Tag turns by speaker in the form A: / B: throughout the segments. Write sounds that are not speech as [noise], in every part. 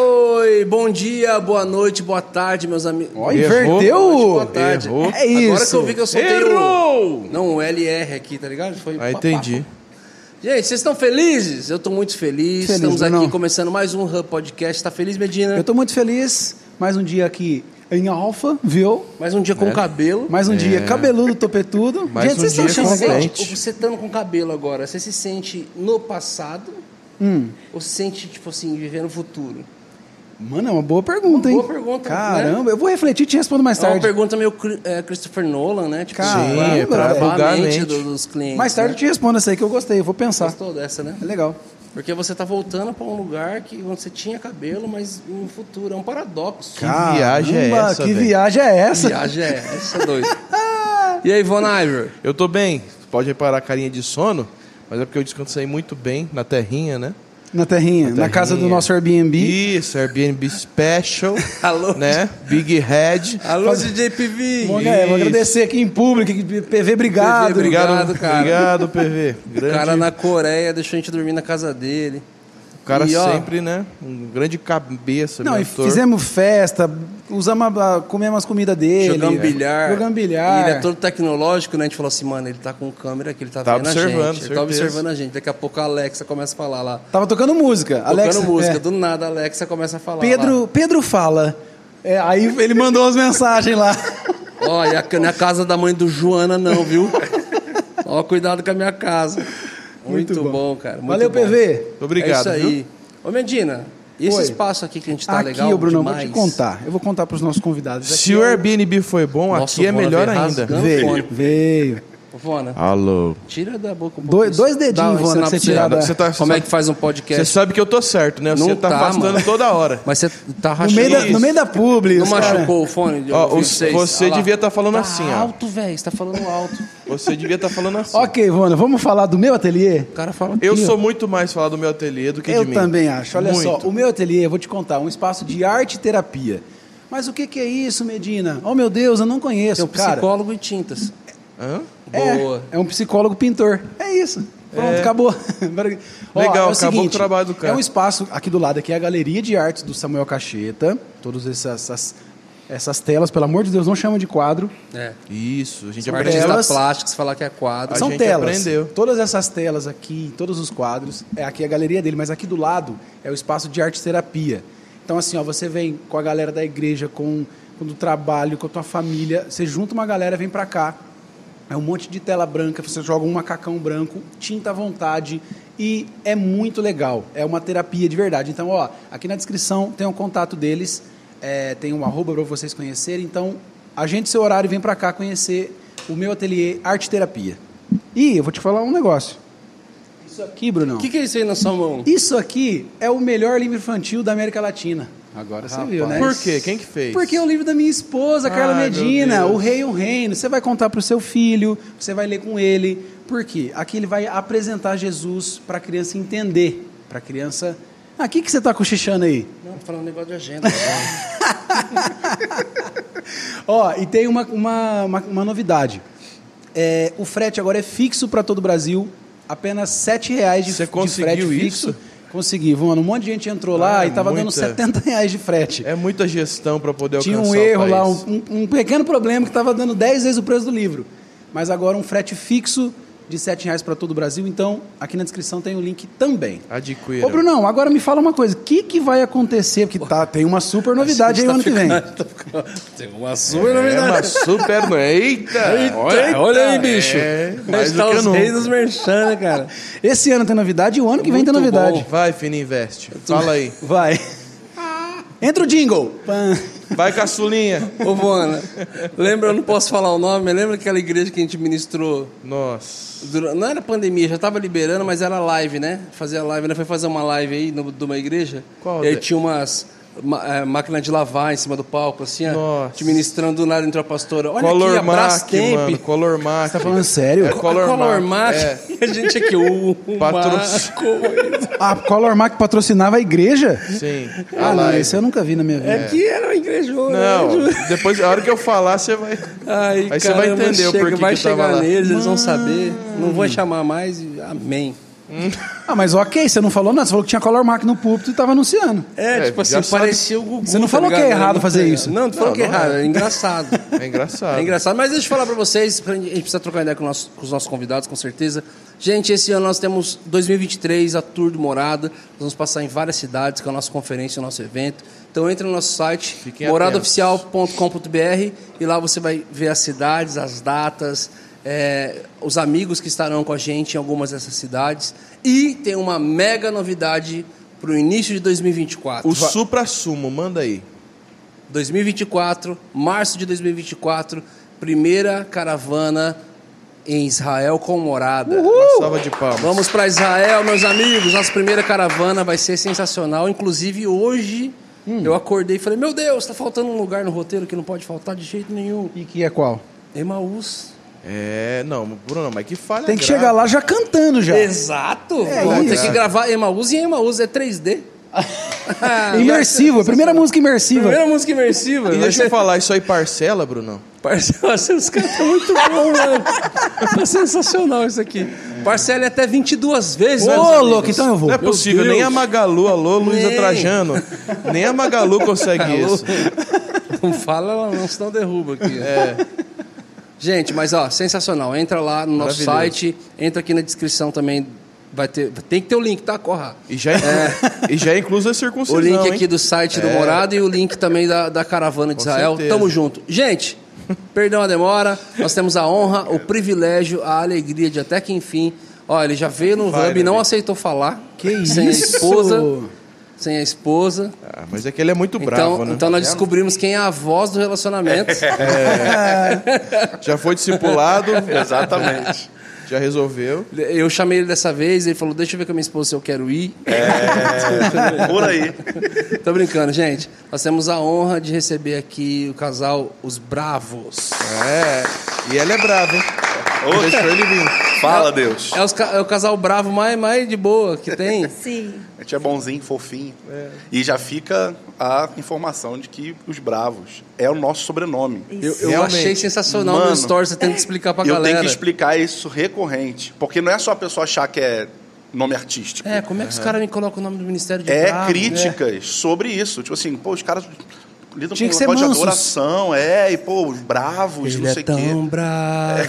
A: Oi, bom dia, boa noite, boa tarde, meus amigos.
B: Ó, inverteu?
A: Boa noite, boa tarde.
B: Errou.
A: É isso. Agora que eu vi que eu soltei
C: Errou!
A: o... Não, o LR aqui, tá ligado? Foi
B: Ah,
A: papá.
B: entendi.
A: Gente, vocês estão felizes? Eu tô muito feliz. é
D: Feliz,
A: Estamos aqui
D: Brunão.
A: começando mais um Hub Podcast. Tá feliz, Medina?
D: Eu tô muito feliz. Mais um dia aqui em Alfa, viu?
A: Mais um dia com cabelo.
D: Mais um dia cabeludo, topetudo.
B: É. Mais um
D: vocês
B: dia
D: estão
A: Você
B: com
D: achando legal?
B: frente.
A: sente, você estando com cabelo agora, você se sente no passado? Ou se sente, tipo assim, vivendo o futuro?
D: Mano, é uma boa pergunta, hein?
A: boa pergunta, né?
D: Caramba, eu vou refletir e te respondo mais
A: É uma
D: tarde.
A: pergunta meio Cri- é, Christopher Nolan, né? Tipo,
D: Caramba,
A: vai
D: é pra
A: lavar
B: bugar a mente.
A: do- dos clientes.
D: mais tarde eu
A: né?
D: te respondo essa aí que eu gostei, eu vou pensar.
A: Gostou dessa, né?
D: É legal.
A: Porque você tá voltando para um lugar que você tinha cabelo, mas no futuro. É um paradoxo.
B: Que viagem é
D: Caramba,
B: essa,
D: Que
B: velho?
D: viagem é
A: Que
D: essa?
A: viagem é essa, doido? e aí, Von Iver?
B: Eu tô bem. Pode reparar a carinha de sono, mas é porque eu descansei muito bem na terrinha, né?
D: Na terrinha, na
B: terrinha.
D: casa do nosso Airbnb.
B: Isso, Airbnb Special,
A: [laughs] Alô?
B: né? Big Head.
A: Alô, DJ PV?
D: Bom, é, vou
B: Isso.
D: agradecer aqui em público. que- PV, obrigado.
A: PV,
B: Obrigado,
A: Obrigado, cara.
B: Obrigado, PV.
A: O
B: Grande,
A: cara na Coreia deixou a gente dormir na casa dele. E, ó,
B: sempre, né? Um grande cabeça,
D: Não, e
B: mentor.
D: fizemos festa, usamos a, a- comemos as comidas dele.
A: Jogando bilhar.
D: é. Jogando bilhar.
A: E ele é todo tecnológico, né? A gente falou assim, mano, ele tá com câmera que ele tá,
B: Tá
A: vendo a
B: observando,
A: gente. Ele tá
B: certeza.
A: observando a gente. Daqui a pouco a Alexa começa a falar lá.
D: Tava tocando música. Alexa,
A: Tocando música,
D: é.
A: do nada a Alexa começa a falar. lá.
D: Pedro, Pedro fala. É, aí ele mandou as mensagens lá.
A: Ó, e a, não é a casa da mãe do Joana, não, viu? Ó, cuidado com a minha casa. Muito, bom. cara. muito
D: Valeu,
A: bom.
D: PV.
B: Obrigado,
A: É isso aí.
B: viu?
A: Ô, Medina, e esse
D: Oi.
A: espaço aqui que a gente tá
D: aqui,
A: legal
D: ô, Bruno, eu vou
A: demais?
D: te contar. Eu vou contar pros nossos convidados.
B: Se o Airbnb foi bom,
A: Nossa,
B: aqui é
A: o Vona
B: melhor
A: veio
B: ainda.
A: rasgando.
D: Veio,
A: Fone.
D: veio.
A: Ô, Vona,
B: Alô.
A: tira da boca um pouco
D: Dois-
A: isso.
D: dois dedinhos,
A: Dá,
D: Vona,
A: ensinar
D: pra você
A: pra
D: tirar da-
B: Você tá-
A: Como é
B: você-
A: que faz um
B: Você
A: podcast?
B: sabe que eu tô certo, né? Você
A: Não
B: tá,
A: tá,
B: afastando
A: mano.
B: toda hora.
A: Mas você tá
D: No
A: rachando
D: meio, da, no
A: isso.
D: meio da publi.
A: Não
D: os cara-
A: machucou o fone? de
B: Ó,
A: ouvido
B: os-
A: de vocês?
B: você
A: Olha lá.
B: devia estar falando
A: Tá
B: assim, ó.
A: alto, velho. Você tá falando alto.
B: Você devia estar falando assim.
D: Ok, Vona, vamos falar do meu ateliê?
A: O cara fala
B: Eu
A: aqui, ó.
B: sou muito mais falar do meu ateliê do que
D: Eu
B: de mim.
D: também acho. Olha
B: Muito.
D: só, o meu ateliê, eu vou te contar, é um espaço de arte e terapia. Mas o que, que é isso, Medina? Oh, meu Deus, eu não conheço,
A: Tem um
D: cara.
A: psicólogo em tintas.
B: Hã?
D: É,
A: Boa.
D: É um psicólogo pintor. É isso. Pronto,
B: É.
D: acabou. [laughs] Ó, é
B: Legal, acabou
D: o seguinte,
B: o trabalho do cara.
D: É um espaço aqui do lado, aqui é a Galeria de Artes do Samuel Cacheta. Todas essas, essas, essas telas, pelo amor de Deus, não chamam de quadro.
A: É.
B: Isso, a gente
A: Artista
B: aprendeu.
D: Martelo. Telas.
A: plástico, se falar que é quadro.
B: A
D: São
B: gente
D: telas.
B: aprendeu.
D: Todas essas telas aqui, todos os quadros, é aqui a galeria dele, mas aqui do lado é o espaço de arte e terapia. Então assim, ó, você vem com a galera da igreja, com, com do trabalho, com a tua família, você junta uma galera, vem pra cá. É um monte de tela branca, você joga um macacão branco, tinta à vontade e é muito legal. É uma terapia de verdade. Então, ó, aqui na descrição tem o contato deles, é, tem um arroba para vocês conhecerem. Então, agende seu horário e vem pra cá conhecer o meu ateliê Arte Terapia. E eu vou te falar um negócio. Isso aqui, Brunão.
A: O que, que é isso aí na sua mão?
D: Isso aqui é o melhor livro infantil da América Latina. Agora você viu, né?
B: Por quê? Quem que fez?
D: Porque é o livro da minha esposa, Carla
B: Ai, meu
D: Medina,
B: Deus.
D: O Rei e o Reino. Você vai contar para o seu filho, você vai ler com ele. Por quê? Aqui ele vai apresentar Jesus para a criança entender. Para a criança. Ah, o que, que você está cochichando aí?
A: Não, tô falando um negócio de agenda. né?
D: Ó, e tem uma, uma, uma, uma novidade. É, o frete agora é fixo para todo o Brasil, apenas R$ 7 reais de,
B: Você
D: de frete
B: conseguiu
D: fixo.
B: isso?
D: Consegui, mano. Um monte de gente entrou lá
B: Ah,
D: e tava dando
B: muita.
D: 70 reais de frete.
B: É muita gestão pra poder
D: Tinha
B: alcançar
D: um
B: o
D: erro lá,
B: país.
D: um, um- um pequeno problema que estava dando 10 vezes o preço do livro. Mas agora um frete fixo de R$ 7 reais para todo o Brasil. Então, aqui na descrição tem o link também.
B: Adquira.
D: Ô, Brunão, agora me fala uma coisa. O que, que vai acontecer? Porque tá, tem uma super novidade aí
B: tá
D: o ano que vem.
A: Tem uma sua
B: É
A: novidade.
B: uma super... né? Eita!
A: Olha, olha aí, bicho.
B: É, mais
A: Está
B: do que
A: os
B: nunca.
A: reis dos merchan, né, cara?
D: Esse ano tem novidade e o ano que vem tem
B: Muito
D: novidade.
B: bom. Vai, Fini Invest.
D: Tá
B: Fala aí.
D: Vai. Entra o jingle. Pã.
B: Vai, caçulinha.
A: Ô, Voana, lembra, eu não posso falar o nome, mas lembra aquela igreja que a gente ministrou?
B: Nossa.
A: dura- Não era pandemia, já tava liberando, mas era live, né? Fazia live, né? Foi fazer uma live aí no- de uma igreja.
B: Qual
A: E aí
B: de-
A: tinha umas ma- eh, máquina de lavar em cima do palco, assim, ó.
B: Nossa.
A: Te ministrando do nada, entrou a pastora. Olha aqui,
B: Color
A: a
B: Mac, mano.
A: Brastemp.
B: Color Mac.
D: Tá falando sério?
B: É Color,
A: Color
B: Mac.
A: Mac.
B: É.
A: [laughs] A gente aqui, o... o
B: Patrocínio.
A: Marco.
D: A Color Mac patrocinava a igreja?
B: Sim.
D: Ah, não, isso eu nunca vi na minha vida.
A: É que era uma igrejona.
B: Não,
A: né?
B: depois, a hora que eu falar, você vai...
A: Aí,
B: Aí você
A: caramba,
B: vai entender o
A: chega,
B: porquê
A: Vai
B: que eu tava
A: chegar
B: lá.
A: neles, eles vão saber. Não vou chamar mais. e Amém.
D: Ah, mas ok, você não falou nada, você falou que tinha color mark no púlpito e tava anunciando.
A: É,
B: É,
A: tipo assim,
B: já sabe.
A: parecia o Gugu. tá
D: Você não falou que é
A: ligado?
D: errado
A: Não
D: fazer
A: tem-
D: isso.
A: Não, tu falou
B: Não,
A: que é
B: não
A: errado, é engraçado.
B: É engraçado.
A: É engraçado. Mas deixa eu falar pra vocês, pra- a gente precisa trocar ideia com, nós- com os nossos convidados, com certeza. Gente, esse ano nós temos 2023, a Tour do Morada. Nós vamos passar em várias cidades com a nossa conferência, o nosso evento. Então entra no nosso site,
B: Fiquem
A: moradaoficial.com.br e lá você vai ver as cidades, as datas, é, os amigos que estarão com a gente em algumas dessas cidades. E tem uma mega novidade pro início de 2024.
B: O supra-sumo, manda aí.
A: 2024, março de 2024, primeira caravana em Israel com morada.
D: Uh!
B: Uma salva de palmas.
A: Vamos para Israel, meus amigos. Nossa primeira caravana vai ser sensacional. Inclusive, hoje
B: Hum.
A: eu acordei e falei: Meu Deus, tá faltando um lugar no roteiro que não pode faltar de jeito nenhum.
D: E que é qual?
A: Emaús.
B: É, não, Bruno, mas que falha.
D: Tem que
B: grave.
D: chegar lá já cantando já.
A: Exato!
D: É
A: Vamos ter
D: isso.
A: que gravar Emaús e Emaús é
B: [laughs]
A: 3D.
D: Imersivo, a primeira música
A: [laughs]
D: imersiva.
A: Primeira música imersiva.
B: E
A: Vai
B: deixa
A: ser-
B: eu falar, isso aí parcela, Bruno?
A: Parcela, [laughs] os caras estão muito bons, mano. Tá sensacional isso aqui. Parcela é até 22 vezes.
D: Ô,
A: meus amigos.
D: louco, então eu vou.
B: Não é
A: Meu
B: possível,
A: Deus.
B: nem a Magalu, alô, Luísa
A: Nem.
B: Trajano, nem a Magalu consegue
D: um
A: Alô?
B: isso.
A: [laughs] Não fala ela não, senão derruba aqui.
D: É.
A: Gente, mas ó, sensacional. Entra lá no nosso
B: Maravilhoso.
A: site, entra aqui na descrição também. Vai ter, tem que ter o link, tá? Corra.
B: E já, inclu... e já é incluso a circuncisão,
A: O link
B: hein?
A: aqui do site do Morado e o link também da, da caravana de
B: É. Com
A: Israel.
B: certeza.
A: Tamo junto.
B: [laughs]
A: Gente, perdão a demora. Nós temos a honra, o privilégio, a alegria de até que enfim. Ó, ele já veio no
B: Vai,
A: hub e
B: né,
A: não
B: Bi?
A: aceitou falar.
D: Que
A: sem
D: isso?
A: a esposa. Sem a esposa.
B: Ah, mas é que ele é muito bravo,
A: então,
B: né?
A: então nós descobrimos quem é a voz do
B: [laughs]
A: relacionamento.
B: Já
A: [laughs]
B: foi discipulado,
C: Exatamente.
B: já resolveu.
A: Eu chamei ele dessa vez, ele falou: Deixa eu ver com a minha esposa se eu quero ir.
C: [laughs]
B: É.
C: Por aí.
A: Tô brincando, gente. Nós temos a honra de receber aqui o casal Os Bravos.
B: É, e ele é bravo, hein?
C: Ô,
B: Deixou ele vir.
C: Fala, Deus.
A: É, os ca- é o casal bravo mais, mais de boa que
C: [laughs]
A: tem.
E: Sim.
C: A gente é bonzinho, fofinho. E já fica a informação de que os bravos é o nosso sobrenome.
A: Eu,
E: Isso.
A: eu
B: Realmente.
A: achei sensacional
C: Mano,
A: no stories, você tem que explicar pra
C: E eu
A: galera.
C: tenho que explicar isso recorrente. Porque não é só a pessoa achar que é nome artístico.
A: É, como é que os caras me colocam o nome do Ministério de
C: É
A: Bravo, né?
C: críticas sobre isso. Tipo assim, pô, os caras lidam
D: Tinha que
C: com um
D: ser
C: negócio de
D: mansos.
C: adoração. É, e pô, os bravos,
A: Ele
C: não
A: é
C: sei o quê.
A: tão bravo,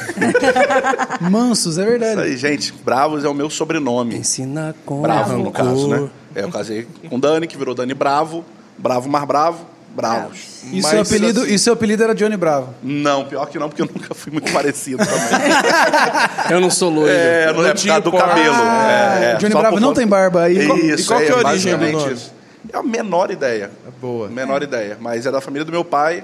D: Mansos, é
C: Isso
D: verdade.
C: aí, gente, bravos é o meu sobrenome.
A: ensina com
C: Bravo, no
A: rancor.
C: caso, né? É, eu casei com Dani, que virou Dani Bravo. Bravo mais bravo, bravos.
D: E
B: Mas
D: seu, apelido,
B: assim-
D: e seu apelido era Johnny Bravo.
C: Não, pior que não, porque eu [laughs] nunca fui muito parecido também.
E: [laughs]
A: Eu não sou loiro.
C: É, não é por
B: tinha
C: causa do
B: cor.
C: cabelo.
D: Ah,
C: é, é,
D: Johnny
C: só
D: Bravo
C: por
D: não
C: conta-
D: tem barba aí. Qual-
C: Isso,
B: e qual
C: é,
B: que é a origem do
C: basicamente
B: nome?
C: isso. É a menor ideia.
B: É boa.
C: Menor ideia. Mas é da família do meu pai. Não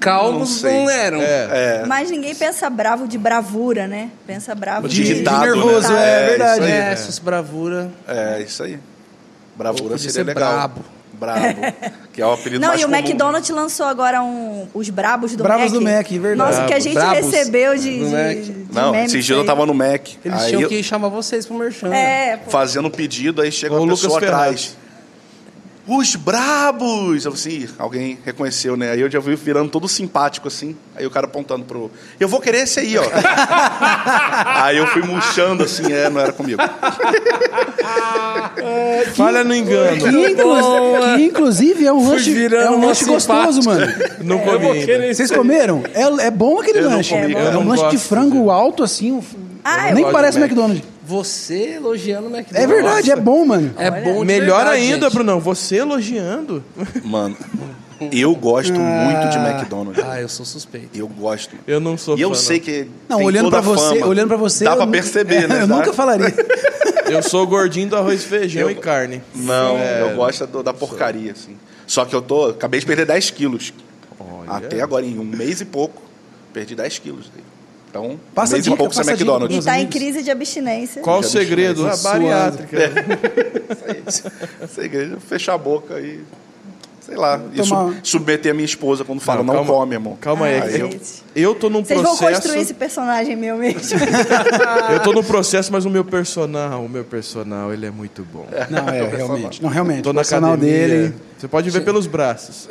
A: Calmos não,
C: sei.
A: eram.
B: É,
E: Mas ninguém pensa bravo de bravura, né? Pensa bravo
C: De-
E: de,
C: Digitado,
D: nervoso,
C: né?
D: é,
C: É,
D: verdade.
C: isso aí.
A: É, essas bravura.
C: É, isso aí. Bravura
A: Podia
C: seria
A: ser
C: legal.
A: brabo.
E: [laughs]
C: Brabo. Que é o apelido
E: Não,
C: mais
E: e o
C: comum.
E: McDonald's lançou agora um os brabos do
D: Bravos
E: Mac.
D: do Mac, verdade.
E: Nossa, o que a gente
A: Brabos
E: recebeu de,
A: do Mac.
E: de, de
C: Não,
E: memes né?
C: esses dias eu
E: aí.
C: tava no Mac.
A: Eles
C: aí
A: tinham
C: eu-
A: que chamar vocês pro merchan. né?
E: É, pô.
C: fazendo um pedido, aí chega
B: Ô,
C: uma
B: Lucas
C: pessoa
B: Ferraz.
C: atrás. Os brabos! Eu, assim, alguém reconheceu, né? Aí eu já vi virando todo simpático, assim. Aí o cara apontando pro... Eu vou querer esse
B: [laughs]
C: aí, ó. aí eu fui murchando, assim. É, não era comigo.
B: Falha no engano.
D: Que, inclu- que inclusive é um
A: Fui
D: lanche,
A: virando
D: é um
A: uma
D: lanche gostoso, mano.
B: Não
A: Eu vou
C: né?
B: comi ainda.
A: querer
D: Vocês comeram? É, é bom aquele
C: Eu não
D: lanche.
C: comi,
D: é
C: cara.
B: Eu
D: um
B: não
D: lanche de
B: gosto,
D: frango
B: inclusive.
D: alto, assim. um-
E: Ah, eu
D: nem
B: gosto
D: parece
B: de
D: McDonald's.
A: Você elogiando o McDonald's.
D: É verdade, é bom, mano.
A: É bom de
B: Melhor
A: verdade,
B: ainda,
A: gente.
B: Brunão, você elogiando.
C: Mano, eu gosto muito de McDonald's.
A: Ah, eu sou suspeito.
C: Eu gosto.
B: Eu não sou
C: E eu
B: fã,
C: sei
B: não.
C: que
D: Não,
C: tem
D: olhando
C: toda
D: pra
C: a
D: você,
C: fama.
D: olhando para você,
C: Dá
D: eu
C: pra
D: nu-
C: perceber, né?
D: [laughs] Eu
C: [laughs] Dá-
D: nunca falaria.
B: Eu sou gordinho do arroz, feijão e carne.
C: Não, Então, eu gosto do- da porcaria, assim. Só que eu tô. Acabei de perder 10 quilos. Até agora, em um mês e pouco, perdi 10 quilos. Então,
D: Passa
C: um mês
D: dica,
C: e pouco sem
D: passa dica
C: McDonald's. [laughs]
E: E
D: meus
E: tá em
D: amigos.
E: crise de abstinência.
B: Qual o
C: Já me
B: segredo?
D: chamei.
B: A bariátrica.
C: Essa igreja, fechar a boca e. Sei lá. E
D: Tomar-
C: sub- submeter a minha esposa quando fala, não,
B: calma,
C: come, amor.
B: Calma aí.
E: Ah,
B: é que eu,
E: gente.
B: eu tô num
E: Vocês vão
B: processo.
E: construir esse personagem meu mesmo.
B: Eu tô num processo, mas o meu personal, o meu personal, ele é muito bom.
D: Não, é, realmente. Não, realmente.
B: Tô
D: O
B: na
D: canal
B: academia.
D: dele.
B: Você pode ver pelos braços.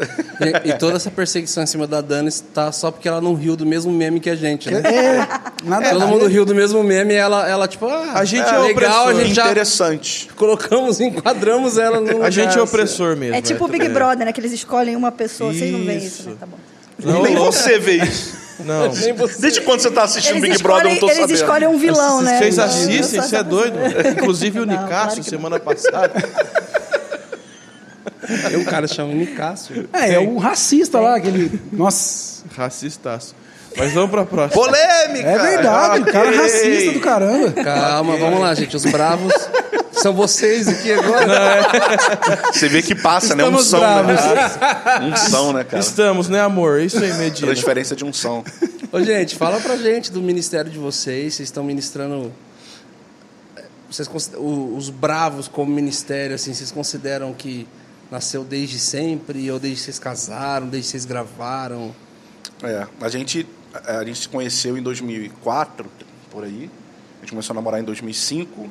A: E, e toda essa perseguição em cima da Dani tá só porque ela não riu do mesmo meme que a gente, né?
D: É, nada
A: Todo
D: a ver.
A: mundo riu do mesmo meme e ela, ela tipo, ah,
B: A gente é,
A: legal, a
B: opressor.
A: gente já
C: Interessante.
A: colocamos, enquadramos ela no.
B: A gente é
A: lugar,
B: opressor mesmo.
E: É tipo o Big Brother, né? Que eles escolhem uma pessoa. Vocês não veem isso, né?
B: Isso.
E: Tá bom.
B: Não,
C: Nem
B: não.
C: você vê isso.
E: [laughs] Né?
B: Não.
A: assim. Nem você.
C: Desde quando você tá assistindo
E: Eles,
C: Big Brother, eu
E: escolhem,
C: não tô
E: eles
C: sabendo.
E: escolhem um vilão, né?
B: Vocês
E: Então,
B: assistem,
E: eu sou
B: você é
E: essa
B: doido?
E: pessoa.
B: Inclusive o
E: Não,
B: Nicasso,
E: claro que
B: semana passada.
A: Tem um cara chamado Nicásio.
D: É, é um racista lá, aquele. Nossa.
B: Racistaço. Mas vamos pra próxima.
C: Polêmica!
D: É verdade, o cara é
C: Ok.
D: racista do caramba.
A: Calma, vamos lá, gente. Os bravos são vocês aqui agora.
C: Você vê que passa, né?
A: Estamos
C: Unção,
A: bravos.
C: né? Unção, né, cara?
B: Estamos, né, amor? Isso aí, Medina.
C: Transferência de um unção.
A: Ô, gente, fala pra gente do ministério de vocês. Vocês estão ministrando. Vocês consider- o- os bravos como ministério, assim, vocês consideram que nasceu desde sempre, ou desde que vocês casaram, desde que vocês gravaram?
C: É, a gente, a a gente se conheceu em 2004, por aí. A gente começou a namorar em 2005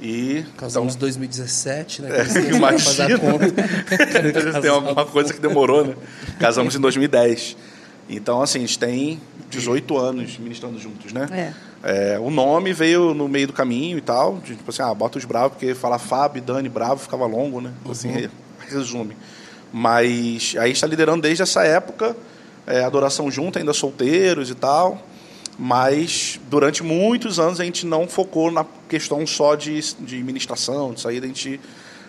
C: e...
A: Casamos em 2017, né? Que
C: Então, imagina. [laughs] então, Tem alguma coisa que demorou, né? Casamos em 2010. Então, assim, a gente tem 18 anos ministrando juntos, né?
E: É.
C: É, o nome veio no meio do caminho e tal. de, Tipo assim, ah, bota os bravos, porque falar Fábio, e Dani, bravo ficava longo, né? Assim, re- resume. Mas a gente está liderando desde essa época, é, adoração junto, ainda solteiros e tal. Mas durante muitos anos a gente não focou na questão só de, de ministração, de saída. A gente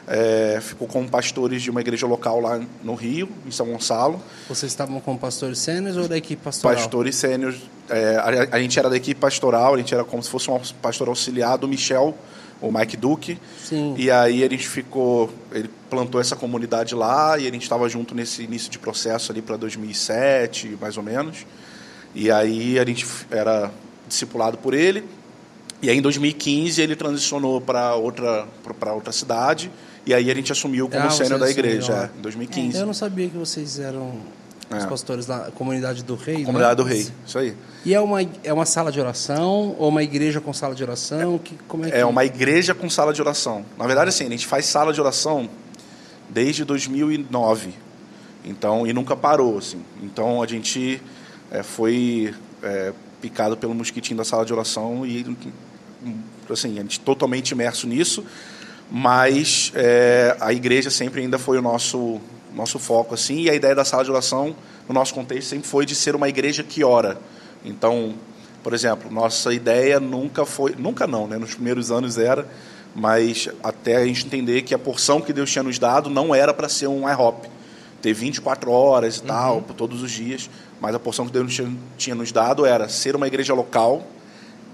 C: é, ficou com pastores de uma igreja local lá no Rio, em São Gonçalo.
A: Vocês estavam com pastores sênios ou da equipe pastoral?
C: Pastores sêniores. é, a, a gente era da equipe pastoral, a gente era como se fosse um pastor auxiliar do Michel, o Mike Duque.
A: Sim.
C: E aí a gente ficou, ele plantou essa comunidade lá e a gente estava junto nesse início de processo ali para 2007, mais ou menos. E aí a gente f- era discipulado por ele. E aí em 2015 ele transicionou para outra para outra cidade e aí a gente assumiu como
A: Ah,
C: sênior
A: vocês
C: da igreja,
A: assumiram lá.
C: é, em 2015.
A: Eu não sabia que vocês eram os
C: É.
A: pastores da comunidade do rei. né?
C: Comunidade do Rei, isso aí.
A: E é uma, é uma sala de oração ou uma igreja com sala de oração? Que, como é, que...
C: É uma igreja com sala de oração. Na verdade, assim, a gente faz sala de oração desde 2009. Então, e nunca parou, assim. Então, a gente é, foi é, picado pelo mosquitinho da sala de oração e, assim, a gente totalmente imerso nisso. Mas é, a igreja sempre ainda foi o nosso, nosso foco, assim. E a ideia da sala de oração, no nosso contexto, sempre foi de ser uma igreja que ora. Então, por exemplo, nossa ideia nunca foi, nunca não, né? Nos primeiros anos era, mas até a gente entender que a porção que Deus tinha nos dado não era para ser um IHOP, ter 24 horas e tal, por todos os dias, mas a porção que Deus tinha- tinha nos dado era ser uma igreja local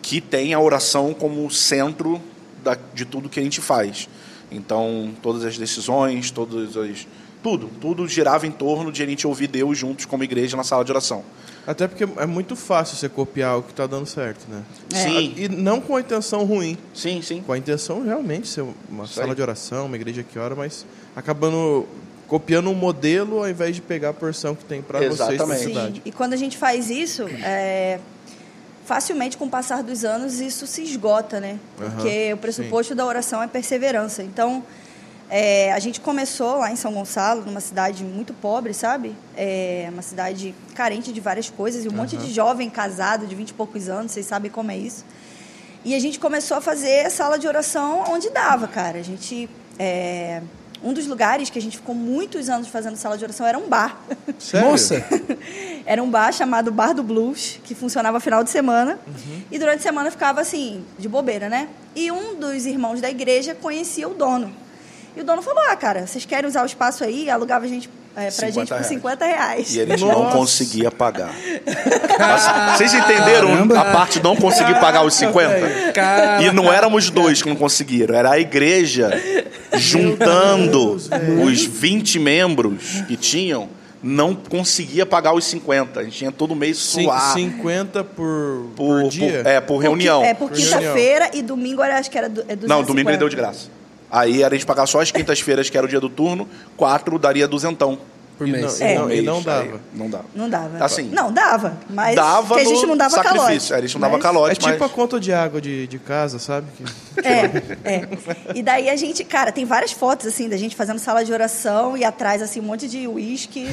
C: que tem a oração como centro da- de tudo que a gente faz. Então, todas as decisões, todas as tudo, tudo girava em torno de a gente ouvir Deus juntos como igreja na sala de oração.
B: Até porque é muito fácil você copiar o que tá dando certo, né?
C: É. Sim.
B: E não com a intenção ruim.
C: Sim, sim.
B: Com a intenção realmente ser uma
C: Isso
B: sala
C: aí.
B: de oração, uma igreja que ora, mas acabando copiando um modelo ao invés de pegar a porção que tem para vocês na
C: Exatamente.
B: cidade.
E: E quando a gente faz isso, é, facilmente com o passar dos anos isso se esgota, né?
B: Aham,
E: Porque o pressuposto da oração é perseverança. Então, é, a gente começou lá em São Gonçalo, numa cidade muito pobre, sabe? É uma cidade carente de várias coisas e um monte de jovem casado de 20 e poucos anos, vocês sabem como é isso. E a gente começou a fazer sala de oração onde dava, cara. A gente. é, um dos lugares que a gente ficou muitos anos fazendo sala de oração era um bar. [laughs]
B: Sério?
D: Nossa,
E: Era um bar chamado Bar do Blues, que funcionava final de semana. E durante a semana ficava assim, de bobeira, né? E um dos irmãos da igreja conhecia o dono. E o dono falou: Ah, cara, vocês querem usar o espaço aí? Alugava a gente, é,
C: 50
E: pra gente por
C: reais.
E: 50 reais.
C: E é a gente não
B: Nossa.
C: conseguia pagar. Mas vocês entenderam a parte de não conseguir pagar os 50?
A: Cara,
C: E não éramos dois que não conseguiram, era a igreja juntando os 20 membros que tinham, não conseguia pagar os 50. A gente tinha todo mês
B: Cin-
C: suar.
B: 50 por, por,
C: por,
B: dia?
C: por- é, por reunião.
E: É, por
B: Por reunião.
E: quinta-feira e domingo era, acho que era du- é
C: Não, domingo ele deu de
E: 250.
C: graça. Aí era a gente pagar só as quintas-feiras, que era o dia do turno, quatro daria duzentão.
A: por
B: E
A: mês.
B: não-
E: É.
B: e não, e não
C: Aí,
B: dava.
C: Não dava.
E: Não dava.
C: Assim,
E: não, dava. Mas
C: dava
E: porque a gente
C: no
E: não dava
C: sacrifício.
E: calote.
C: É, a gente não dava
E: Mas-
C: calote,
B: É tipo a
C: mas...
B: conta de água de, de casa, sabe? Que-
E: É, é. E daí a gente, cara, tem várias fotos assim da gente fazendo sala de oração e atrás assim um monte de uísque.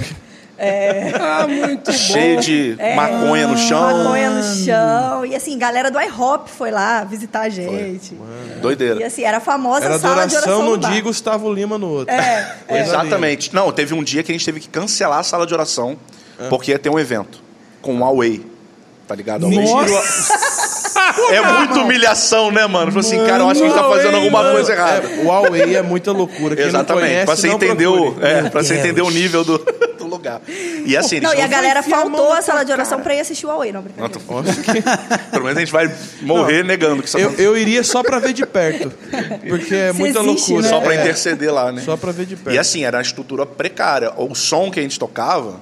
E: É,
A: Ah, muito
C: [laughs] Cheio de maconha no chão.
E: maconha no chão. E assim, galera do iHop foi lá visitar a gente. E
C: Doideira.
E: assim, era a famosa
B: Era
E: sala de
B: adoração
E: oração
B: num
E: do bar.
B: dia e Gustavo Lima no outro.
E: É,
B: Coisa
C: tá. Exatamente. Não, teve um dia que a gente teve que cancelar a sala de oração
B: É.
C: porque ia ter um evento com o Huawei. Tá ligado? Alguém
E: [laughs]
C: tirou- É muita humilhação, né, mano? Falou assim, cara, eu acho que a gente tá fazendo alguma coisa errada.
B: É, o Huawei é muita loucura. Quem
C: Exatamente.
B: Não conhece,
C: pra você
B: não
C: entender, o,
B: procure.
C: é, pra você entender o nível do, [laughs] do lugar. E assim, eles
E: Não, e a
C: não-
E: galera
B: enfiar a mão
E: faltou
B: na
E: a sala
B: tua
E: de oração
B: cara.
E: pra ir assistir o Huawei, não, brincadeira.
B: Nossa, que-
C: [laughs] pelo menos a gente vai morrer negando que isso
B: eu,
C: aconteceu.
B: eu iria só pra ver de perto. Porque é
E: Se
B: muita
E: existe,
B: loucura.
E: né?
C: Só pra
B: É,
C: interceder lá, né?
B: Só pra ver de perto.
C: E assim, era uma estrutura precária. O som que a gente tocava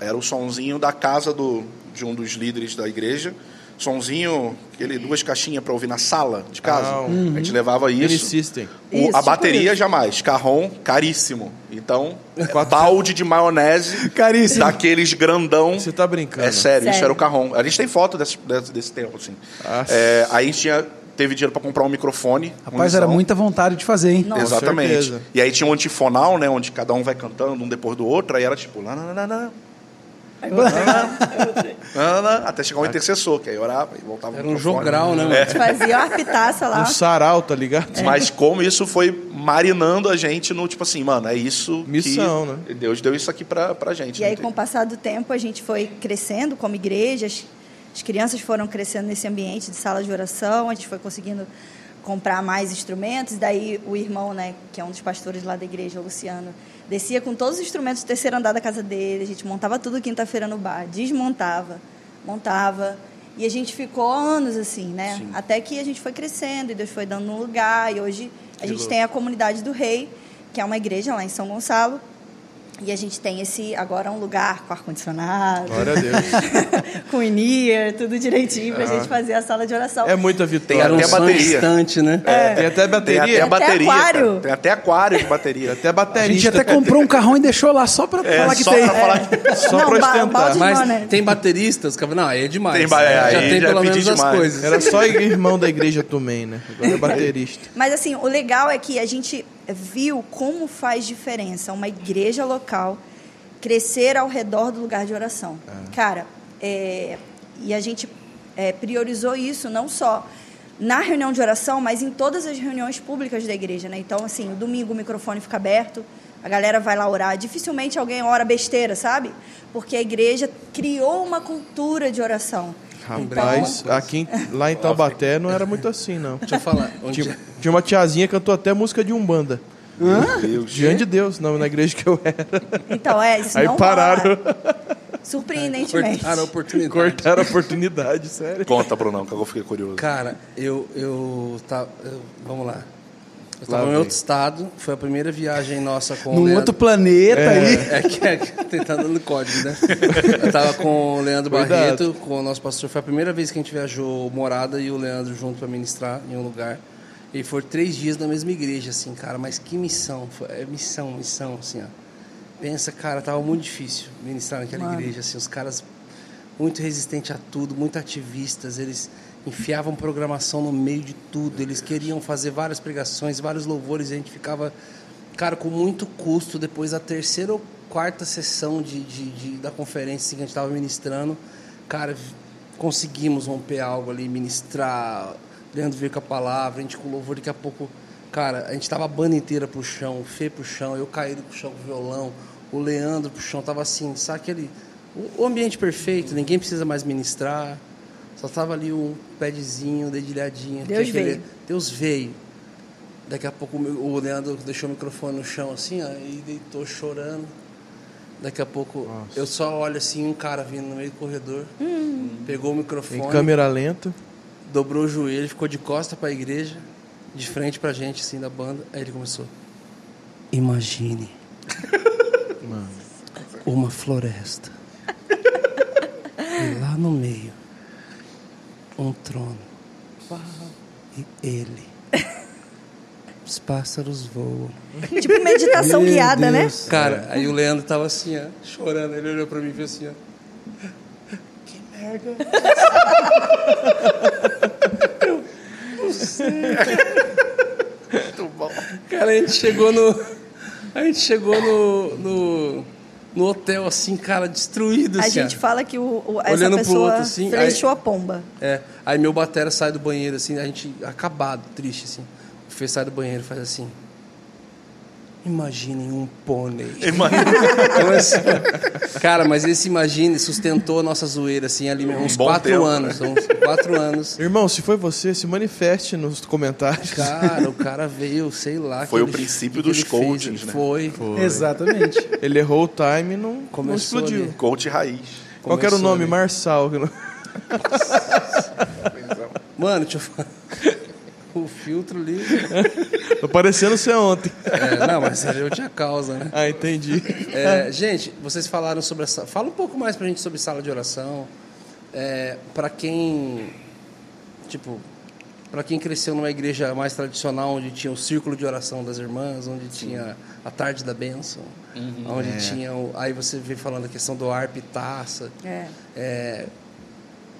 C: era o sonzinho da casa do, de um dos líderes da igreja. Sonzinho, aquele, duas caixinhas pra ouvir na sala de casa.
B: Ah,
C: A gente levava
B: Eles
C: isso.
B: insistem.
C: O-
E: Isso,
C: a
E: tipo
C: bateria
E: isso.
C: jamais. Carrom, caríssimo. Então, é
B: Quatro-
C: balde
B: [laughs]
C: de maionese.
D: Caríssimo.
C: Daqueles grandão.
B: Você tá brincando.
C: É sério, isso
E: Sério.
C: era o carrom. A gente tem foto desse, desse, desse tempo, assim.
B: Ah.
C: É, aí a gente tinha, teve dinheiro pra comprar um microfone. um
D: Rapaz, era
C: munição.
D: muita vontade de fazer, hein?
E: Nossa.
C: Exatamente.
B: certeza.
C: E aí tinha um antifonal, né? Onde cada um vai cantando um depois do outro. Aí era tipo... Lá, lá, lá, lá, [laughs] lá, lá, lá, até chegar um intercessor, que aí orava e voltava
A: Era
C: no
A: um
C: microfone.
A: jogral, né, mano?
C: É,
E: Fazia uma pitaça lá.
B: Um sarau, tá ligado?
C: Mas como isso foi marinando a gente no tipo assim, mano, é isso que
B: Missão, né?
C: Deus deu isso aqui pra, pra gente.
E: E
C: não
E: aí,
C: tem-
E: com o passar do tempo, a gente foi crescendo como igrejas, as crianças foram crescendo nesse ambiente de sala de oração, a gente foi conseguindo comprar mais instrumentos. Daí, o irmão, né, que é um dos pastores lá da igreja, o Luciano, descia com todos os instrumentos do terceiro andar da casa dele, a gente montava tudo quinta-feira no bar, desmontava, montava. E a gente ficou anos assim, né? Até que a gente foi crescendo e Deus foi dando um lugar. E hoje a gente tem a comunidade do Rei, que é uma igreja lá em São Gonçalo. E a gente tem esse agora um lugar com ar-condicionado,
B: Glória a Deus.
E: [laughs] com in-ear, tudo direitinho pra
B: Ah.
E: gente fazer a sala de oração.
B: É muita
C: Tem
A: Era
B: vitória.
A: um
C: até
A: sonho
C: bateria.
A: distante, né?
E: É.
B: Tem até
C: Tem
B: bateria.
C: até,
E: Até
C: bateria.
E: aquário.
C: cara. Tem até aquário de bateria.
B: [laughs] Até
D: A gente
B: baterista.
D: até comprou um carrão e deixou lá só pra
C: É,
D: falar que
C: só
D: tem.
C: pra falar que
B: Só
E: Não,
B: pra
E: ba-
B: ostentar.
E: balde-
A: Mas
E: Não, né?
A: tem bateristas? que- Não, aí é demais.
C: Tem ba- é,
A: já
C: aí
A: tem
C: já
A: pelo
C: pedi
A: menos as
C: demais.
A: coisas.
B: Era só irmão da igreja também, né? Agora é baterista.
E: Mas assim, o legal é que a gente viu como faz diferença uma igreja local crescer ao redor do lugar de oração. Cara, é, e a gente é, priorizou isso não só na reunião de oração, mas em todas as reuniões públicas da igreja, né? Então, assim, domingo o microfone fica aberto, a galera vai lá orar. Dificilmente alguém ora besteira, sabe? Porque a igreja criou uma cultura de oração.
B: Rapaz, aqui, em- lá em Taubaté não era muito assim, não.
A: Deixa eu falar.
C: um
A: Onde... é?
B: Tinha, tinha uma tiazinha que cantou até música de Umbanda.
C: Meu Deus.
B: Diante de Deus, não, na igreja que eu era.
E: Então, é, isso
B: Aí
E: não
B: pararam, [laughs]
E: rola. Surpreendentemente.
A: Cortaram a oportunidade.
B: cortaram a oportunidade, sério.
C: Conta, Brunão, que eu fiquei curioso.
A: Cara, eu. eu, tá, eu- vamos lá. Eu
B: Lá
A: estava em
B: vem.
A: outro estado, foi a primeira viagem nossa com o
D: Num
A: Leandro-
D: outro planeta aí.
A: É que, é que [laughs] tentando no código, né? Eu tava com o Leandro
B: Cuidado.
A: Barreto, com o nosso pastor. Foi a primeira vez que a gente viajou morada e o Leandro junto para ministrar em um lugar. E foram três dias na mesma igreja, assim, cara. Mas que missão. Foi, é missão, missão, assim, ó. Pensa, cara, tava muito difícil ministrar naquela igreja, assim. Os caras muito resistentes a tudo, muito ativistas. Eles enfiavam programação no meio de tudo. Eles queriam fazer várias pregações, vários louvores. E a gente ficava Cara, com muito custo, depois da terceira ou quarta sessão de, de- de- da conferência assim, que a gente estava ministrando, cara, v- conseguimos romper algo ali, ministrar. Leandro veio com a palavra, a gente com louvor, daqui a pouco, cara, a gente tava a banda inteira pro chão, o Fê pro chão, eu caído pro chão com o violão, o Leandro pro chão, tava assim, sabe aquele. O, o ambiente perfeito, ninguém precisa mais ministrar, só tava ali um padzinho, dedilhadinho.
E: Deus
A: tinha aquele-
E: veio.
A: Deus veio. Daqui a pouco o meu- o Leandro deixou o microfone no chão assim, ó, e deitou chorando. Daqui a pouco eu só olho assim, um cara vindo no meio do corredor, pegou o
B: Em
A: microfone,
B: câmera lenta.
A: dobrou o joelho, ficou de costa pra igreja, de frente pra gente assim da banda. Aí ele começou: "Imagine uma floresta. e lá no meio um trono. E ele Os pássaros voam.
E: [laughs] Tipo meditação
D: Meu
E: guiada, né?
D: Deus.
A: Cara, aí o Leandro tava assim, ó, chorando. Ele olhou pra mim e fez assim, ó.
C: Muito bom.
A: Cara, a gente chegou no. A gente chegou no. no, no hotel, assim, cara, destruído.
E: né? A
A: assim, ó.
E: gente fala que o, o- essa
A: Olhando pro
E: pessoa
A: outro, assim,
E: flechou
A: aí-
E: a pomba.
A: É. Aí meu batera sai do banheiro, assim, a gente acabado, triste, assim. O Fê sai do banheiro e faz assim. Imaginem um pônei. [laughs] Então, assim, cara, mas esse imagine sustentou a nossa zoeira, assim, ali uns
C: Um bom
A: quatro
C: tempo, né?
A: anos. Uns quatro anos.
B: Irmão, se foi você, se manifeste nos comentários.
A: [laughs] Cara, o cara veio, sei lá.
C: Foi
A: que
C: o
A: ele-
C: princípio
A: que
C: dos
A: ele fez,
C: coachings,
A: ele
C: né?
A: Foi.
C: [laughs]
D: Exatamente.
B: Ele errou o time e não, não
A: Começou
B: explodiu.
A: ali.
C: Coach raiz.
B: Qual que era o
A: Começou
B: nome?
A: ali.
B: Marçal. [laughs] que não-
A: Mano, deixa eu falar. [laughs] O filtro ali.
B: Tô parecendo ser ontem.
A: É, não, mas ali eu tinha causa, né?
B: Ah, entendi.
A: É, gente, vocês falaram sobre essa. Fala um pouco mais pra gente sobre sala de oração. É, para quem. Tipo. Pra quem cresceu numa igreja mais tradicional, onde tinha o círculo de oração das irmãs, onde tinha a tarde da bênção, onde tinha. o- aí você vem falando a questão do harpa e taça.
E: É.
A: É,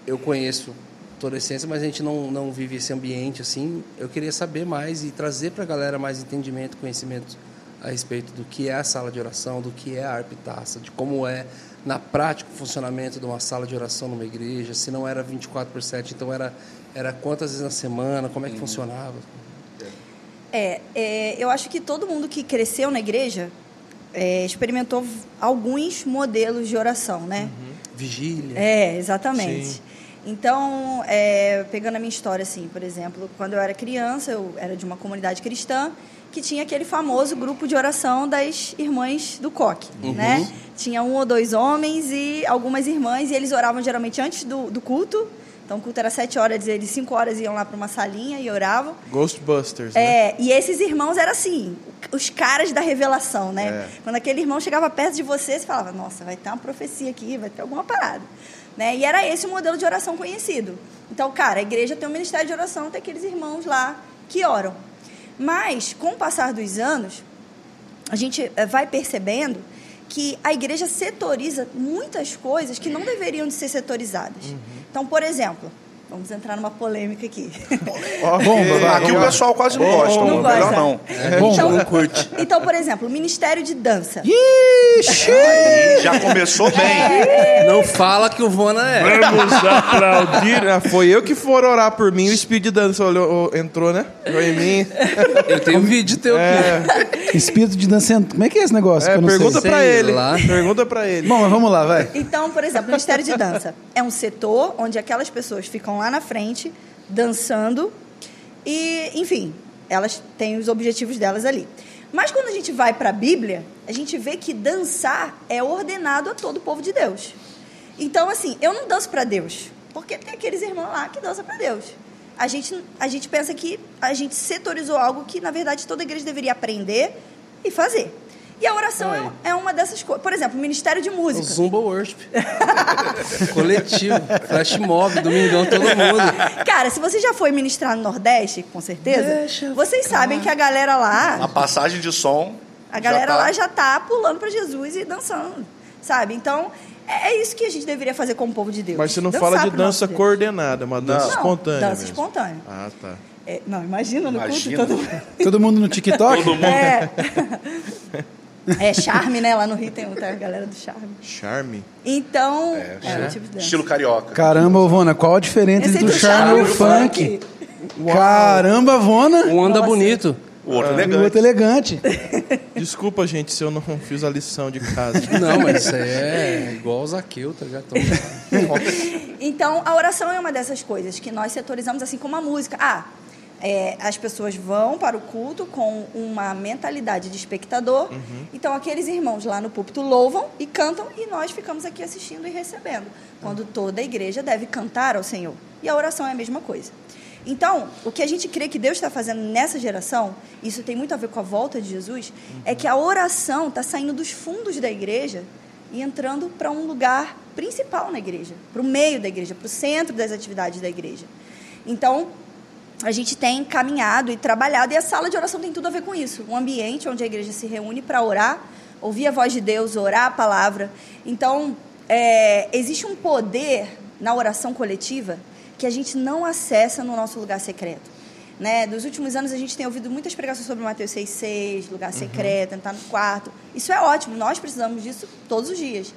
A: eu conheço toda a essência, mas a gente não, não vive esse ambiente assim. Eu queria saber mais e trazer para a galera mais entendimento, conhecimento a respeito do que é a sala de oração, do que é a arpitaça, de como é na prática o funcionamento de uma sala de oração numa igreja, se não era 24 por 7, então era, era quantas vezes na semana, como é que funcionava.
E: É, é, eu acho que todo mundo que cresceu na igreja é, experimentou v- alguns modelos de oração, né?
A: Uhum. Vigília.
E: É, exatamente.
B: Sim.
E: Então, é, pegando a minha história, assim, por exemplo, quando eu era criança, eu era de uma comunidade cristã que tinha aquele famoso grupo de oração das irmãs do coque, né? Tinha um ou dois homens e algumas irmãs, e eles oravam geralmente antes do, do culto. Então, o culto era sete horas, eles cinco horas iam lá para uma salinha e oravam.
B: Ghostbusters, né?
E: É, e esses irmãos eram assim, os caras da revelação, né? Quando aquele irmão chegava perto de você, você falava, nossa, vai ter uma profecia aqui, vai ter alguma parada. Né? E era esse o modelo de oração conhecido. Então, cara, a igreja tem um ministério de oração, tem aqueles irmãos lá que oram. Mas, com o passar dos anos, a gente eh, vai percebendo que a igreja setoriza muitas coisas que não deveriam de ser setorizadas. Então, por exemplo, vamos entrar numa polêmica aqui. [laughs]
B: Ok,
C: Aqui o pessoal quase não gosta,
E: Não
C: mano.
E: gosta.
C: melhor não.
E: Então,
A: não curte.
E: então, por exemplo, o Ministério de Dança.
C: Aí já
E: [laughs] É.
C: começou bem.
A: Não fala que o Vona é.
B: Vamos aplaudir. Ah, foi eu que for orar por mim. O Speed Dance olhou, entrou, né? Olhou em mim.
A: Eu tenho um vídeo teu aqui.
B: É,
D: Espírito de dançando. Como é que é esse negócio?
B: é,
D: que eu não
B: pergunta
D: sei?
B: pra
A: Sei
B: ele.
A: lá.
B: Pergunta pra ele.
D: Bom, mas vamos lá, vai.
E: Então, por exemplo, o Ministério de Dança é um setor onde aquelas pessoas ficam lá na frente, dançando, e, enfim, elas têm os objetivos delas ali. Mas quando a gente vai para a Bíblia, a gente vê que dançar é ordenado a todo o povo de Deus. Então, assim, eu não danço para Deus, porque tem aqueles irmãos lá que dançam para Deus. A gente, a gente pensa que a gente setorizou algo que, na verdade, toda igreja deveria aprender e fazer. E a oração é, um- é uma dessas coisas. Por exemplo, o Ministério de
A: O
E: Música.
A: Zumba Worship. Coletivo. Flash mob, domingão, todo mundo.
E: Cara, se você já foi ministrar no Nordeste, com certeza,
A: Deixa
E: vocês sabem que a galera
C: A
E: lá,
C: passagem de som.
E: a galera
C: tá-
E: lá já tá pulando pra Jesus e dançando, sabe? Então, é, é isso que a gente deveria fazer como povo de Deus.
B: Mas você não
E: Dançar
B: fala de
E: pro nosso
B: dança
E: Deus.
B: coordenada, é uma dança
E: Não,
B: espontânea.
E: dança
B: mesmo.
E: espontânea.
B: Ah, tá.
E: É, não, imagina no
C: Imagina.
E: culto todo
D: Todo mundo no TikTok?
E: É. [laughs] é charme, né? Lá no Rio tem outra galera do charme.
B: Charme.
E: Então, é,
B: né?
E: o tipo de dança.
C: Estilo carioca.
D: Caramba, Vona, qual a diferença
E: Esse é
D: entre
E: do
D: o charme e o funk? Caramba, Vona!
A: Um anda
E: Nossa.
A: bonito.
C: O
D: E
C: outro
D: Ah, o
C: elegante.
D: outro elegante.
B: Desculpa, gente, se eu não fiz a lição de casa.
A: Não, mas isso aí é
C: [laughs]
A: igual o Zaqueu, tá ligado?
E: Então, a oração é uma dessas coisas que nós setorizamos, assim como a música. Ah, é, as pessoas vão para o culto com uma mentalidade de espectador. Então, aqueles irmãos lá no púlpito louvam e cantam e nós ficamos aqui assistindo e recebendo. Quando toda a igreja deve cantar ao Senhor. E a oração é a mesma coisa. Então, o que a gente crê que Deus está fazendo nessa geração, isso tem muito a ver com a volta de Jesus, é que a oração está saindo dos fundos da igreja e entrando para um lugar principal na igreja, para o meio da igreja, para o centro das atividades da igreja. Então, a gente tem caminhado e trabalhado, e a sala de oração tem tudo a ver com isso. Um ambiente onde a igreja se reúne para orar, ouvir a voz de Deus, orar a palavra. Então, é, existe um poder na oração coletiva que a gente não acessa no nosso lugar secreto. Né? Nos últimos anos a gente tem ouvido muitas pregações sobre Mateus 6,6, lugar secreto, entrar no quarto. Isso é ótimo, nós precisamos disso todos os dias.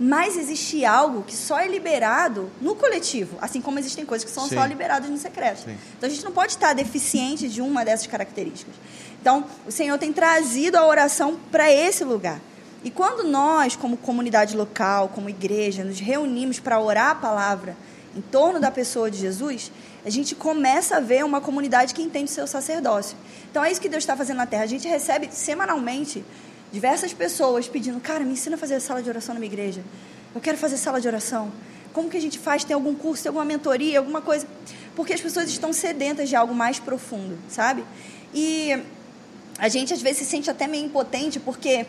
E: Mas existe algo que só é liberado no coletivo, assim como existem coisas que são
B: Sim.
E: só liberadas no secreto. Então a gente não pode estar deficiente de uma dessas características. Então o Senhor tem trazido a oração para esse lugar. E quando nós, como comunidade local, como igreja, nos reunimos para orar a palavra em torno da pessoa de Jesus, a gente começa a ver uma comunidade que entende o seu sacerdócio. Então é isso que Deus está fazendo na Terra. A gente recebe semanalmente diversas pessoas pedindo, cara, me ensina a fazer sala de oração na minha igreja. Eu quero fazer sala de oração. Como que a gente faz? Tem algum curso, tem alguma mentoria, alguma coisa? Porque as pessoas estão sedentas de algo mais profundo, sabe? E a gente às vezes se sente até meio impotente porque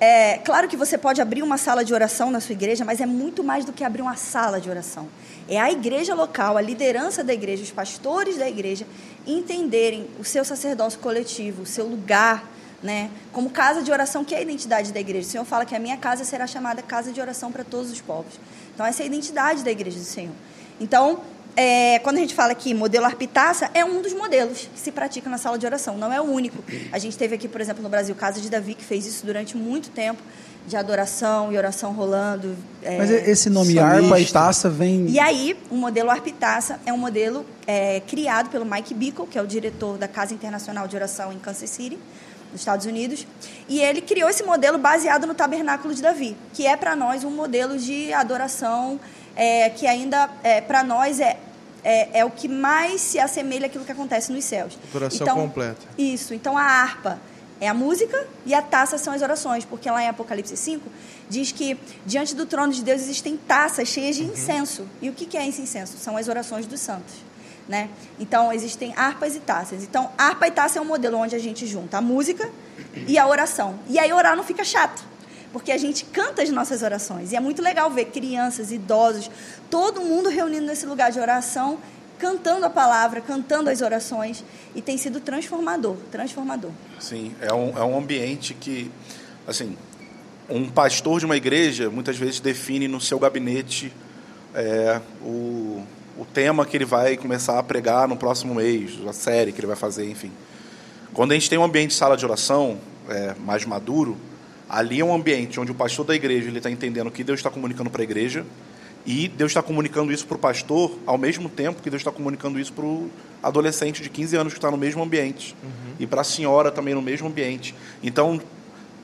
E: é claro que você pode abrir uma sala de oração na sua igreja, mas é muito mais do que abrir uma sala de oração. É a igreja local, a liderança da igreja, os pastores da igreja entenderem o seu sacerdócio coletivo, o seu lugar, né? Como casa de oração que é a identidade da igreja. O Senhor fala que a minha casa será chamada casa de oração para todos os povos. Então essa é a identidade da igreja do Senhor. Então, é, quando a gente fala que modelo Arpitaça é um dos modelos que se pratica na sala de oração, não é o único. A gente teve aqui, por exemplo, no Brasil, Casa de Davi, que fez isso durante muito tempo, de adoração e oração rolando. é,
D: Mas esse nome harpa e taça vem.
E: e aí, o modelo Arpitaça é um modelo é, criado pelo Mike Bickle, que é o diretor da Casa Internacional de Oração em Kansas City, nos Estados Unidos. E ele criou esse modelo baseado no Tabernáculo de Davi, que é para nós um modelo de adoração é, que ainda, é, para nós, é, é, é o que mais se assemelha àquilo que acontece nos céus.
B: Adoração completa.
E: Então, Isso. Então a harpa é a música e a taça são as orações, porque lá em Apocalipse 5 diz que diante do trono de Deus existem taças cheias de incenso. E o que que é esse incenso? São as orações dos santos. Né? Então existem harpas e taças. Então, harpa e taça é um modelo onde a gente junta a música e a oração. E aí orar não fica chato porque a gente canta as nossas orações. E é muito legal ver crianças, idosos, todo mundo reunido nesse lugar de oração, cantando a palavra, cantando as orações. E tem sido transformador transformador.
C: Sim, é um, é um ambiente que, assim, um pastor de uma igreja muitas vezes define no seu gabinete é, o, o tema que ele vai começar a pregar no próximo mês, a série que ele vai fazer, enfim. Quando a gente tem um ambiente de sala de oração é, mais maduro, ali é um ambiente onde o pastor da igreja ele está entendendo o que Deus está comunicando para a igreja e Deus está comunicando isso para o pastor ao mesmo tempo que Deus está comunicando isso para o adolescente de 15 anos que está no mesmo ambiente e para a senhora também no mesmo ambiente. Então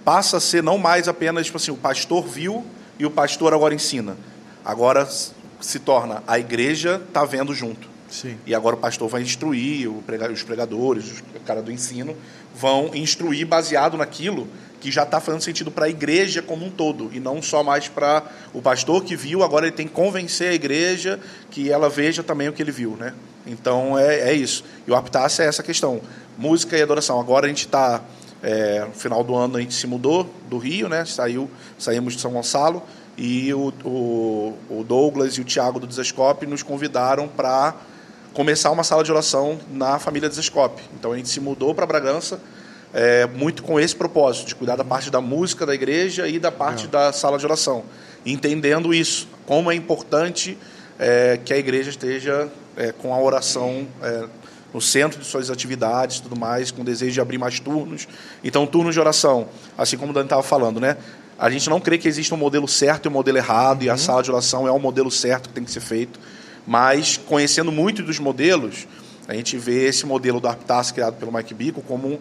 C: passa a ser não mais apenas tipo assim o pastor viu e o pastor agora ensina. Agora s- se torna a igreja está vendo junto.
B: Sim.
C: E agora o pastor vai instruir, o prega- os pregadores, o cara do ensino, vão instruir baseado naquilo que já está fazendo sentido para a igreja como um todo, e não só mais para o pastor que viu, agora ele tem que convencer a igreja que ela veja também o que ele viu. Né? Então é, é isso. E o Aptácia é essa questão: música e adoração. Agora a gente está. é, no final do ano a gente se mudou do Rio, né? Saiu, saímos de São Gonçalo e o, o, o Douglas e o Thiago do Desascope nos convidaram para começar uma sala de oração na família Desescope. Então a gente se mudou para Bragança é, muito com esse propósito, de cuidar da parte da música da igreja e da parte da sala de oração. Entendendo isso, como é importante é, que a igreja esteja é, com a oração é, no centro de suas atividades e tudo mais, com o desejo de abrir mais turnos. Então, turnos de oração, assim como o Dani estava falando, né? A gente não crê que existe um modelo certo e um modelo errado, e a sala de oração é um modelo certo que tem que ser feito. Mas, conhecendo muito dos modelos, a gente vê esse modelo do Arptas criado pelo Mike Bico como um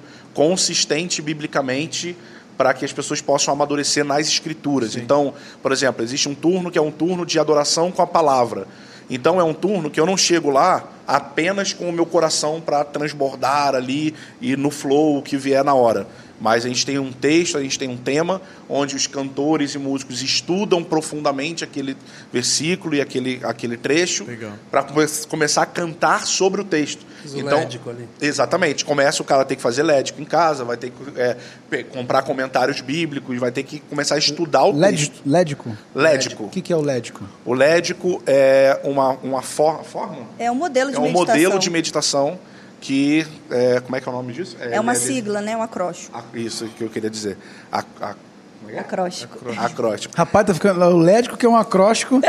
C: consistente biblicamente para que as pessoas possam amadurecer nas escrituras. Então, por exemplo, existe um turno que é um turno de adoração com a palavra. Então, é um turno que eu não chego lá apenas com o meu coração para transbordar ali e no flow o que vier na hora. Mas a gente tem um texto, a gente tem um tema, onde os cantores e músicos estudam profundamente aquele versículo e aquele, aquele trecho
B: Legal.
C: para começar a cantar sobre o texto. Então,
A: Fiz o lédico ali.
C: Exatamente. Começa o cara a ter que fazer lédico em casa, vai ter que é, pe- comprar comentários bíblicos, vai ter que começar a estudar o texto.
D: Lédico? Lédico?
C: Lédico.
D: O que, que é o lédico?
C: O lédico é uma, uma for- forma?
E: É um modelo de
C: É um
E: meditação.
C: modelo de meditação que... é, como é que é o nome disso?
E: É uma
C: ele-
E: sigla, né? Um acróstico.
C: a- isso que eu queria dizer. A, a, como é que é?
E: Acróstico.
C: Acróstico.
D: Rapaz, tá ficando. O lédico que é um acróstico.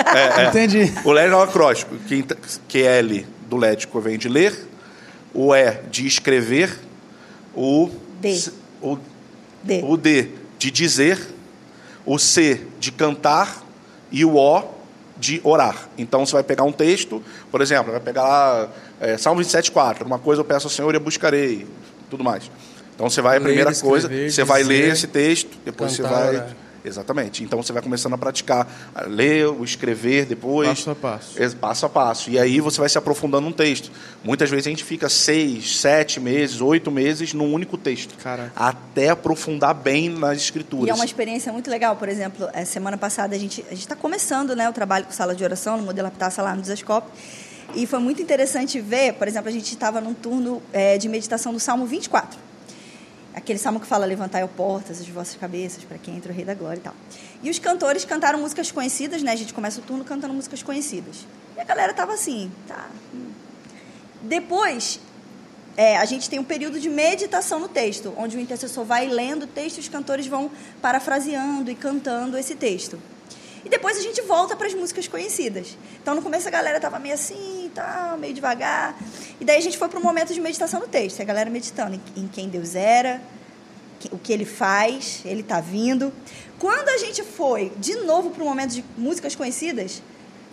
D: Entendi.
C: O L é um acróstico, que, ent- que é L do lético vem de ler, o E de escrever, o
E: D.
C: C- o,
E: D.
C: o D de dizer, o C de cantar e o O de orar. Então você vai pegar um texto, por exemplo, vai pegar lá é, Salmo 27,4, uma coisa eu peço ao Senhor e eu buscarei, tudo mais. Então você vai, a
A: Ler,
C: primeira coisa,
A: escrever,
C: você vai
A: dizer,
C: ler esse texto, depois você
A: cantar,
C: vai.
A: orar.
C: Exatamente. Então você vai começando a praticar, a ler, o escrever depois.
B: Passo a passo.
C: Ex- Passo a passo. E aí você vai se aprofundando num texto. Muitas vezes a gente fica seis, sete meses, oito meses num único texto.
B: Caraca.
C: Até aprofundar bem nas escrituras.
E: E é uma experiência muito legal, por exemplo, é, semana passada a gente a está começando né, o trabalho com sala de oração, no modelo Aptaça lá no Desascope. E foi muito interessante ver, por exemplo, a gente estava num turno é, de meditação do Salmo 24. Aquele salmo que fala levantai o portas, as vossas cabeças, para quem entra o rei da glória e tal. E os cantores cantaram músicas conhecidas, né? A gente começa o turno cantando músicas conhecidas. E a galera tava assim, tá. hum. Depois, é, a gente tem um período de meditação no texto, onde o intercessor vai lendo o texto e os cantores vão parafraseando e cantando esse texto. E depois a gente volta para as músicas conhecidas. Então, no começo a galera tava meio assim, tal, meio devagar. E daí a gente foi para um momento de meditação no texto. E a galera meditando em, em quem Deus era, que- o que ele faz, ele tá vindo. Quando a gente foi de novo para um momento de músicas conhecidas,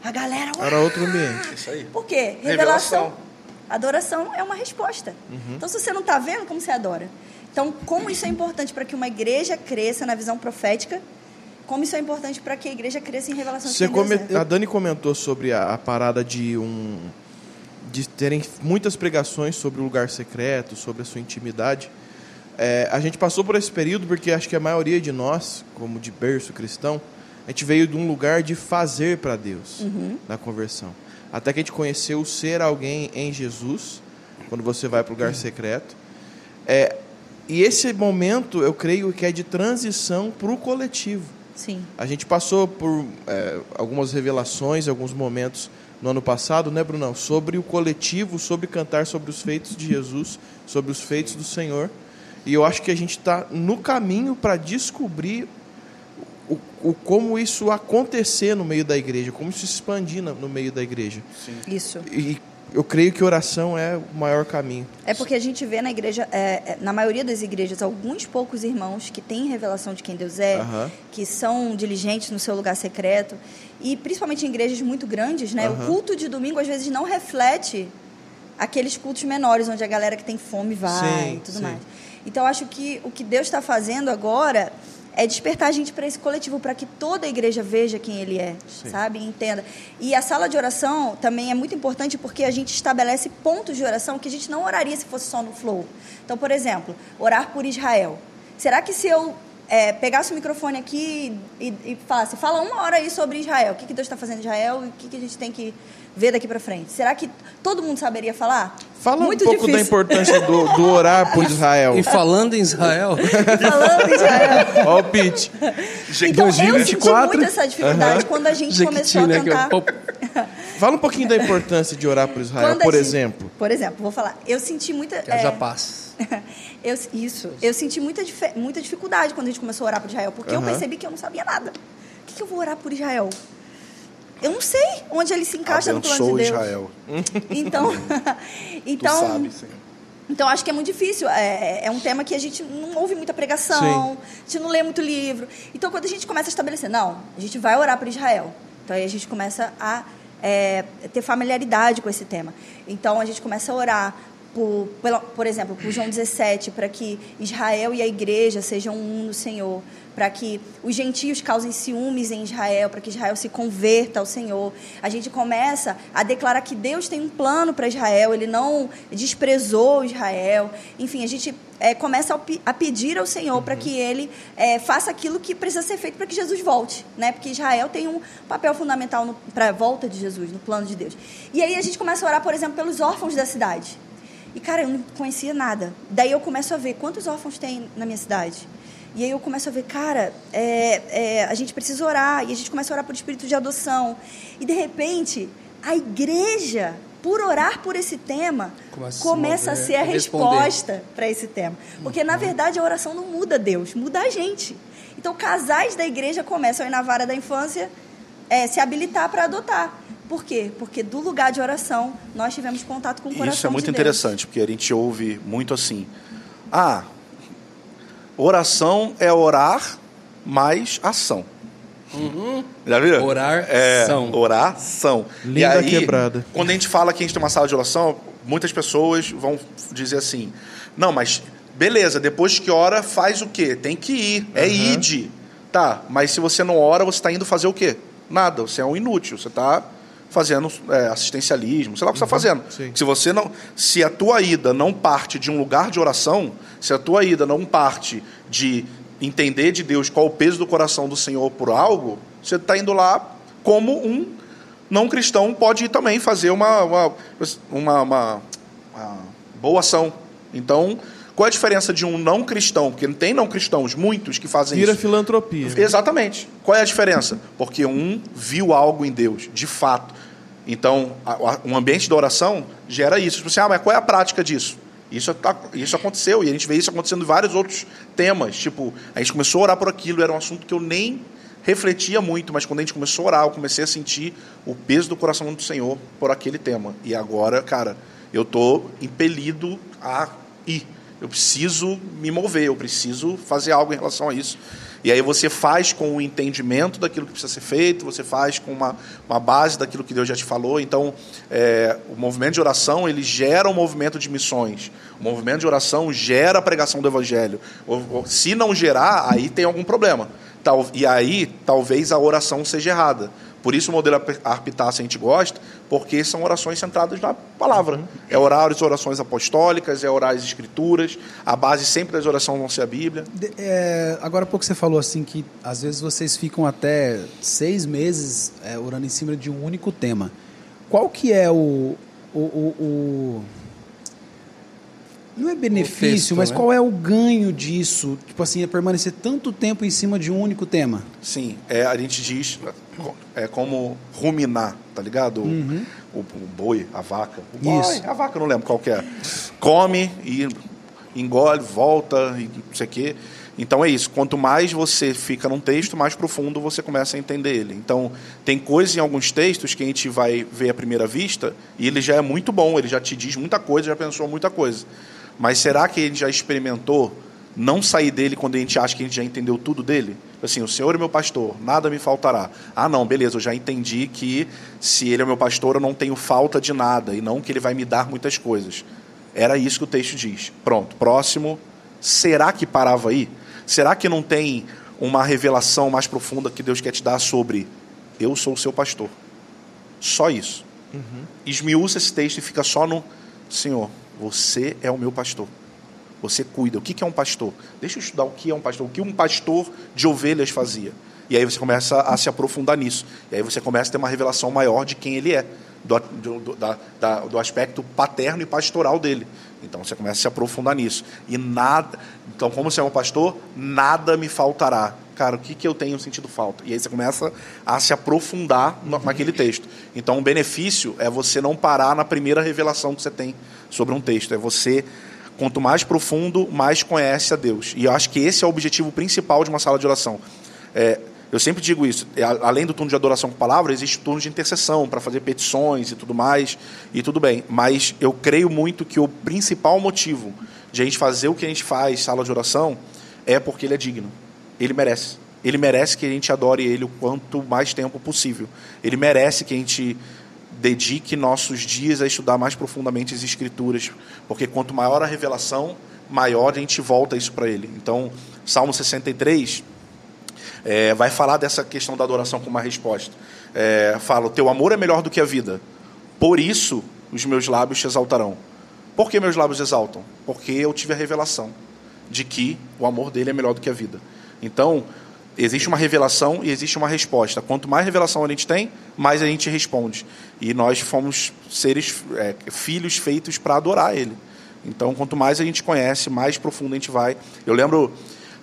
E: a galera...
B: Era outro
E: "Uau!"
B: ambiente.
C: Isso aí.
E: Por quê?
C: Revelação.
E: Revelação. Adoração é uma resposta.
B: Uhum.
E: Então, se você não está vendo, como você adora? Então, como isso é importante para que uma igreja cresça na visão profética? Como isso é importante para que a igreja cresça em relação
B: Você
E: a quem Deus
B: come-
E: é?
B: A Dani comentou sobre a, a parada de um de terem muitas pregações sobre o lugar secreto, sobre a sua intimidade. É, a gente passou por esse período porque acho que a maioria de nós, como de berço cristão, a gente veio de um lugar de fazer para Deus na conversão. Até que a gente conheceu ser alguém em Jesus, quando você vai para o lugar secreto. É, e esse momento, eu creio que é de transição para o coletivo.
E: Sim.
B: A gente passou por é, algumas revelações, alguns momentos no ano passado, né, Brunão? Sobre o coletivo, sobre cantar sobre os feitos de Jesus, sobre os feitos do Senhor. E eu acho que a gente está no caminho para descobrir o, o como isso acontecer no meio da igreja, como isso expandir na- no meio da igreja.
E: Isso.
B: E eu creio que oração é o maior caminho.
E: É porque a gente vê na igreja, é, é, na maioria das igrejas, alguns poucos irmãos que têm revelação de quem Deus é,
B: Aham.
E: que são diligentes no seu lugar secreto. E principalmente em igrejas muito grandes, né? O culto de domingo às vezes não reflete aqueles cultos menores, onde a galera que tem fome vai
B: Sim,
E: e tudo
B: sim.
E: mais. Então acho que o que Deus está fazendo agora é despertar a gente para esse coletivo, para que toda a igreja veja quem ele é, sabe? E Entenda. E a sala de oração também é muito importante porque a gente estabelece pontos de oração que a gente não oraria se fosse só no flow. Então, por exemplo, orar por Israel. Será que se eu é, pegasse o microfone aqui e, e falasse, fala uma hora aí sobre Israel, o que, que Deus está fazendo em Israel e o que, que a gente tem que ver daqui para frente? Será que todo mundo saberia falar?
B: Fala
E: Muito
B: um pouco da
E: difícil.
B: importância do, do orar
E: [laughs]
B: por
A: [laughs]
B: Israel.
A: E falando em Israel,
E: Falando em Israel.
B: Ó o pitch.
E: Então, eu senti
D: 2024.
E: muito essa dificuldade quando a
A: [laughs]
E: gente começou a
A: Jequiti, né? que é
E: cantar.
A: o pop-
B: Fala um pouquinho da importância de orar por Israel,
E: Quando a
B: Ah, por
E: gente-
B: exemplo.
E: Por exemplo, vou falar. Eu senti muita.
A: que haja
E: é,
A: paz.
E: [laughs] eu, isso. Eu senti muita, dife- muita dificuldade quando a gente começou a orar por Israel, porque eu
B: Aham.
E: percebi que eu não sabia nada. O que, que eu vou orar por Israel? Eu não sei onde ele se encaixa no plano
C: Abençoa
E: de Deus.
C: Israel.
E: Então,
C: Tu
E: [laughs] então
C: sabe, Senhor.
E: Então, acho que é muito difícil. É, é um tema que a gente não ouve muita pregação, a gente não lê muito livro. Então, quando a gente começa a estabelecer, não, a gente vai orar por Israel. Então, aí a gente começa a é, ter familiaridade com esse tema. Então, a gente começa a orar, por, pela- por exemplo, por João 17, para que Israel e a igreja sejam um no Senhor, para que os gentios causem ciúmes em Israel, para que Israel se converta ao Senhor. A gente começa a declarar que Deus tem um plano para Israel, ele não desprezou Israel. Enfim, a gente é, começa ao pe- a, pedir ao Senhor para que ele é, faça aquilo que precisa ser feito para que Jesus volte, né? Porque Israel tem um papel fundamental para a volta de Jesus, no plano de Deus. E aí a gente começa a orar, por exemplo, pelos órfãos da cidade. E, cara, eu não conhecia nada. Daí eu começo a ver quantos órfãos tem na minha cidade. E aí eu começo a ver, cara, é, é, a gente precisa orar. E a gente começa a orar por espírito de adoção. E, de repente, a igreja, por orar por esse tema,
A: Começa a se
E: começa, a
A: mover,
E: ser a
A: responder.
E: resposta para esse tema. Porque, na verdade, a oração não muda Deus, muda a gente. Então, casais da igreja começam a ir na vara da infância é, se habilitar para adotar. Por quê? Porque do lugar de oração, nós tivemos contato com o coração
C: Isso é muito
E: de Deus.
C: interessante, porque a gente ouve muito assim. Ah, oração é orar mais ação. Já viu?
A: Uhum. Orar,
C: é,
A: são.
C: Oração.
B: Linda
C: e aí,
B: quebrada.
C: Quando a gente fala que a gente tem uma sala de oração, muitas pessoas vão dizer assim: não, mas beleza, depois que ora, faz o quê? Tem que ir. É id. Tá, mas se você não ora, você está indo fazer o quê? Nada, você é um inútil, você está fazendo é, assistencialismo, sei lá o que você está fazendo.
B: Uhum. sim.
C: Se você não, se a tua ida não parte de um lugar de oração, se a tua ida não parte de entender de Deus qual o peso do coração do Senhor por algo, você está indo lá como um não cristão pode ir também fazer uma uma, uma, uma- uma boa ação. Então, qual é a diferença de um não cristão? Porque tem não cristãos, muitos que fazem
B: Tira a
C: isso.
B: filantropia.
C: Exatamente. Qual é a diferença? Porque um viu algo em Deus, de fato. Então, a- a- um ambiente da oração gera isso. Tipo assim, ah, mas qual é a prática disso? Isso, tá- isso aconteceu, e a gente vê isso acontecendo em vários outros temas. Tipo, a gente começou a orar por aquilo, era um assunto que eu nem refletia muito, mas quando a gente começou a orar, eu comecei a sentir o peso do coração do Senhor por aquele tema. E agora, cara, eu tô impelido a ir. Eu preciso me mover, eu preciso fazer algo em relação a isso. E aí você faz com o entendimento daquilo que precisa ser feito, você faz com uma, uma base daquilo que Deus já te falou. Então, é, o movimento de oração, ele gera um movimento de missões. O movimento de oração gera a pregação do evangelho. Ou- ou- se não gerar, aí tem algum problema. Tal, e aí, talvez a oração seja errada. Por isso o modelo ap- arpitácio a gente gosta, porque são orações centradas na palavra. É orar as orações apostólicas, é orar as escrituras. A base sempre das orações vão ser a Bíblia.
D: De- é, agora há pouco você falou assim que às vezes vocês ficam até seis meses é, orando em cima de um único tema. Qual que é o. o, o- o- não é benefício,
A: texto,
D: mas
A: né?
D: qual é o ganho disso? Tipo assim, é permanecer tanto tempo em cima de um único tema.
C: Sim, é, a gente diz é como ruminar, tá ligado? O- O, o boi, a vaca. O boi,
D: Isso.
C: a vaca, eu não lembro qual que é. Come e engole, volta e não sei o quê. Então é isso. Quanto mais você fica num texto, mais profundo você começa a entender ele. Então, tem coisas em alguns textos que a gente vai ver à primeira vista e ele já é muito bom, ele já te diz muita coisa, já pensou muita coisa. Mas será que ele já experimentou não sair dele quando a gente acha que a gente já entendeu tudo dele? Assim, o Senhor é meu pastor, nada me faltará. Ah, não, beleza, eu já entendi que se ele é meu pastor, eu não tenho falta de nada e não que ele vai me dar muitas coisas. Era isso que o texto diz. Pronto, próximo. Será que parava aí? Será que não tem uma revelação mais profunda que Deus quer te dar sobre eu sou o seu pastor? Só isso. Esmiúça esse texto e fica só no Senhor, você é o meu pastor. Você cuida. O que que é um pastor? Deixa eu estudar o que é um pastor. O que um pastor de ovelhas fazia. E aí você começa a se aprofundar nisso. E aí você começa a ter uma revelação maior de quem ele é, do, a- do- do- da- da- do aspecto paterno e pastoral dele. Então você começa a se aprofundar nisso. E nada. Então, como você é um pastor, nada me faltará. Cara, o que, que eu tenho sentido falta? E aí você começa a se aprofundar na- naquele texto. Então, o benefício é você não parar na primeira revelação que você tem sobre um texto. É você Quanto mais profundo, mais conhece a Deus. E eu acho que esse é o objetivo principal de uma sala de oração. É, eu sempre digo isso. é, a- Além do turno de adoração com palavra, existe o turno de intercessão para fazer petições e tudo mais. E tudo bem. Mas eu creio muito que o principal motivo de a gente fazer o que a gente faz, sala de oração, é porque ele é digno. Ele merece. Ele merece que a gente adore ele o quanto mais tempo possível. Ele merece que a gente dedique nossos dias a estudar mais profundamente as escrituras, porque quanto maior a revelação, maior a gente volta isso para ele. Então, Salmo 63 é, vai falar dessa questão da adoração com uma resposta. É, fala: "O Teu amor é melhor do que a vida, por isso os meus lábios te exaltarão. Por que meus lábios exaltam? Porque eu tive a revelação. de que o amor dele é melhor do que a vida. Então, existe uma revelação e existe uma resposta. Quanto mais revelação a gente tem, mais a gente responde. E nós fomos seres, é, filhos feitos para adorar ele. Então, quanto mais a gente conhece, mais profundo a gente vai. Eu lembro,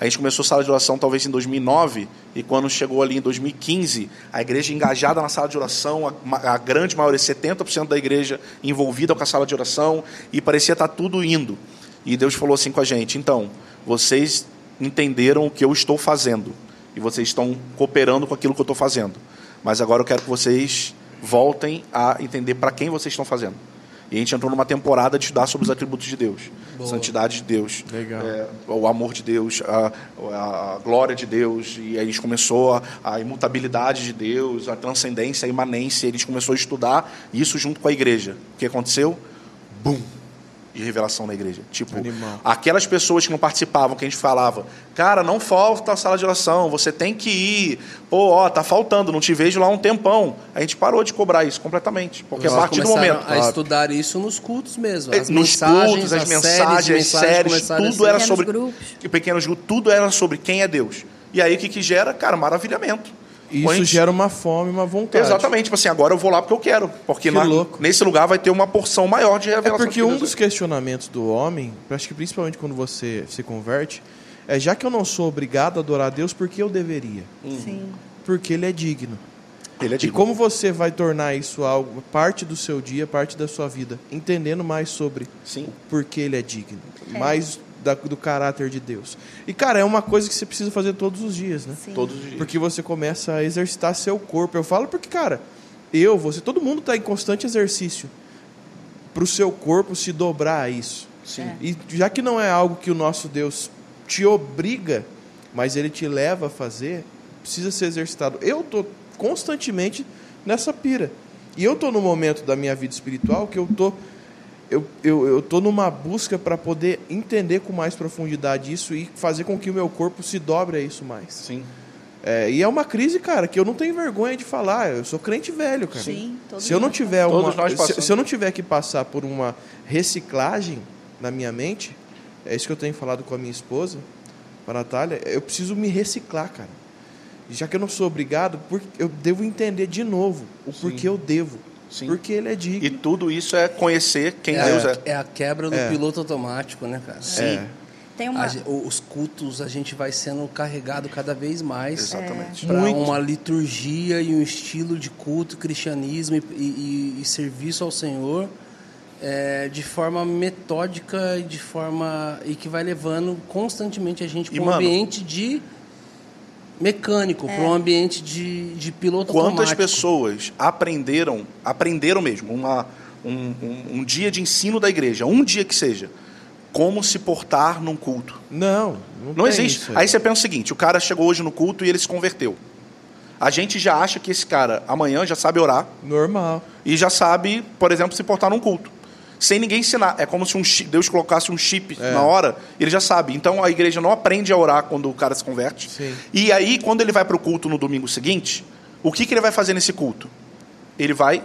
C: a gente começou sala de oração talvez em 2009, e quando chegou ali em 2015, a igreja engajada na sala de oração, a, a grande maioria, 70% da igreja envolvida com a sala de oração, e parecia estar tudo indo. E Deus falou assim com a gente: então, vocês entenderam o que eu estou fazendo, e vocês estão cooperando com aquilo que eu estou fazendo. Mas agora eu quero que vocês voltem a entender para quem vocês estão fazendo. E a gente entrou numa temporada de estudar sobre os atributos de Deus.
A: Boa.
C: Santidade de Deus.
B: Legal.
C: é, o amor de Deus, a, a glória de Deus. E aí a gente começou a, a imutabilidade de Deus, a transcendência, a imanência. E a gente começou a estudar isso junto com a igreja. O que aconteceu? Bum! De revelação na igreja. Tipo,
B: Animal.
C: aquelas pessoas que não participavam, que a gente falava, cara, não falta a sala de oração, você tem que ir. Pô, ó, tá faltando, não te vejo lá há um tempão. A gente parou de cobrar isso completamente. Porque a
A: Eles
C: partir do
A: começaram
C: momento. ah, é,
A: a estudar isso nos cultos mesmo. As
C: nos
A: mensagens,
C: cultos, as,
A: séries,
C: mensagens, as
B: assim.
C: séries,
A: começaram a
C: tudo é
A: ser-
C: era
E: Pequenos
C: sobre
E: grupos.
C: que pequenos grupos, tudo era sobre quem é Deus. E aí o que, que gera, cara, maravilhamento.
B: E
C: Quando a
B: isso
C: gente-
B: gera uma fome, uma vontade.
C: Exatamente, tipo assim, agora eu vou lá porque eu quero, porque
B: Que
C: na-
B: louco.
C: nesse lugar vai ter uma porção maior de
B: É
C: revelação.
B: porque
C: de
B: um
C: Deus.
B: dos questionamentos do homem, eu acho que principalmente quando você se converte, é já que eu não sou obrigado a adorar a Deus, por que eu deveria?
E: Sim.
B: Porque ele é digno.
C: ele é
B: E
C: digno.
B: como você vai tornar isso algo parte do seu dia, parte da sua vida, entendendo mais sobre
C: Sim.
B: por que ele é digno, mais da- do caráter de Deus. E cara, é uma coisa que você precisa fazer todos os dias, né?
E: Sim.
C: Todos os dias.
B: Porque você começa a exercitar seu corpo. Eu falo porque, cara, eu, você, todo mundo está em constante exercício para o seu corpo se dobrar a isso.
C: Sim.
B: E já que não é algo que o nosso Deus te obriga, mas ele te leva a fazer, precisa ser exercitado. Eu tô constantemente nessa pira. E eu tô no momento da minha vida espiritual que eu tô eu, eu, eu tô numa busca para poder entender com mais profundidade isso e fazer com que o meu corpo se dobre a isso mais.
C: Sim.
B: É, e é uma crise, cara, que eu não tenho vergonha de falar. Eu sou crente velho, cara.
E: Sim, todos
B: se eu não
E: nós
B: tiver
C: Todos
B: uma,
C: nós
B: se,
C: passamos.
B: se eu não tiver que passar por uma reciclagem na minha mente, é isso que eu tenho falado com a minha esposa, com a Natália, eu preciso me reciclar, cara. E Já que eu não sou obrigado, por- eu devo entender de novo o porquê eu devo.
C: Sim.
B: Porque ele é digno.
C: E tudo isso é conhecer quem
A: É a-
C: Deus é.
A: é a quebra do
B: É.
A: piloto automático, né, cara?
C: Sim.
E: Tem
A: A
E: uma...
A: ge- o- os cultos, a gente vai sendo carregado cada vez mais
C: Exatamente.
A: para
B: Muito.
A: uma liturgia e um estilo de culto, cristianismo e, e- e serviço ao Senhor é, de forma metódica e de forma e que vai levando constantemente a gente
C: E,
A: para um
C: mano,
A: ambiente de mecânico, para um ambiente de, de piloto
C: Quantas
A: automático.
C: pessoas aprenderam, aprenderam mesmo, uma, um, um- um dia de ensino da igreja, um dia que seja, como se portar num culto.
B: Não, não,
C: Não
B: tem
C: existe.
B: isso
C: Aí você pensa o seguinte: o cara chegou hoje no culto e ele se converteu. A gente já acha que esse cara amanhã já sabe orar
B: Normal.
C: e já sabe, por exemplo, se portar num culto. Sem ninguém ensinar. É como se um chi- Deus colocasse um chip
B: É.
C: na hora, ele já sabe. Então a igreja não aprende a orar quando o cara se converte.
B: Sim.
C: E aí, quando ele vai para o culto no domingo seguinte, o que, que ele vai fazer nesse culto? Ele vai.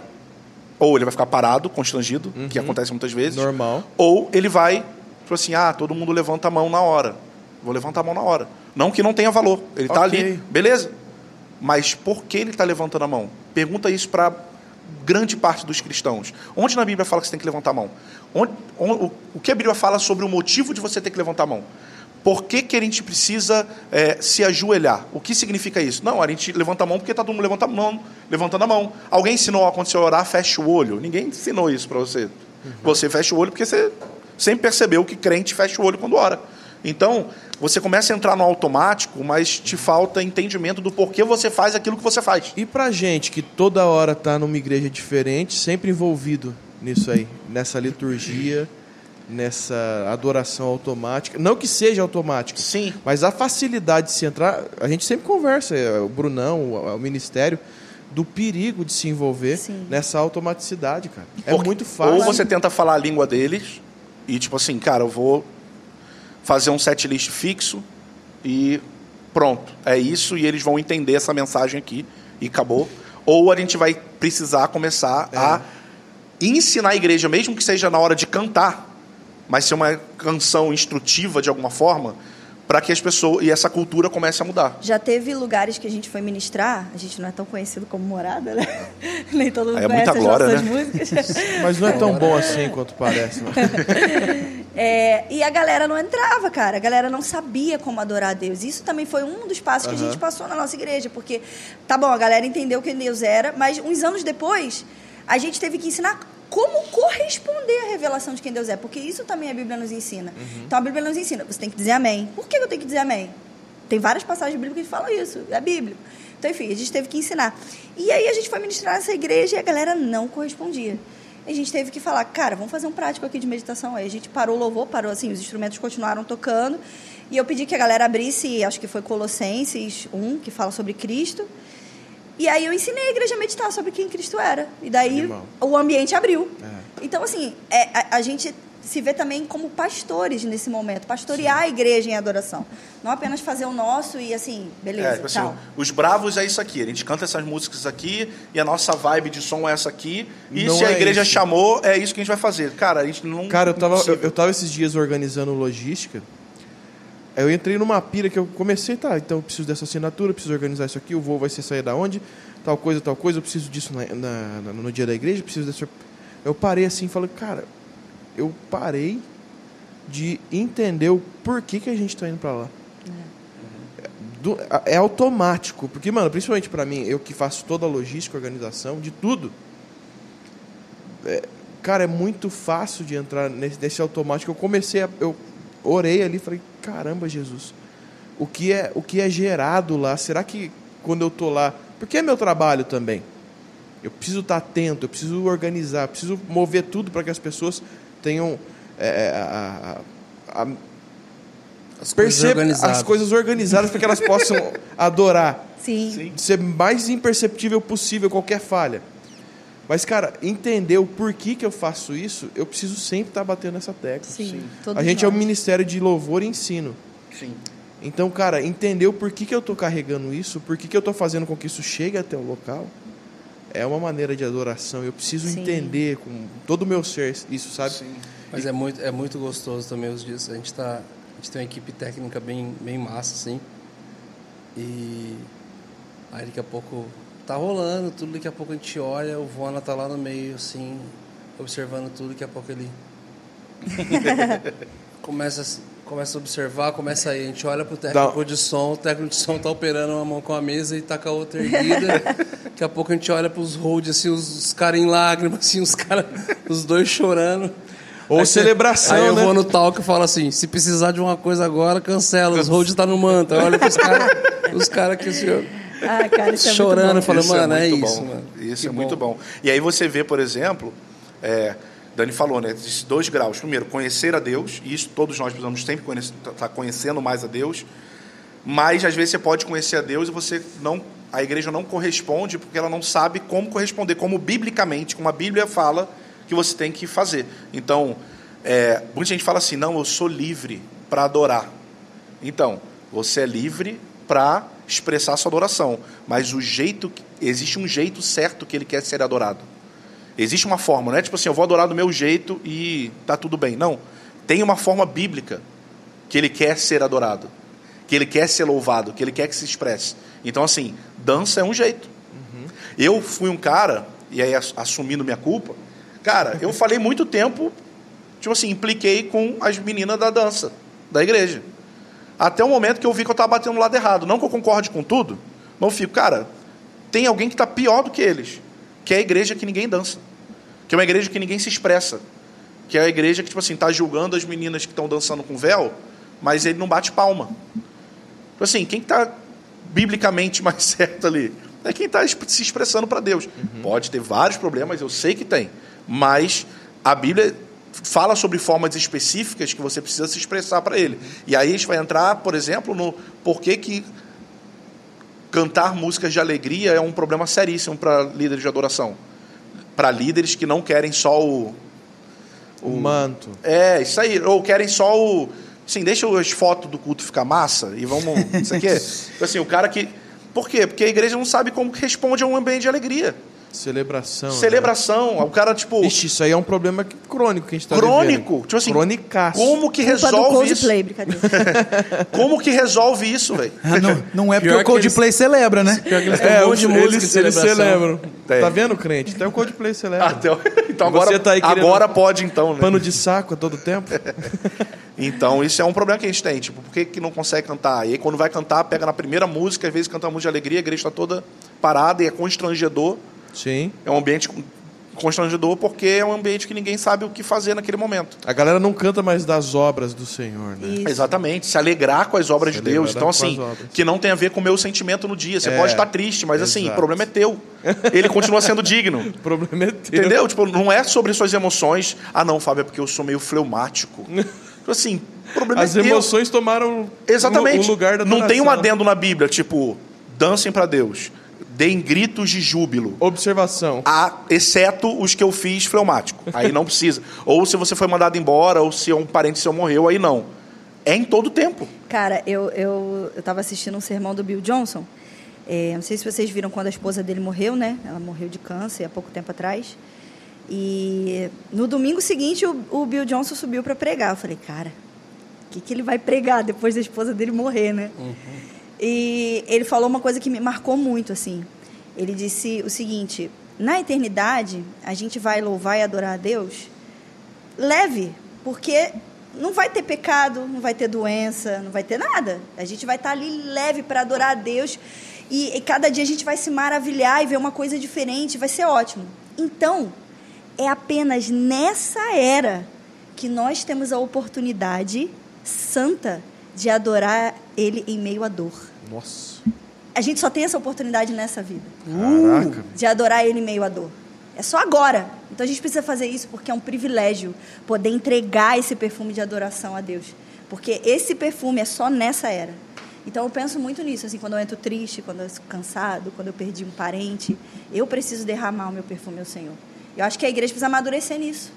C: Ou ele vai ficar parado, constrangido, que acontece muitas vezes.
B: Uhum. Normal.
C: Ou ele vai, tipo assim, ah, todo mundo levanta a mão na hora. Vou levantar a mão na hora. Não que não tenha valor. Ele está
B: Ok.
C: ali, beleza. Mas por que ele está levantando a mão? Pergunta isso para grande parte dos cristãos. Onde na Bíblia fala que você tem que levantar a mão? Onde- on- o, o que a Bíblia fala sobre o motivo de você ter que levantar a mão? Por que, que a gente precisa eh, se ajoelhar? O que significa isso? Não, a gente levanta a mão porque está todo mundo levanta a mão, levantando a mão. Alguém ensinou ó, quando você orar, fecha o olho. Ninguém ensinou isso para você. Você fecha o olho porque você sempre percebeu que crente fecha o olho quando ora. Então, você começa a entrar no automático, mas te falta entendimento do porquê você faz aquilo que você faz.
B: E pra gente que toda hora tá numa igreja diferente, sempre envolvido nisso aí, nessa liturgia, nessa adoração automática, não que seja automática,
C: Sim.
B: mas a facilidade de se entrar, a gente sempre conversa, é, o Brunão, o, o ministério, do perigo de se envolver
E: Sim.
B: nessa automaticidade, cara. É
C: Porque-
B: muito fácil.
C: Ou você tenta falar a língua deles e tipo assim, cara, eu vou fazer um set list fixo e pronto, é isso e eles vão entender essa mensagem aqui e acabou. Ou a gente vai
B: É.
C: precisar começar a ensinar a igreja, mesmo que seja na hora de cantar, mas ser uma canção instrutiva de alguma forma para que as pessoas e essa cultura comece a mudar.
E: Já teve lugares que a gente foi ministrar, a gente não é tão conhecido como morada, né? [laughs] Nem todo mundo
C: Aí é
E: conhece
C: muita
E: as
C: glória,
E: nossas
C: né?
E: músicas.
B: Mas não é tão bom assim quanto parece. né?
E: É, e a galera não entrava, cara. A galera não sabia como adorar a Deus. Isso também foi um dos passos que a gente passou na nossa igreja, porque tá bom, a galera entendeu quem Deus era, mas uns anos depois a gente teve que ensinar como corresponder à revelação de quem Deus é, porque isso também a Bíblia nos ensina. Então a Bíblia nos ensina, você tem que dizer amém. Por que eu tenho que dizer amém? Tem várias passagens bíblicas que falam isso, é bíblico. Então, enfim, a gente teve que ensinar. E aí a gente foi ministrar nessa igreja e a galera não correspondia. A gente teve que falar, cara, vamos fazer um prático aqui de meditação. Aí a gente parou o louvor, parou assim, os instrumentos continuaram tocando. E eu pedi que a galera abrisse, acho que foi Colossenses 1, que fala sobre Cristo. E aí eu ensinei a igreja a meditar sobre quem Cristo era. E daí
B: Animal.
E: o ambiente abriu. Então, assim, é, a, a gente se vê também como pastores nesse momento, pastorear a igreja em adoração. Não apenas fazer o nosso e assim, beleza,
C: É, tipo assim,
E: tal.
C: os bravos é isso aqui. A gente canta essas músicas aqui e a nossa vibe de som é essa aqui. E
B: Não
C: se
B: é
C: a igreja
B: isso.
C: chamou, é isso que a gente vai fazer. Cara, a gente não.
B: Cara, eu tava, eu,
C: impossível.
B: eu tava esses dias organizando logística. Aí eu entrei numa pira que eu comecei, tá, então eu preciso dessa assinatura, eu preciso organizar isso aqui, o voo vai ser sair da onde, tal coisa, tal coisa, eu preciso disso na- na- na- no dia da igreja, eu preciso dessa. Eu parei assim e falei, cara, eu parei de entender o porquê que a gente tá indo pra lá. Do- a- é automático, porque, mano, principalmente pra mim, eu que faço toda a logística, organização, de tudo. Cara, é muito fácil de entrar nesse, nesse automático. Eu comecei a. Eu orei ali e falei, caramba, Jesus, o que, é, o que é gerado lá? Será que quando eu tô lá. Porque é meu trabalho também. Eu preciso estar atento, eu preciso organizar, eu preciso mover tudo para que as pessoas tenham. é, a- a- a-
A: As coisas
B: perceba
A: organizadas.
B: as coisas organizadas para que
A: [laughs]
B: elas possam adorar
E: Sim.
B: ser mais imperceptível possível qualquer falha. Mas, cara, entender o porquê que eu faço isso, eu preciso sempre estar batendo nessa tecla.
E: Sim, Sim. todos
B: A gente é o
E: nós.
B: Ministério de Louvor e Ensino.
C: Sim.
B: Então, cara, entender o porquê que eu tô carregando isso, porquê que eu tô fazendo com que isso chegue até o local, é uma maneira de adoração. Eu preciso
E: Sim.
B: entender com todo o meu ser isso, sabe?
C: Sim.
A: Mas é muito, é muito gostoso também os dias. A gente, tá, a gente tem uma equipe técnica bem, bem massa, assim. E aí daqui a pouco tá rolando tudo, daqui a pouco a gente olha, o Vona tá lá no meio, assim, observando tudo, daqui a pouco ele [laughs] começa, a se- começa a observar, começa aí, a gente olha pro técnico
B: Dá-
A: de som, o técnico de som tá operando uma mão com a mesa e tá com a outra erguida. Daqui a pouco a gente olha pros road, assim, os, os caras em lágrimas, assim, os caras, os dois chorando.
B: Ou
A: cê-
B: celebração,
A: Aí eu
B: né?
A: vou no talk e falo assim, se precisar de uma coisa agora, cancela, os road tá no manto. Aí olha pros caras, os caras que assim, ó,
E: Ah, cara, isso é muito
A: chorando,
E: bom.
A: eu falo,
C: Isso
A: mano, é,
C: muito
A: isso,
C: bom.
A: mano.
C: Isso
A: Que
C: é muito bom. E aí você vê, por exemplo, é, Dani falou, né? Esses dois graus. Primeiro, conhecer a Deus, e isso todos nós precisamos sempre estar conhecendo mais a Deus. Mas às vezes você pode conhecer a Deus e você não. A igreja não corresponde porque ela não sabe como corresponder, como biblicamente, como a Bíblia fala que você tem que fazer. Então, é, muita gente fala assim: não, eu sou livre para adorar. Então, você é livre para expressar sua adoração, mas o jeito que- existe um jeito certo que ele quer ser adorado. Existe uma forma, não é tipo assim, eu vou adorar do meu jeito e tá tudo bem. Não, tem uma forma bíblica que ele quer ser adorado, que ele quer ser louvado, que ele quer que se expresse. Então assim, dança é um jeito. Eu fui um cara e aí ass- assumindo minha culpa, cara, eu falei muito tempo, tipo assim, impliquei com as meninas da dança da igreja. Até o momento que eu vi que eu estava batendo no lado errado. Não que eu concorde com tudo, mas eu fico, cara, tem alguém que está pior do que eles. Que é a igreja que ninguém dança. Que é uma igreja que ninguém se expressa. Que é a igreja que, tipo assim, tá julgando as meninas que estão dançando com véu, mas ele não bate palma. Então, assim, quem está biblicamente [laughs] mais certo ali? É quem está se expressando para Deus. Pode ter vários problemas, eu sei que tem. Mas a Bíblia fala sobre formas específicas que você precisa se expressar para Ele. E aí a gente vai entrar, por exemplo, no porquê que cantar músicas de alegria é um problema seríssimo para líderes de adoração. Para líderes que não querem só o,
B: O manto.
C: é, isso aí. Ou querem só o. Assim, deixa as fotos do culto ficar massa e vamos.
B: [laughs]
C: Isso aqui. Tipo assim, o cara que. Por quê? Porque a igreja não sabe como que responde a um ambiente de alegria.
B: Celebração. né?
C: Celebração. O cara, tipo,
B: Ixi, isso aí é um problema que- crônico que a gente tá
C: crônico.
B: vivendo.
C: Tipo assim,
B: Cronicaço.
C: como que
E: Culpa do
C: resolve isso?
E: Coldplay, brincadeira.
C: [laughs] Como que resolve
B: [laughs]
C: isso, velho?
F: Ah, não, não é porque
A: [laughs] Pior
F: o
A: que
F: Coldplay celebra, né?
A: Pior que eles têm
B: É,
A: um monte de
B: eles,
A: música
B: eles
A: de celebração.
B: celebram.
C: Tem.
B: Tá vendo, crente? Até o Coldplay celebra.
C: Até o- então
B: Você
C: agora,
B: tá aí querendo-
C: agora pode, então, né?
B: Pano de saco a todo tempo.
C: Então, isso é um problema que a gente tem. Tipo, por que, que não consegue cantar? E aí, quando vai cantar, pega na primeira música, às vezes canta uma música de alegria, a igreja está toda parada e é constrangedor.
B: Sim.
C: É um ambiente constrangedor porque é um ambiente que ninguém sabe o que fazer naquele momento.
B: A galera não canta mais das obras do Senhor, né?
E: Isso.
C: Exatamente, se alegrar com as obras
B: Se
C: de Deus.
B: alegrar
C: Então,
B: com
C: assim,
B: as obras.
C: que não tem a ver com o meu sentimento no dia. Você
B: É,
C: pode estar triste, mas assim, o
B: exato.
C: problema é teu. Ele continua sendo
B: [laughs]
C: digno.
B: O problema é teu.
C: Entendeu? Tipo, não é sobre suas emoções. Ah, não, Fábio, é porque eu sou
B: [laughs]
C: meio fleumático. Tipo Assim, o problema
B: As
C: é teu.
B: emoções tomaram
C: Exatamente.
B: o lugar da
C: não tem um
B: adoração.
C: adendo na Bíblia, tipo, dancem pra Deus, deem gritos de júbilo.
B: Observação.
C: a- exceto os que eu fiz fleumático. Aí não [laughs] precisa. ou se você foi mandado embora, ou se um parente seu morreu, aí não. É em todo tempo.
E: Cara, eu, eu, eu tava assistindo um sermão do Bill Johnson. É, não sei se vocês viram quando a esposa dele morreu, né? Ela morreu de câncer há pouco tempo atrás. E no domingo seguinte, o, o Bill Johnson subiu para pregar. Eu falei, cara, o que, que ele vai pregar depois da esposa dele morrer, né? E ele falou uma coisa que me marcou muito, assim. Ele disse o seguinte: na eternidade, a gente vai louvar e adorar a Deus leve, porque não vai ter pecado, não vai ter doença, não vai ter nada. A gente vai estar ali leve para adorar a Deus e, e cada dia a gente vai se maravilhar e ver uma coisa diferente, vai ser ótimo. Então, é apenas nessa era que nós temos a oportunidade santa de adorar Ele em meio à dor.
B: Nossa.
E: A gente só tem essa oportunidade nessa vida
C: Uh.
B: Caraca.
E: de adorar ele em meio à dor. É só agora. Então a gente precisa fazer isso porque é um privilégio poder entregar esse perfume de adoração a Deus. Porque esse perfume é só nessa era. Então eu penso muito nisso, assim, quando eu entro triste, quando eu fico cansado, quando eu perdi um parente, eu preciso derramar o meu perfume ao Senhor. Eu acho que a igreja precisa amadurecer nisso,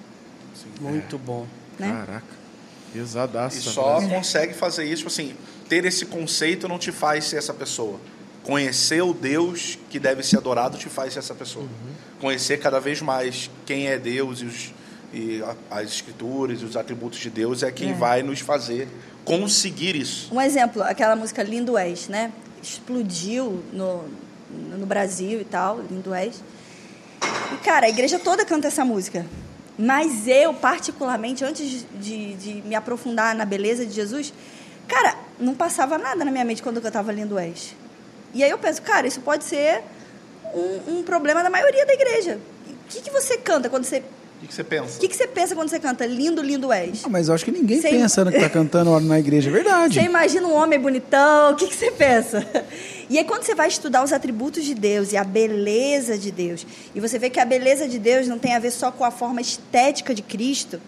A: Muito bom.
E: né?
B: Caraca. Pesadaça.
C: E só
B: né?
C: consegue fazer isso, assim, ter esse conceito não te faz ser essa pessoa. Conhecer o Deus que deve ser adorado te faz ser essa pessoa. Conhecer cada vez mais quem é Deus e, os- e a- as escrituras e os atributos de Deus é quem
E: É.
C: vai nos fazer conseguir isso.
E: Um exemplo, aquela música Lindo És, né? Explodiu no, no Brasil e tal, Lindo És. E, cara, a igreja toda canta essa música. Mas eu, particularmente, antes de, de me aprofundar na beleza de Jesus, cara, não passava nada na minha mente quando eu cantava Lindo És. E aí eu penso, cara, isso pode ser um, um problema da maioria da igreja. O que, que você canta quando você...
C: O que, que você
E: O
C: pensa?
E: que, que você pensa quando você canta Lindo, Lindo És?
F: Ah, mas eu acho que ninguém
E: Sem-
F: pensa
D: né,
F: no que tá cantando na igreja. É verdade.
E: Você imagina um homem bonitão, o que, que você pensa? E aí, quando você vai estudar os atributos de Deus e a beleza de Deus, e você vê que a beleza de Deus não tem a ver só com a forma estética de Cristo,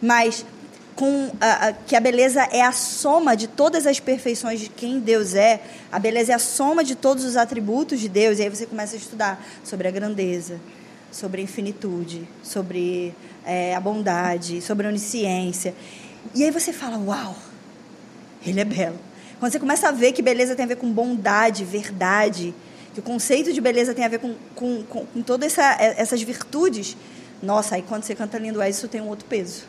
E: mas com a- a- que a beleza é a soma de todas as perfeições de quem Deus é, a beleza é a soma de todos os atributos de Deus, e aí você começa a estudar sobre a grandeza, sobre a infinitude, sobre eh, a bondade, sobre a onisciência. E aí você fala, uau, ele é belo. Quando você começa a ver que beleza tem a ver com bondade, verdade, que o conceito de beleza tem a ver com, com, com, com todas essa, eh, essas virtudes, nossa, aí quando você canta lindo é, isso tem um outro peso,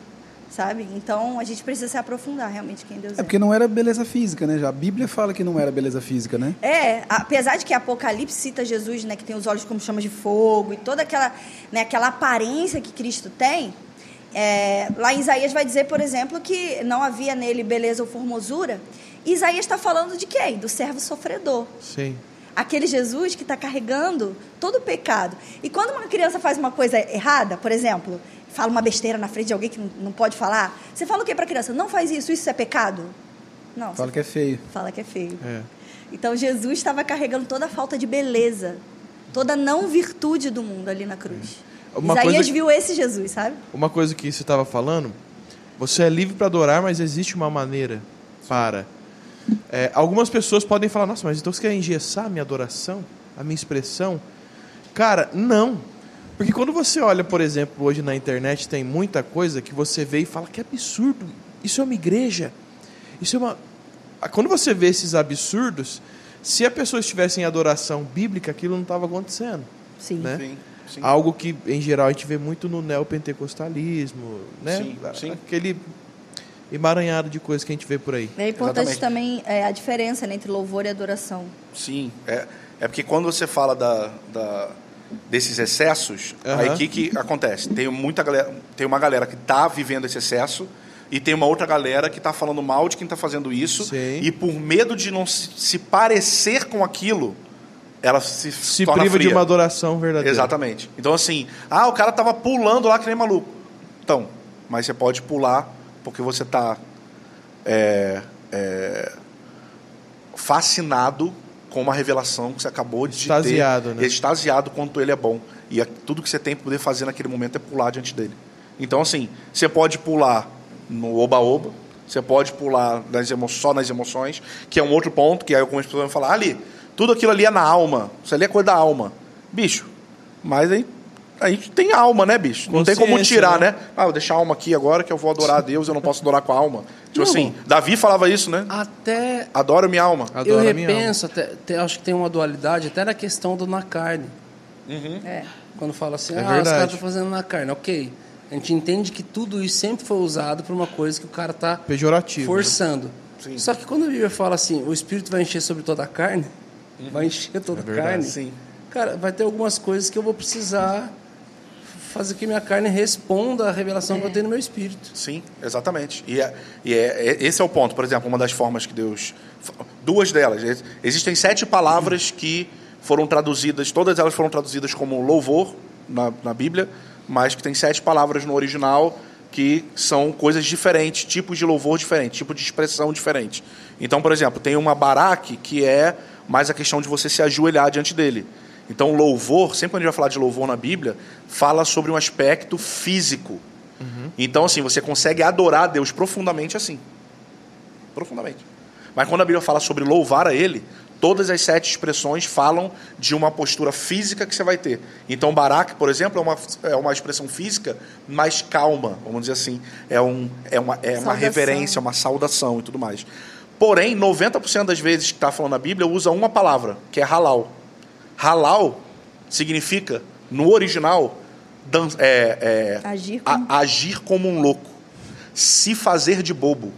E: sabe? Então a gente precisa se aprofundar realmente quem Deus é.
F: É porque não era beleza física, né? Já a Bíblia fala que não era beleza física, né?
E: É, apesar de que Apocalipse cita Jesus, né, que tem os olhos como chamas de fogo e toda aquela, né, aquela aparência que Cristo tem, é, lá em Isaías vai dizer, por exemplo, que não havia nele beleza ou formosura. Isaías está falando de quem? Do servo sofredor.
B: Sim.
E: Aquele Jesus que está carregando todo o pecado. E quando uma criança faz uma coisa errada, por exemplo, fala uma besteira na frente de alguém que não- não pode falar, você fala o que para a criança? Não faz isso, isso é pecado? Não,
F: Fala que é feio.
E: fala que é feio.
B: É.
E: Então Jesus estava carregando toda a falta de beleza, toda a não virtude do mundo ali na cruz.
B: É. Uma
E: Isaías
B: coisa que-
E: viu esse Jesus, sabe?
B: Uma coisa que você estava falando, você é livre para adorar, mas existe uma maneira para. É, algumas pessoas podem falar, nossa, mas então você quer engessar a minha adoração, a minha expressão? Cara, não. Porque quando você olha, por exemplo, hoje na internet tem muita coisa que você vê e fala que absurdo, isso é uma igreja, isso é uma... Ah, Quando você vê esses absurdos, se a pessoa estivesse em adoração bíblica, aquilo não estava acontecendo.
E: Sim.
B: Né?
C: Sim, sim.
B: Algo que, em geral, a gente vê muito no neopentecostalismo, né?
C: Sim, sim.
B: Aquele emaranhado de coisas que a gente vê por aí.
E: É importante
C: Exatamente.
E: também é, a diferença né, entre louvor e adoração.
C: Sim, é, é porque quando você fala da, da- desses excessos,
B: Aham.
C: aí o que, que acontece? Tem, muita galera, tem uma galera que está vivendo esse excesso e tem uma outra galera que está falando mal de quem está fazendo isso
B: Sim.
C: e por medo de não se, se parecer com aquilo, ela se,
B: Se
C: torna
B: priva de
C: fria.
B: uma adoração verdadeira.
C: Exatamente. Então, assim, ah, o cara tava pulando lá que nem maluco. Então, mas você pode pular porque você tá é, é, fascinado com uma revelação que você acabou de
B: Extasiado,
C: ter.
B: né?
C: Extasiado quanto ele é bom. E a- tudo que você tem para poder fazer naquele momento é pular diante dele. Então, assim, você pode pular no oba-oba, você pode pular nas emo- só nas emoções, que é um outro ponto que aí algumas pessoas vão falar, ali, tudo aquilo ali é na alma, isso ali é coisa da alma. Bicho, mas aí a gente tem alma, né, bicho? Não tem como
B: Consciência,
C: tirar,
B: né?
C: né? Ah, vou deixar a alma aqui agora que eu vou adorar a Deus, eu não posso adorar com a alma. Tipo assim, Davi falava isso, né?
B: Ah.
A: Até
C: Adoro minha alma.
B: Adoro
A: eu
B: a minha alma.
A: repenso, até, te- acho que tem uma dualidade até na questão do na carne. Quando fala assim,
B: Uhum. É
A: ah, os
B: verdade.
A: caras estão fazendo na carne. Ok. A gente entende que tudo isso sempre foi usado para uma coisa que o cara tá está
B: Pejorativo.
A: forçando.
C: né?
A: Só que quando a Bíblia fala assim, o Espírito vai encher sobre toda a carne, vai encher toda a
B: verdade.
A: carne,
C: Uhum. É Sim.
A: cara, vai ter algumas coisas que eu vou precisar fazer que minha carne responda à revelação que eu tenho no meu espírito.
C: Sim, exatamente. E, é, e é- é- esse é o ponto, por exemplo, uma das formas que Deus. Duas delas. Ex- Existem sete palavras que foram traduzidas, todas elas foram traduzidas como louvor na, na Bíblia, mas que tem sete palavras no original que são coisas diferentes, tipos de louvor diferente, tipo de expressão diferente. Então, por exemplo, tem uma baraque que é mais a questão de você se ajoelhar diante dele. Então, louvor, sempre quando a gente vai falar de louvor na Bíblia, fala sobre um aspecto físico. Então, assim, você consegue adorar a Deus profundamente assim. Profundamente. Mas quando a Bíblia fala sobre louvar a Ele, todas as sete expressões falam de uma postura física que você vai ter. Então, Barak, por exemplo, é uma, é uma expressão física mais calma, vamos dizer assim. É, um, é, uma, é uma
E: Saudação.
C: reverência, uma saudação e tudo mais. Porém, 90% das vezes que está falando a Bíblia usa uma palavra, que é halal. Halal significa, no original, dan- é- é-
E: Agir
C: a-
E: como-
C: agir como um louco. Se fazer de bobo.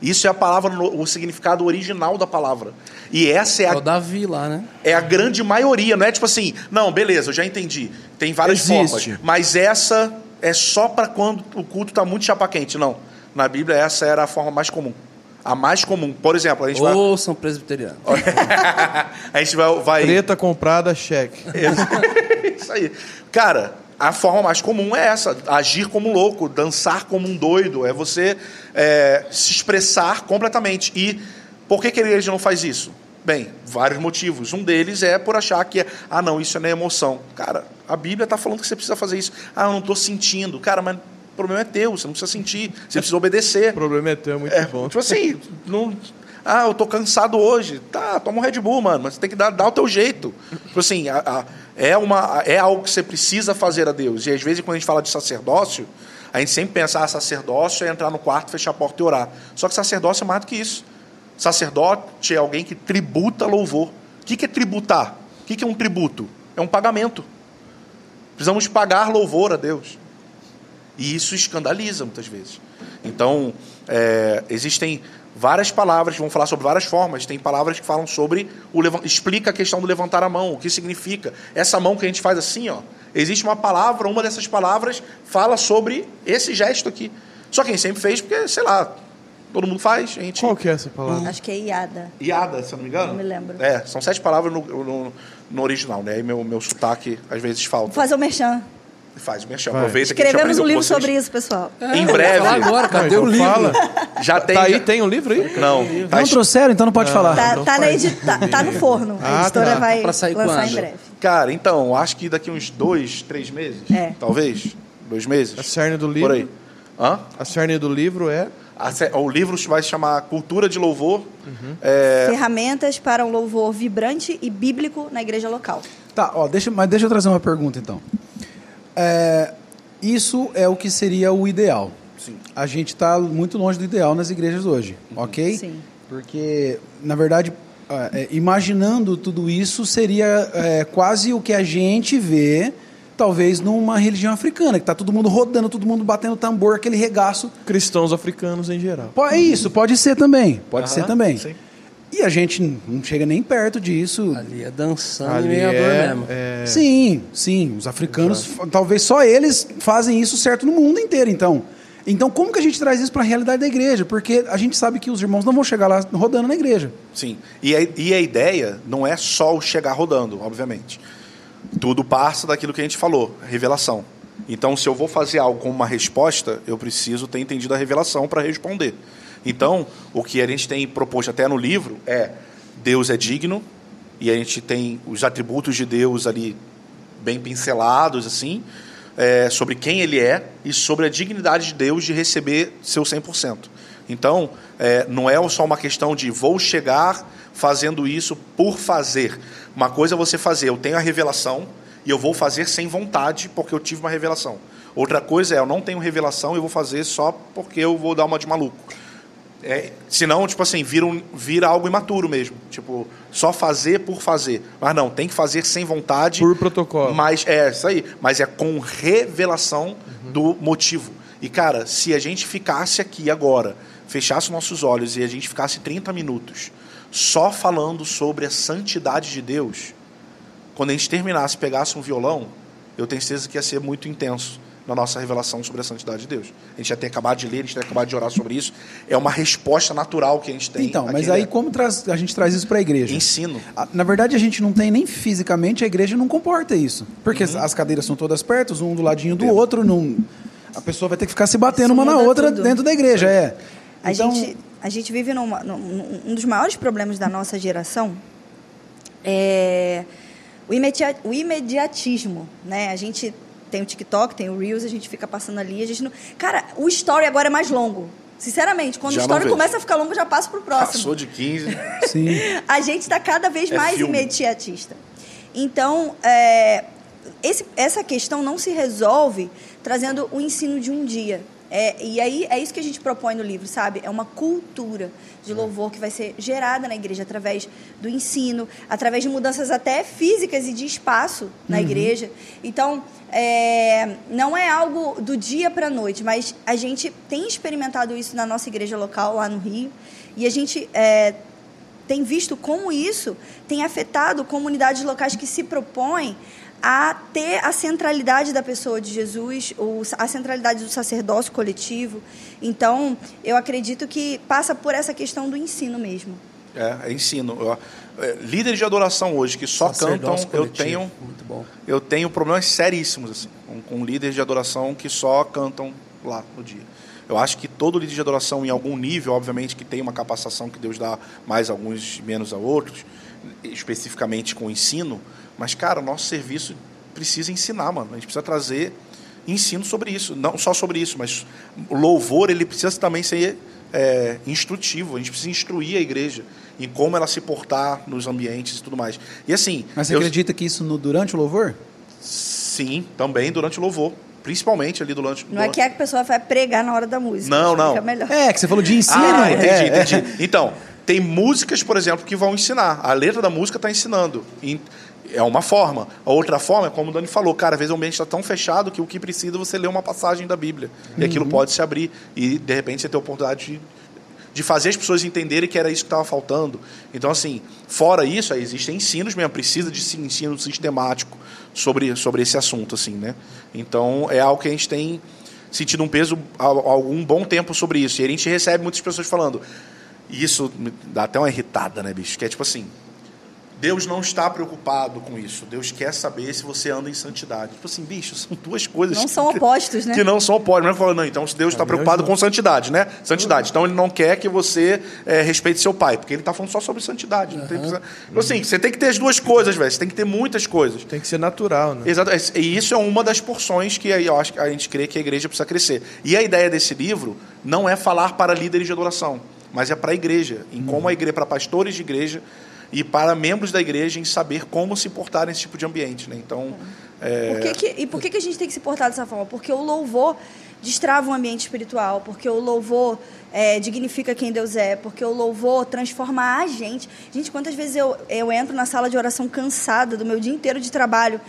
C: Isso é a palavra, no- o significado original da palavra. E essa é
A: É
C: a,
A: o Davi lá, né?
C: é a grande maioria, não é tipo assim, não, beleza, eu já entendi. Tem várias
B: Existe.
C: formas. Mas essa é só para quando o culto tá muito chapa quente. Não. Na Bíblia, essa era a forma mais comum. A mais comum. Por exemplo, a gente vai.
A: Ouçam presbiteriano.
C: [laughs] A gente vai. vai-
B: Treta comprada, cheque.
C: Isso aí. Cara, a forma mais comum é essa: agir como um louco, dançar como um doido, é você é, se expressar completamente. E por que, que a igreja não faz isso? Bem, vários motivos. Um deles é por achar que, ah, não, isso não é emoção. Cara, a Bíblia está falando que você precisa fazer isso. Ah, eu não estou sentindo. Cara, mas o problema é teu, você não precisa sentir, você precisa obedecer.
B: O problema é teu, é muito bom.
C: Tipo assim, não. Ah, eu tô cansado hoje. Tá, toma um Red Bull, mano. Mas você tem que dar, dar o teu jeito. Tipo assim, a- a- é, uma, é algo que você precisa fazer a Deus. E às vezes, quando a gente fala de sacerdócio, a gente sempre pensa, ah, sacerdócio é entrar no quarto, fechar a porta e orar. Só que sacerdócio é mais do que isso. Sacerdote é alguém que tributa louvor. O que, que é tributar? O que, que é um tributo? É um pagamento. Precisamos pagar louvor a Deus. E isso escandaliza muitas vezes. Então, é, existem várias palavras que vão falar sobre várias formas. Tem palavras que falam sobre. O levan- explica a questão do levantar a mão, o que significa. Essa mão que a gente faz assim, ó. Existe uma palavra, uma dessas palavras fala sobre esse gesto aqui. Só quem sempre fez, porque, sei lá, todo mundo faz, a gente.
B: Qual que é essa palavra?
E: Acho que é iada.
C: Iada, se eu não me engano?
E: Não me lembro.
C: É, são sete palavras no, no- no original, né? Aí meu, meu sotaque às vezes
E: Vou
C: falta.
E: fazer o merchan.
C: Faz, mexer. Aproveita que a gente aprendeu
E: Escrevemos um
C: com
E: livro
C: vocês. Ah,
E: sobre isso, pessoal.
C: Em breve.
A: É, Fala agora, cadê
B: Não,
A: o
B: então
A: livro?
B: fala.
C: Já tem.
B: Tá aí,
C: já-
B: tem um livro aí?
C: Não, tá
F: Não
C: es- Ah.
F: trouxeram, então não pode falar.
E: Tá,
B: então
E: tá na
B: faz.
E: edita, tá no forno.
B: Ah,
E: a editora
B: tá.
A: Pra
E: vai
A: sair
E: lançar
A: quando?
E: em breve.
C: Cara, então, acho que daqui uns dois, três meses.
E: É.
C: Talvez. Dois meses.
B: A cerne do
C: Por
B: livro.
C: aí. Hã?
B: A cerne do livro é.
C: A sé- O livro vai se chamar Cultura de Louvor. É,
E: Ferramentas para um louvor vibrante e bíblico na igreja local.
F: Tá, ó, deixa, mas deixa eu trazer uma pergunta então. É, isso é o que seria o ideal.
C: Sim. Uhum.
F: A tá gente está muito longe do ideal nas igrejas hoje, ok?
E: Sim.
F: Porque, na verdade, ah, é, imaginando tudo isso, seria é, quase o que a gente vê, talvez, numa religião africana, que tá todo mundo rodando, todo mundo batendo tambor, aquele regaço.
B: Cristãos africanos em geral.
F: Po- É isso, pode ser também. Pode
B: Aham,
F: ser também.
B: sim.
F: E a gente não chega nem perto disso.
A: Ali é dançando
B: Ali
A: e meia
B: é-
A: dor mesmo.
B: é-
F: Sim, sim. Os africanos, fa- talvez só eles fazem isso certo no mundo inteiro, então. Então, como que a gente traz isso para a realidade da igreja? Porque a gente sabe que os irmãos não vão chegar lá rodando na igreja.
C: Sim. E a, e a ideia não é só o chegar rodando, obviamente. Tudo passa daquilo que a gente falou, revelação. Então, se eu vou fazer algo com uma resposta, eu preciso ter entendido a revelação para responder. Então, o que a gente tem proposto até no livro é Deus é digno e a gente tem os atributos de Deus ali bem pincelados assim é, sobre quem ele é e sobre a dignidade de Deus de receber seu 100%. Então, é, não é só uma questão de vou chegar fazendo isso por fazer. Uma coisa é você fazer, eu tenho a revelação e eu vou fazer sem vontade porque eu tive uma revelação. Outra coisa é eu não tenho revelação e eu vou fazer só porque eu vou dar uma de maluco. É, senão, tipo assim, vira, um- vira algo imaturo mesmo. Tipo, só fazer por fazer. Mas não, tem que fazer sem vontade.
B: Por protocolo.
C: Mas é isso aí. Mas é com revelação
B: Uhum.
C: do motivo. E, cara, se a gente ficasse aqui agora, fechasse nossos olhos e a gente ficasse 30 minutos só falando sobre a santidade de Deus, quando a gente terminasse e pegasse um violão, eu tenho certeza que ia ser muito intenso na nossa revelação sobre a santidade de Deus. A gente já tem acabado de ler, a gente tem acabado de orar sobre isso. É uma resposta natural que a gente tem.
F: então, mas
C: àquele
F: aí como traz- a gente traz isso para a igreja?
C: ensino.
F: A- Na verdade, a gente não tem nem fisicamente, a igreja não comporta isso. Porque
C: Uhum.
F: as- as cadeiras são todas perto, um do ladinho do outro, não... a pessoa vai ter que ficar se batendo
E: Isso
F: uma na
E: muda
F: outra
E: tudo.
F: dentro da igreja, é.
E: A,
F: Então,
E: gente, a gente vive numa, num- num- um dos maiores problemas da nossa geração é o, imedia- o imediatismo, né? A gente tem o TikTok, tem o Reels, a gente fica passando ali, a gente não... Cara, o story agora é mais longo. Sinceramente, quando
C: Já
E: o
C: não
E: story
C: vejo.
E: começa a ficar longo, eu já passo pro próximo.
C: Passou Ah, de 15.
F: sim.
E: A gente está cada vez
C: É
E: mais
C: filme.
E: imediatista. Então, é, esse- essa questão não se resolve trazendo o ensino de um dia. É, e aí é isso que a gente propõe no livro, sabe? É uma cultura de louvor que vai ser gerada na igreja através do ensino, através de mudanças até físicas e de espaço
C: Uhum.
E: na igreja. Então, é, não é algo do dia para a noite, mas a gente tem experimentado isso na nossa igreja local, lá no Rio, e a gente é, tem visto como isso tem afetado comunidades locais que se propõem a ter a centralidade da pessoa de Jesus, o- a centralidade do sacerdócio coletivo. Então, eu acredito que passa por essa questão do ensino mesmo.
C: É, é ensino. Eu- é, líderes de adoração hoje que só
F: é
C: cantam,
A: Sacerdócio
C: eu
A: coletivo,
C: tenho,
A: Muito bom.
C: eu tenho problemas seríssimos assim, com, com líderes de adoração que só cantam lá no dia. Eu acho que todo líder de adoração, em algum nível, obviamente que tem uma capacitação que Deus dá mais a alguns, menos a outros, especificamente com o ensino, mas, cara, o nosso serviço precisa ensinar, mano. A gente precisa trazer ensino sobre isso. Não só sobre isso, mas o louvor, ele precisa também ser é, instrutivo. A gente precisa instruir a igreja em como ela se portar nos ambientes e tudo mais. E assim...
F: Mas você
C: eu-
F: acredita que isso no, durante o louvor?
C: Sim, também durante o louvor. Principalmente ali durante...
E: Não é que a pessoa vai pregar na hora da música.
C: Não,
E: acho que
C: não.
E: Fica melhor.
F: É, que você falou de
E: assim,
F: ensino.
C: Ah, entendi,
F: é, é.
C: entendi. Então, tem músicas, por exemplo, que vão ensinar. A letra da música está ensinando. E É uma forma. A outra forma é como o Dani falou, cara, às vezes o ambiente está tão fechado que o que precisa é você ler uma passagem da Bíblia. E aquilo
E: Uhum.
C: pode se abrir. E, de repente, você tem a oportunidade de, de fazer as pessoas entenderem que era isso que estava faltando. Então, assim, fora isso, aí existem ensinos mesmo. Precisa de sim, ensino sistemático sobre, sobre esse assunto, assim, né? Então, é algo que a gente tem sentido um peso há há algum bom tempo sobre isso. E a gente recebe muitas pessoas falando. E isso me dá até uma irritada, né, bicho? Que é tipo assim. Deus não está preocupado com isso. Deus quer saber se você anda em santidade. Tipo assim, bicho, são duas coisas
E: Não são
C: que,
E: opostos, né?
C: que não são opostas. Mas falando, não, então se Deus está preocupado com santidade, né? Santidade. Então ele não quer que você eh, respeite seu pai, porque ele está falando só sobre santidade. Não tem... Então, assim, você tem que ter as duas coisas, velho. Você tem que ter muitas coisas.
B: Tem que ser natural, né?
C: Exato. E isso é uma das porções que aí eu acho que a gente crê que a igreja precisa crescer. E a ideia desse livro não é falar para líderes de adoração, mas é para a igreja,
A: Uhum.
C: em como a igreja, para pastores de igreja e para membros da igreja em saber como se portar nesse
A: Uhum.
C: tipo de ambiente. Né? Então, é,
E: Por que que- e por que, que a gente tem que se portar dessa forma? Porque o louvor destrava o ambiente espiritual, porque o louvor é, dignifica quem Deus é, porque o louvor transforma a gente. Gente, quantas vezes eu, eu entro na sala de oração cansada do meu dia inteiro de trabalho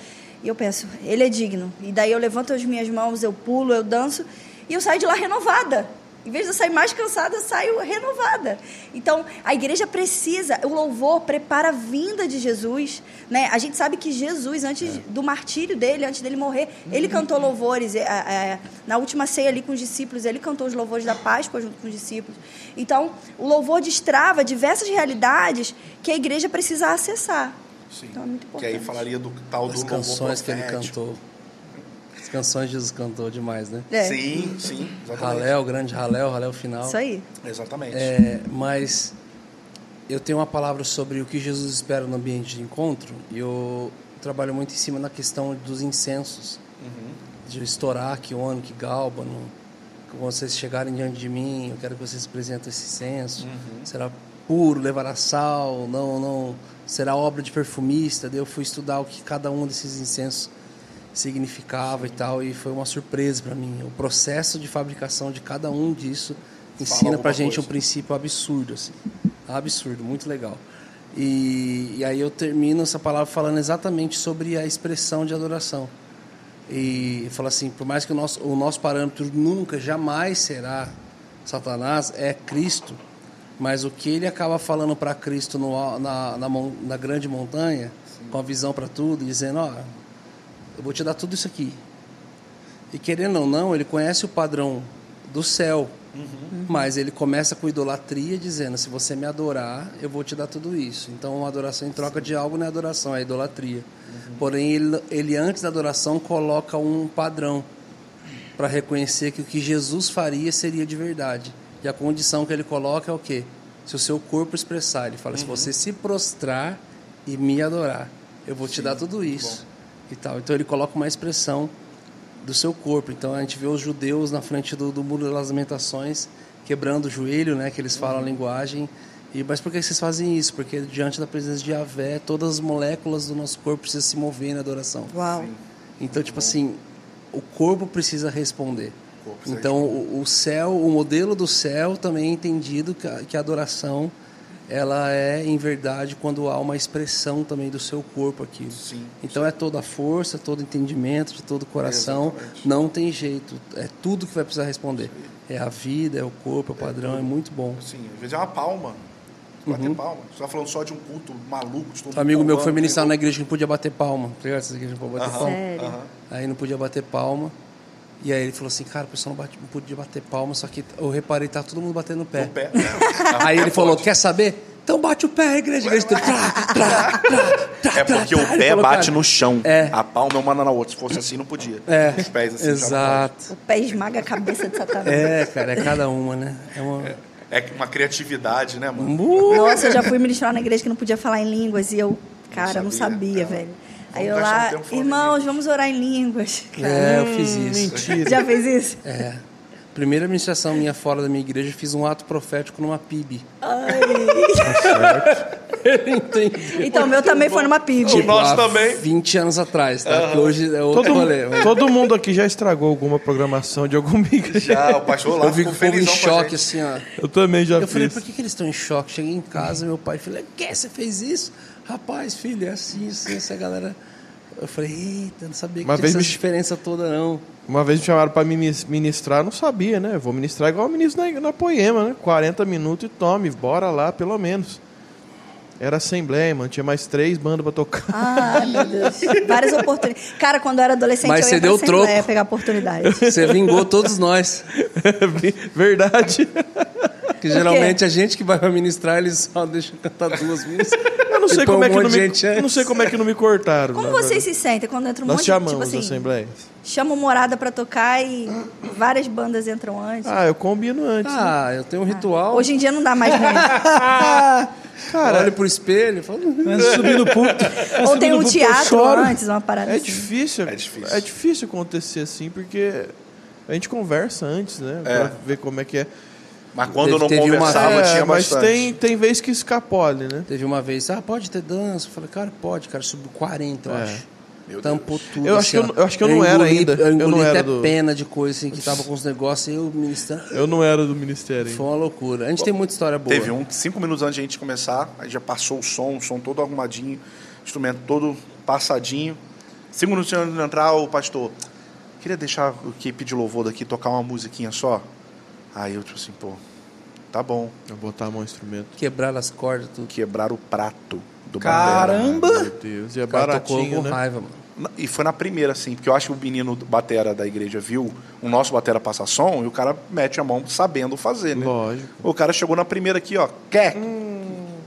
E: e eu penso, ele é digno. E daí eu levanto as minhas mãos, eu pulo, eu danço e eu saio de lá renovada. Em vez de eu sair mais cansada, eu saio renovada. Então, a igreja precisa, o louvor prepara a vinda de Jesus. Né? A gente sabe que Jesus, antes do martírio dele, antes dele morrer, ele cantou louvores. é, é, na última ceia ali com os discípulos, ele cantou os louvores da Páscoa junto com os discípulos. Então, o louvor destrava diversas realidades que a igreja precisa acessar.
C: Sim.
E: Então, é muito
C: que
E: importante.
C: aí falaria do tal do
A: As
C: louvor
A: canções que ele
C: profético.
A: cantou. As canções que Jesus cantou demais, né?
E: É,
C: Sim, sim, exatamente.
A: Raléu, grande Raléu, Raléu final.
E: Isso aí.
C: Exatamente.
A: É, mas eu tenho uma palavra sobre o que Jesus espera no ambiente de encontro e eu trabalho muito em cima na questão dos incensos. De estourar, que ono, que gálbano. Que quando vocês chegarem diante de mim, eu quero que vocês apresentem esse incenso.
C: Uhum.
A: Será puro, levará sal, não, não. Será obra de perfumista. Daí eu fui estudar o que cada um desses incensos significava e tal, e foi uma surpresa para mim. O processo de fabricação de cada um disso ensina
C: alguma
A: pra gente um
C: coisa.
A: princípio absurdo, assim. Absurdo, muito legal. E, e aí eu termino essa palavra falando exatamente sobre a expressão de adoração. E fala assim, por mais que o nosso, o nosso parâmetro nunca, jamais será Satanás, é Cristo. Mas o que ele acaba falando para Cristo no, al- na, na, mon- na grande montanha, com a visão para tudo, dizendo, ó, eu vou te dar tudo isso aqui. E querendo ou não, ele conhece o padrão do céu. Mas ele começa com idolatria, dizendo: se você me adorar, eu vou te dar tudo isso. Então, uma adoração em troca de algo não é adoração, é idolatria. Porém, ele, ele, antes da adoração, coloca um padrão para reconhecer que o que Jesus faria seria de verdade. E a condição que ele coloca é o quê? Se o seu corpo expressar, ele fala: se você se prostrar e me adorar, eu vou te dar tudo isso. E tal. Então, ele coloca uma expressão do seu corpo. Então a gente vê os judeus na frente do, do muro das lamentações quebrando o joelho, né? Que eles falam a linguagem. E mas por que vocês fazem isso? Porque diante da presença de Yahvé, todas as moléculas do nosso corpo precisam se mover na adoração.
E: Uau.
A: Então, tipo assim, o corpo precisa responder. então, o, o céu, o modelo do céu também é entendido que a, que a adoração ela é em verdade quando há uma expressão também do seu corpo aqui.
C: Sim.
A: Então é toda a força, todo o entendimento, de todo o coração, não tem jeito, é tudo que vai precisar responder. É a vida, é o corpo, é o padrão, é muito bom.
C: Sim, às vezes é uma palma. Bater palma. Você tá falando só de um culto maluco, né? de todo
A: Um Uhum. amigo meu que foi
C: bombando,
A: ministrar na igreja que não podia bater palma, tá ligado? Essas igrejas não podem bater palma.
E: Sério.
A: Aí não podia bater palma. E aí ele falou assim, cara, o pessoal não, bate- não podia bater palma, só que eu reparei, tá todo mundo batendo o pé.
C: pegou o pé. [laughs] É
A: Aí ele falou, quer saber? Então bate o pé, igreja, igreja. tá, Trá, trá, trá, trá,
C: É porque
A: trá.
C: o
A: tá, Ele
C: pé
A: falou,
C: bate
A: cara,
C: no chão.
A: É.
C: A palma é uma na outra. Se fosse assim, não podia.
A: É,
C: Os pés assim. já não
A: exato.
E: O pé esmaga a cabeça de Satanás.
A: É, cara, é cada uma, né? É uma...
C: pode. É uma criatividade, né, mano?
A: Uh!
E: Nossa, eu já fui ministrar na igreja que não podia falar em línguas e eu, cara, não
C: sabia,
B: é.
E: sabia,
C: cara.
E: velho. Aí
C: Vamos
E: eu
C: gastar um
E: lá,
C: tempo falando em línguas.
E: irmãos, vamos orar em línguas.
A: É, eu fiz isso.
E: Já fez isso?
A: É. Primeira administração minha fora da minha igreja, eu fiz um ato profético numa PIB. [laughs] Tá Ele entendeu.
E: Então, o meu também foi numa PIB.
C: O nosso
A: Tipo, Há
C: Tipo, também.
A: 20 anos atrás, tá? Que hoje é outro
B: Todo,
A: rolê. mas-
B: todo mundo aqui já estragou alguma programação de [laughs] alguma igreja.
C: Já, o pastor lá
A: Eu vi que
C: ficou
A: o povo em
C: felizão com a
A: choque,
C: gente.
A: assim, ó.
B: Eu também já
A: Eu
B: fiz.
A: falei, por que, que eles estão em choque? Cheguei em casa, meu pai falou, "É que você fez isso? Rapaz, filho, é assim, assim, essa galera. Eu falei, eita, não sabia que
B: Uma
A: tinha
B: vez
A: essa
B: me-
A: diferença toda, não.
B: Uma vez me chamaram pra minis- ministrar, não sabia, né? Vou ministrar igual eu ministro na, na Poema, né? 40 minutos e tome, bora lá, pelo menos. Era assembleia, mano. Tinha mais três bandas pra tocar. [laughs]
E: Ah, meu Deus. Várias oportunidades. Cara, quando eu era adolescente,
A: Mas
E: eu
A: você
E: ia
A: deu
E: pra Assembleia
A: troco.
E: pegar oportunidade.
A: [laughs] Você vingou todos nós.
B: Verdade.
A: Que geralmente a gente que vai pra ministrar, eles só deixam cantar duas [laughs] músicas.
B: Eu não
A: E
B: sei,
A: põe
B: como
A: um
B: é que
A: monte
B: não
A: de
B: me,
A: gente antes.
B: eu não sei como é que não me cortaram.
E: Como
B: na
E: vocês
B: verdade.
E: se sentem quando entra um
B: Nós
E: monte
B: chamamos
E: tipo assim,
B: a assembleia.
E: chamam morada pra tocar e várias bandas entram antes.
B: Ah, eu combino antes. né?
A: Ah, eu tenho um ritual.
E: Hoje em dia não dá
B: [laughs]
E: mais né? muito.
A: Cara, olho pro espelho e falo.
F: Antes de subir no
E: [laughs]
F: púlpito.
E: Ou tem um teatro
F: choro.
E: antes, uma parada
B: É
E: assim.
B: difícil,
C: É difícil.
B: é difícil acontecer assim, porque a gente conversa antes, né? Pra ver como é que é.
C: Mas quando
A: Teve-
C: eu não
A: teve uma-
C: conversava,
B: É,
C: tinha
B: mas
C: bastante.
B: tem, tem vez que escapole, né?
A: Teve uma vez, ah, pode ter dança? Eu falei, cara, pode, cara, subiu 40, eu acho. Tampou tudo.
B: É. Eu acho
A: assim,
B: que eu
A: ó.
B: eu acho que eu não era
A: engoli-
B: ainda.
A: Eu
B: Eu não
A: engoli
B: era
A: até
B: do-
A: pena de coisa assim, que tava com os negócios e eu ministrando.
B: Eu não era do ministério, hein?
A: Foi uma loucura. A gente tem muita história boa.
C: Teve um, cinco minutos antes de a gente começar, aí já passou o som, o som todo arrumadinho, instrumento todo passadinho. Cinco minutos antes de entrar, o pastor, queria deixar a equipe de louvor daqui tocar uma musiquinha só? Aí eu, tipo assim, pô, tá bom.
B: Eu botar a mão no instrumento.
A: Quebrar as cordas, tudo.
C: Quebrar o prato do né?
D: Caramba!
B: Meu Deus, e é
A: O cara tocou
B: baratinho,
A: com
B: né?
A: raiva, mano.
C: Na- E foi na primeira, assim, porque eu acho que o menino do batera da igreja viu o nosso batera passar som e o cara mete a mão sabendo fazer, né?
E: [laughs]
B: Lógico.
C: O cara chegou na primeira aqui, ó, quer.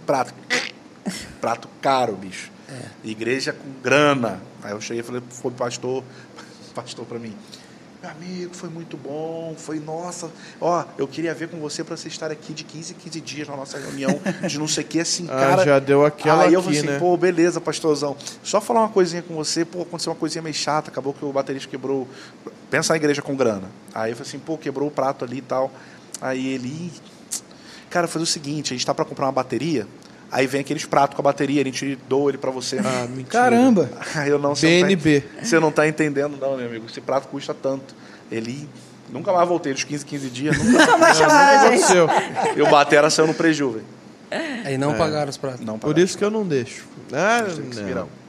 C: Prato. Prato caro, bicho.
B: É.
C: Igreja com grana. Aí eu cheguei e falei, foi pastor, pastor pra mim. Meu amigo, foi muito bom, foi nossa. Ó, eu queria ver com você pra você estar aqui de 15 em 15 dias na nossa reunião de não sei o que, assim,
B: [laughs] Ah,
C: cara.
B: já deu aquela
C: Aí eu
B: aqui,
C: falei assim,
B: né?
C: pô, Pô, beleza, pastorzão. Só falar uma coisinha com você, pô, aconteceu uma coisinha meio chata, acabou que o baterista quebrou. Pensa na igreja com grana. Aí eu falei assim, pô, quebrou o prato ali e tal. Aí ele. "Ih, Cara, faz o seguinte, a gente tá pra comprar uma bateria. Aí vem aqueles pratos com a bateria, a gente doa ele pra você.
B: Ah, mentira.
D: Caramba!
C: Aí [laughs] eu não você não tá-
B: BNB.
C: Você não tá entendendo, não, meu amigo. Esse prato custa tanto. Ele. Nunca mais voltei dos 15, 15 dias. Nunca...
E: Nunca mais chamaram a gente.
B: Aconteceu.
C: eu batera saiu no preju, velho.
A: Aí não pagaram os pratos.
C: Não,
B: Por
C: pararam.
B: isso que eu É. não deixo. Ah,
C: Tem que se virar.
B: não.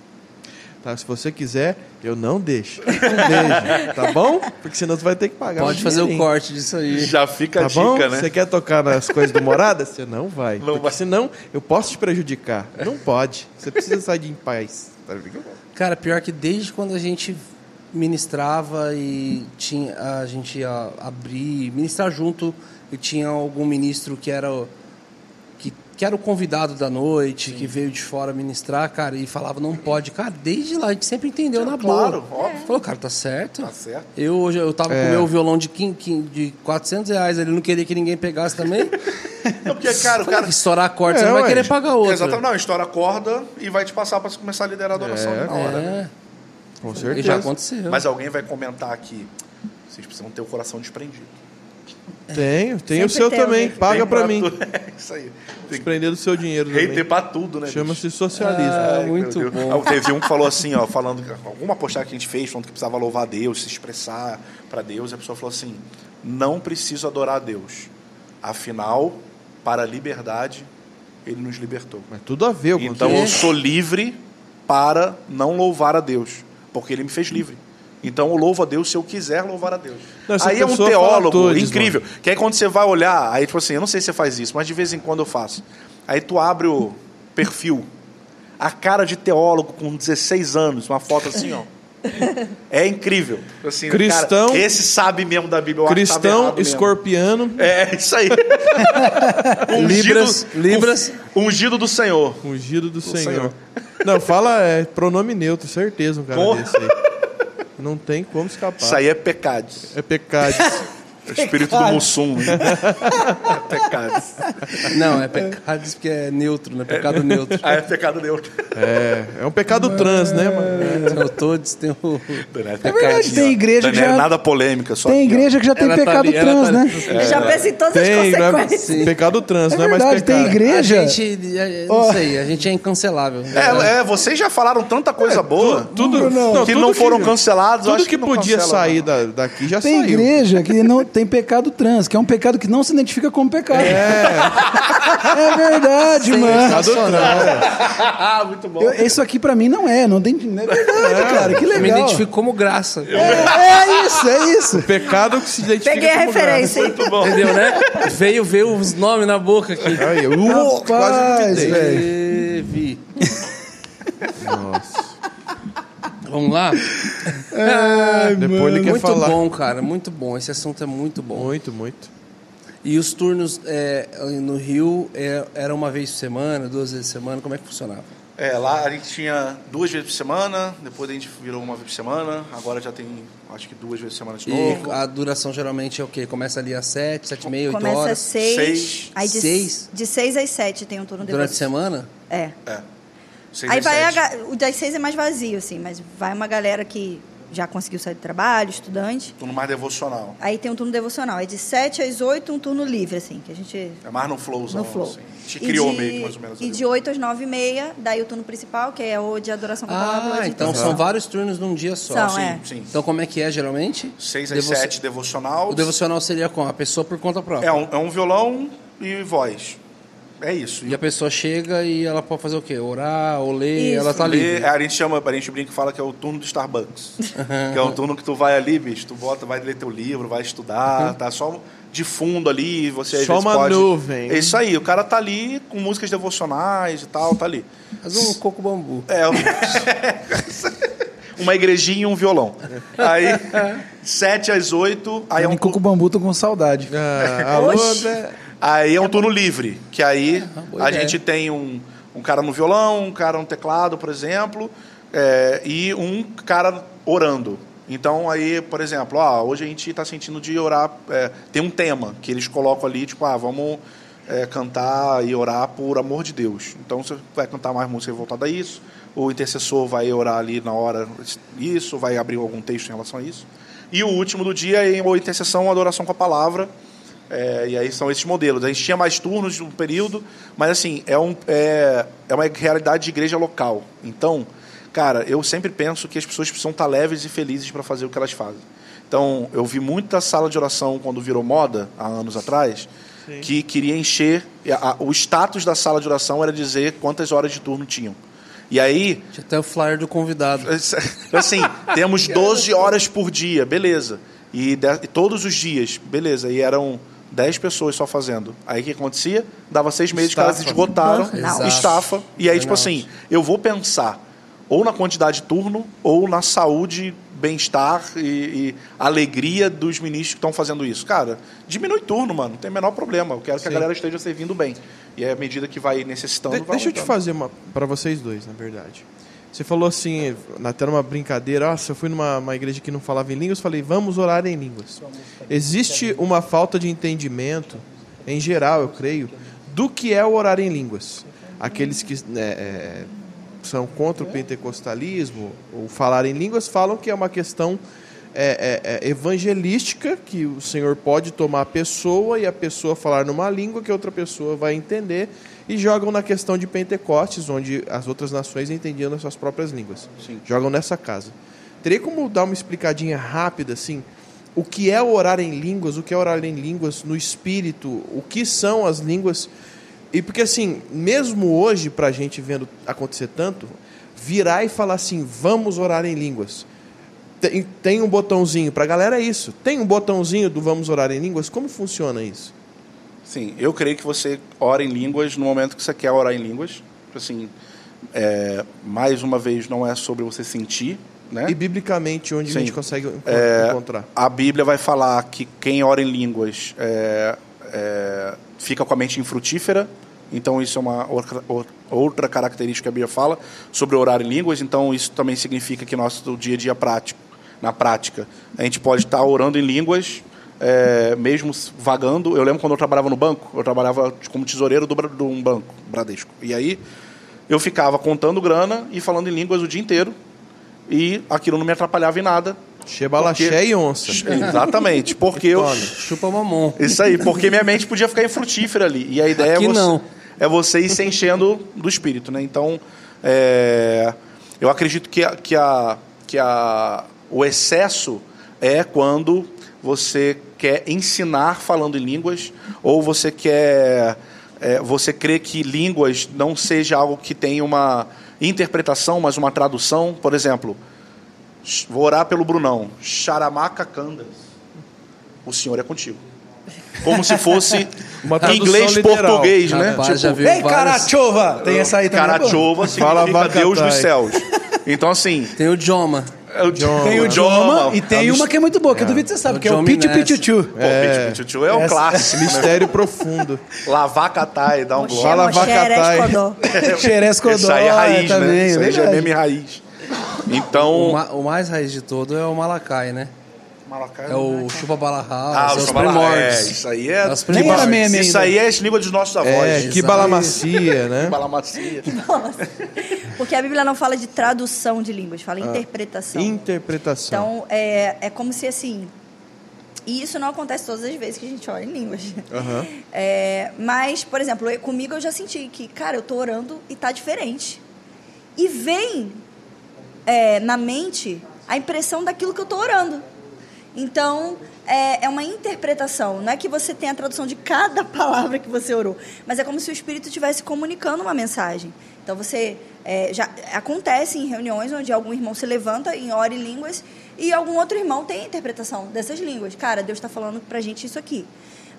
B: Tá, se você quiser, eu não deixo. Não deixo, tá bom? Porque senão você vai ter que pagar. um
A: Pode fazer o
B: dinheirinho.
A: corte disso aí.
C: Já fica
B: Tá
C: a dica,
B: bom?
C: né?
B: Você quer tocar nas coisas do morada? Você não vai.
C: Não
B: porque
C: vai.
B: senão eu posso te prejudicar. Não pode. Você precisa sair de em paz. Tá ligado?
A: Cara, pior que desde quando a gente ministrava e tinha a gente ia abrir, ministrar junto, e tinha algum ministro que era o- que, que era o convidado da noite, que veio de fora ministrar, cara, e falava não pode. Cara, desde lá a gente sempre entendeu na
C: claro,
A: boa.
C: óbvio.
A: Falou, cara, tá certo.
C: Tá certo.
A: Eu hoje eu tava com
B: É.
A: o meu violão de, quin- quin- de 400 reais, ele não queria que ninguém pegasse
C: [laughs]
A: também.
C: Não, porque, cara, o cara.
A: Se estourar a corda, você
B: É,
A: não vai
B: ué.
A: querer pagar outro.
C: Exatamente, não, estoura a corda e vai te passar pra você começar a liderar a adoração
B: É,
C: na hora. né?
A: É,
B: Com
A: e
B: certeza.
A: já aconteceu.
C: Mas alguém vai comentar aqui. Vocês precisam ter o coração desprendido.
B: Tenho, tenho o
E: Sempre
B: seu
E: tem
B: também.
E: alguém.
B: Paga
C: Tem
B: pra mim.
C: tu- [laughs] É isso aí. Tem que
B: Desprender do seu dinheiro
C: hater
B: também.
C: pra tudo, né? bicho?
B: Chama-se socialismo.
A: Ah,
C: Meu
A: muito
C: Deus.
A: bom.
C: Ah, Teve um que falou assim, ó, falando que alguma postagem que a gente fez, falando que precisava louvar Deus, se expressar pra Deus, e a pessoa falou assim: não preciso adorar a Deus. Afinal, para a liberdade, ele nos libertou.
B: Mas tudo a ver com
C: Então
B: tudo.
C: eu sou livre para não louvar a Deus, porque ele me fez livre. Então eu louvo a Deus se eu quiser louvar a Deus.
B: Não, essa
C: aí é um
B: pessoa fala
C: teólogo
B: todos,
C: incrível. Que aí quando você vai olhar, aí tipo assim, eu não sei se você faz isso, mas de vez em quando eu faço. Aí tu abre o perfil, a cara de teólogo com 16 anos, uma foto assim, ó. É incrível. Assim, cara,
B: Cristão-
C: esse sabe mesmo da Bíblia. eu acho que tava errado
B: Cristão,
C: mesmo.
B: escorpiano,
C: É,
B: [laughs]
C: isso aí.
A: Libras,
C: Ungido-
A: Libras.
C: Ungido do Senhor.
B: ungido do Senhor.
C: Senhor.
B: Não, fala é, pronome neutro, certeza um cara
C: Porra.
B: desse aí. Não tem como escapar.
C: Isso aí é pecado.
B: É pecado.
C: É o espírito do Mussum. né? é pecado.
A: Não, é pecado diz porque é neutro, né? Pecado neutro.
C: Ah, é pecado neutro.
B: é, é um pecado trans, né, mano?
A: Tem o todos, tem o. tá
C: É
F: verdade, tem igreja que
C: Daniel,
F: já-
C: é nada polêmica, só
F: Tem
C: aqui, ó.
F: igreja que já tem
A: Ela tá
F: pecado
A: ali, ela
F: trans,
A: tá
F: né?
A: ali.
E: Eu
B: É.
E: já penso em todas
B: Tem,
A: né?
E: as
B: não é,
E: consequências.
B: pecado trans,
F: É
B: não é mais
F: verdade,
B: pecado.
F: tem
A: A
F: igreja.
A: gente. é, Não sei, a gente é incancelável.
C: É, é, vocês já falaram tanta coisa boa
B: Tudo, não,
C: que
B: tudo
C: não foram cancelados. eu
B: Tudo
C: acho
B: que,
C: não
B: podia
C: cancela,
B: sair da- daqui já
F: Tem
B: saiu.
F: igreja que não tem pecado trans, que é um pecado que não se identifica como pecado. É, verdade, mano.
B: Pecado Tá trans.
C: Ah, muito bom.
F: Eu- isso aqui pra mim não é, não tem, não é verdade, cara. Que
A: Eu me
F: legal.
A: identifico como graça.
F: É, é isso, é isso.
B: Pecado que se identifica
E: Peguei a
B: como graça.
E: referência. hein?
C: Muito bom.
A: Entendeu, né? Veio ver os nomes na boca aqui.
B: Aí, uh, quase
F: Rapaz,
B: me dei.
F: velho.
A: Teve.
B: Nossa.
A: Vamos lá?
B: Depois ele quer
A: muito
B: falar.
A: bom, cara. Muito bom. Esse assunto é muito bom.
B: Muito, muito.
A: E os turnos é, no Rio é, era uma vez por semana, duas vezes por semana? Como é que funcionava?
C: É, lá a gente tinha duas vezes por semana, depois a gente virou uma vez por semana, agora já tem acho que duas vezes por semana de novo.
A: E a duração geralmente é o quê? Começa ali às sete, sete e meia, oito
E: Começa às
A: horas?
E: seis.
C: Seis.
E: Aí de,
A: Seis?
E: de seis às sete tem um turno
A: Durante a
E: depois.
A: semana?
E: É.
C: É. Seis
E: Aí
C: às
E: vai a,
C: sete.
E: ga- o das seis é mais vazio, assim, mas vai uma galera que já conseguiu sair do trabalho, estudante.
C: Tô tipo, no mais devocional.
E: Aí tem um turno devocional. É de 7 às 8, um turno livre, assim, que a gente.
C: É mais no flowzão.
E: No flow.
C: Assim. Te
E: E
C: criou
E: de-
C: meio que mais ou menos.
E: E
C: ali.
E: de 8 às 9 e meia, daí o turno principal, que é o de adoração com a palavra.
A: Ah,
E: de
A: então são
E: intercessão.
A: vários turnos num dia só.
E: São,
C: Sim,
E: é.
C: sim.
A: Então como é que é geralmente?
C: 6 às
A: Devoci-
C: 7, devocional.
A: O devocional seria com a pessoa por conta própria.
C: É um, é um violão e voz. É isso.
A: E a pessoa chega e ela pode fazer o quê? Orar, ou ler,
E: Isso.
A: ela tá
C: E
A: livre.
C: a gente chama, a gente brinca e fala que é o turno do Starbucks.
B: [laughs]
C: que é o turno que tu vai ali, bicho, tu bota, vai ler teu livro, vai estudar, tá só de fundo ali, você às
B: Uhum. Só
C: vezes
B: uma
C: pode...
B: nuvem.
C: É isso aí, o cara tá ali com músicas devocionais e tal, tá ali.
A: Faz um coco bambu.
C: É,
B: [laughs]
C: um- uma igrejinha e um violão.
B: [laughs]
C: Aí, sete às oito, aí é um,
F: Em Coco Bambu, tô com saudade.
B: Ah, alô,
E: Oxi.
B: André?
C: aí é um turno livre, que aí
A: É, boa
C: a
A: ideia.
C: gente tem um, um cara no violão, um cara no teclado, por exemplo, é, e um cara orando. Então aí, por exemplo, ó, hoje a gente está sentindo de orar, é, tem um tema que eles colocam ali, tipo, ah, vamos é, cantar e orar por amor de Deus. Então você vai cantar mais música voltada a isso, o intercessor vai orar ali na hora isso, vai abrir algum texto em relação a isso. E o último do dia é ou intercessão ou adoração com a palavra, é, e aí são esses modelos. A gente tinha mais turnos no período, mas assim, é, um, é, é uma realidade de igreja local. Então, cara, eu sempre penso que as pessoas precisam estar leves e felizes para fazer o que elas fazem. Então, eu vi muita sala de oração quando virou moda, há anos atrás, que queria encher. a- a- o status da sala de oração era dizer quantas horas de turno tinham. E aí,
A: Tinha até o flyer do convidado.
C: assim, temos 12 horas por dia, beleza. E, de- e todos os dias, beleza. E eram 10 pessoas só fazendo. Aí o que acontecia? Dava seis meses, os caras
B: Estafa.
C: esgotaram,
A: Burnout.
C: estafa. E aí, tipo
A: Burnout.
C: assim, eu vou pensar ou na quantidade de turno, ou na saúde, bem-estar e, e alegria dos ministros que estão fazendo isso. Cara, diminui turno, mano. Não tem o menor problema. Eu quero que a galera esteja servindo bem. E aí, à medida que vai necessitando,
B: De-
C: vai
B: deixa eu te
C: aumentando.
B: fazer uma para vocês dois, na verdade. Você falou assim, na- até numa brincadeira, nossa, eu fui numa uma igreja que não falava em línguas, falei, vamos orar em línguas. Existe uma falta de entendimento, em geral, eu creio, do que é o orar em línguas. Aqueles que né, é, são contra o pentecostalismo, ou falar em línguas, falam que é uma questão é, é, é, evangelística, que o Senhor pode tomar a pessoa e a pessoa falar numa língua que a outra pessoa vai entender, e jogam na questão de Pentecostes, onde as outras nações entendiam nas suas próprias línguas. Jogam nessa casa. Teria como dar uma explicadinha rápida, assim, o que é orar em línguas, o que é orar em línguas no espírito, o que são as línguas. E porque assim, mesmo hoje, pra gente vendo acontecer tanto, virar e falar assim, vamos orar em línguas. Tem, tem um botãozinho, pra galera é isso. Tem um botãozinho do vamos orar em línguas, como funciona isso?
C: Sim, eu creio que você ora em línguas no momento que você quer orar em línguas. Assim, é, mais uma vez, não é sobre você sentir, né?
B: E biblicamente, onde a
C: Sim. É.
B: gente consegue enco- encontrar?
C: A Bíblia vai falar que quem ora em línguas é, é, fica com a mente infrutífera. Então, isso é uma outra- outra característica que a Bíblia fala sobre orar em línguas. Então, isso também significa que nosso dia a dia prático, na prática, a gente pode estar orando em línguas, é, mesmo s- vagando. Eu lembro quando eu trabalhava no banco, eu trabalhava como tesoureiro do, Bra- de um banco, Bradesco. E aí, eu ficava contando grana e falando em línguas o dia inteiro. E aquilo não me atrapalhava em nada.
B: Xebalaxé
C: porque-
B: e onça.
C: [laughs] Exatamente, porque eu.
B: Tome.
A: Chupa mamon.
C: Isso aí, porque minha mente podia ficar infrutífera ali. E a ideia
A: Aqui
C: é, você,
A: não.
C: é você ir se enchendo do espírito, né? Então, é, eu acredito que, a- que, a, que a, o excesso é quando você quer ensinar falando em línguas ou você quer. é, você crê que línguas não seja algo que tem uma interpretação, mas uma tradução. Por exemplo, Vou orar pelo Brunão. Xaramaca Candas. O senhor é contigo. Como se fosse
B: Uma tradução
C: inglês
B: literal.
C: português, né?
A: Rapaz, já viu
F: Ei,
A: vários...
F: carachova! Tem essa aí também. pô.
C: Carachova
B: Fala,
C: significa
B: vaca,
C: Deus dos
B: tai.
C: céus. Então, assim,
A: Tem o Joma.
C: é o Joma. um
F: Tem o Joma e tem uma que é muito boa, que eu duvido que você sabe,
A: O
F: que é o
A: Joma
F: Pichu
A: Inés.
F: Pichu Chu.
C: Pô, é, é um clássico. Né?
B: Mistério
C: [laughs]
B: profundo.
C: Lavar catai, dá um
E: Moxé,
B: Fala,
C: glória.
E: moxé,
B: vacatai.
E: [laughs] erescodó.
F: Xerescodó
C: Isso aí é raiz,
F: também.
C: né? Isso aí já é
F: verdade.
C: meme raiz.
A: O,
C: Então.
A: ma- o mais raiz de todo é o Malacai, né?
C: Malacai
A: É o Chupa Balahal,
C: Ah,
A: é
C: o
A: os
C: Chubalá. É,
A: primórdios.
C: isso aí é.
A: É os
F: Nem era
A: primórdios.
F: meme
C: Isso é
F: ainda.
C: aí é as línguas dos nossos avós.
B: É, que
C: [laughs]
A: exato.
B: balamacia, né?
C: Balamacia.
E: Porque a Bíblia não fala de tradução de línguas, fala
A: Ah.
E: interpretação.
B: Interpretação.
E: Então, é, é como se assim. E isso não acontece todas as vezes que a gente ora em línguas.
B: Aham.
E: [laughs] É, mas, por exemplo, eu- comigo eu já senti que, cara, eu tô orando e tá diferente. E vem é, na mente a impressão daquilo que eu tô orando. Então, é, é uma interpretação. Não é que você tem a tradução de cada [laughs] palavra que você orou, mas é como se o Espírito estivesse comunicando uma mensagem. Então, você. é, já acontece em reuniões onde algum irmão se levanta e ora em línguas e algum outro irmão tem a interpretação dessas línguas. Cara, Deus está falando pra gente isso aqui.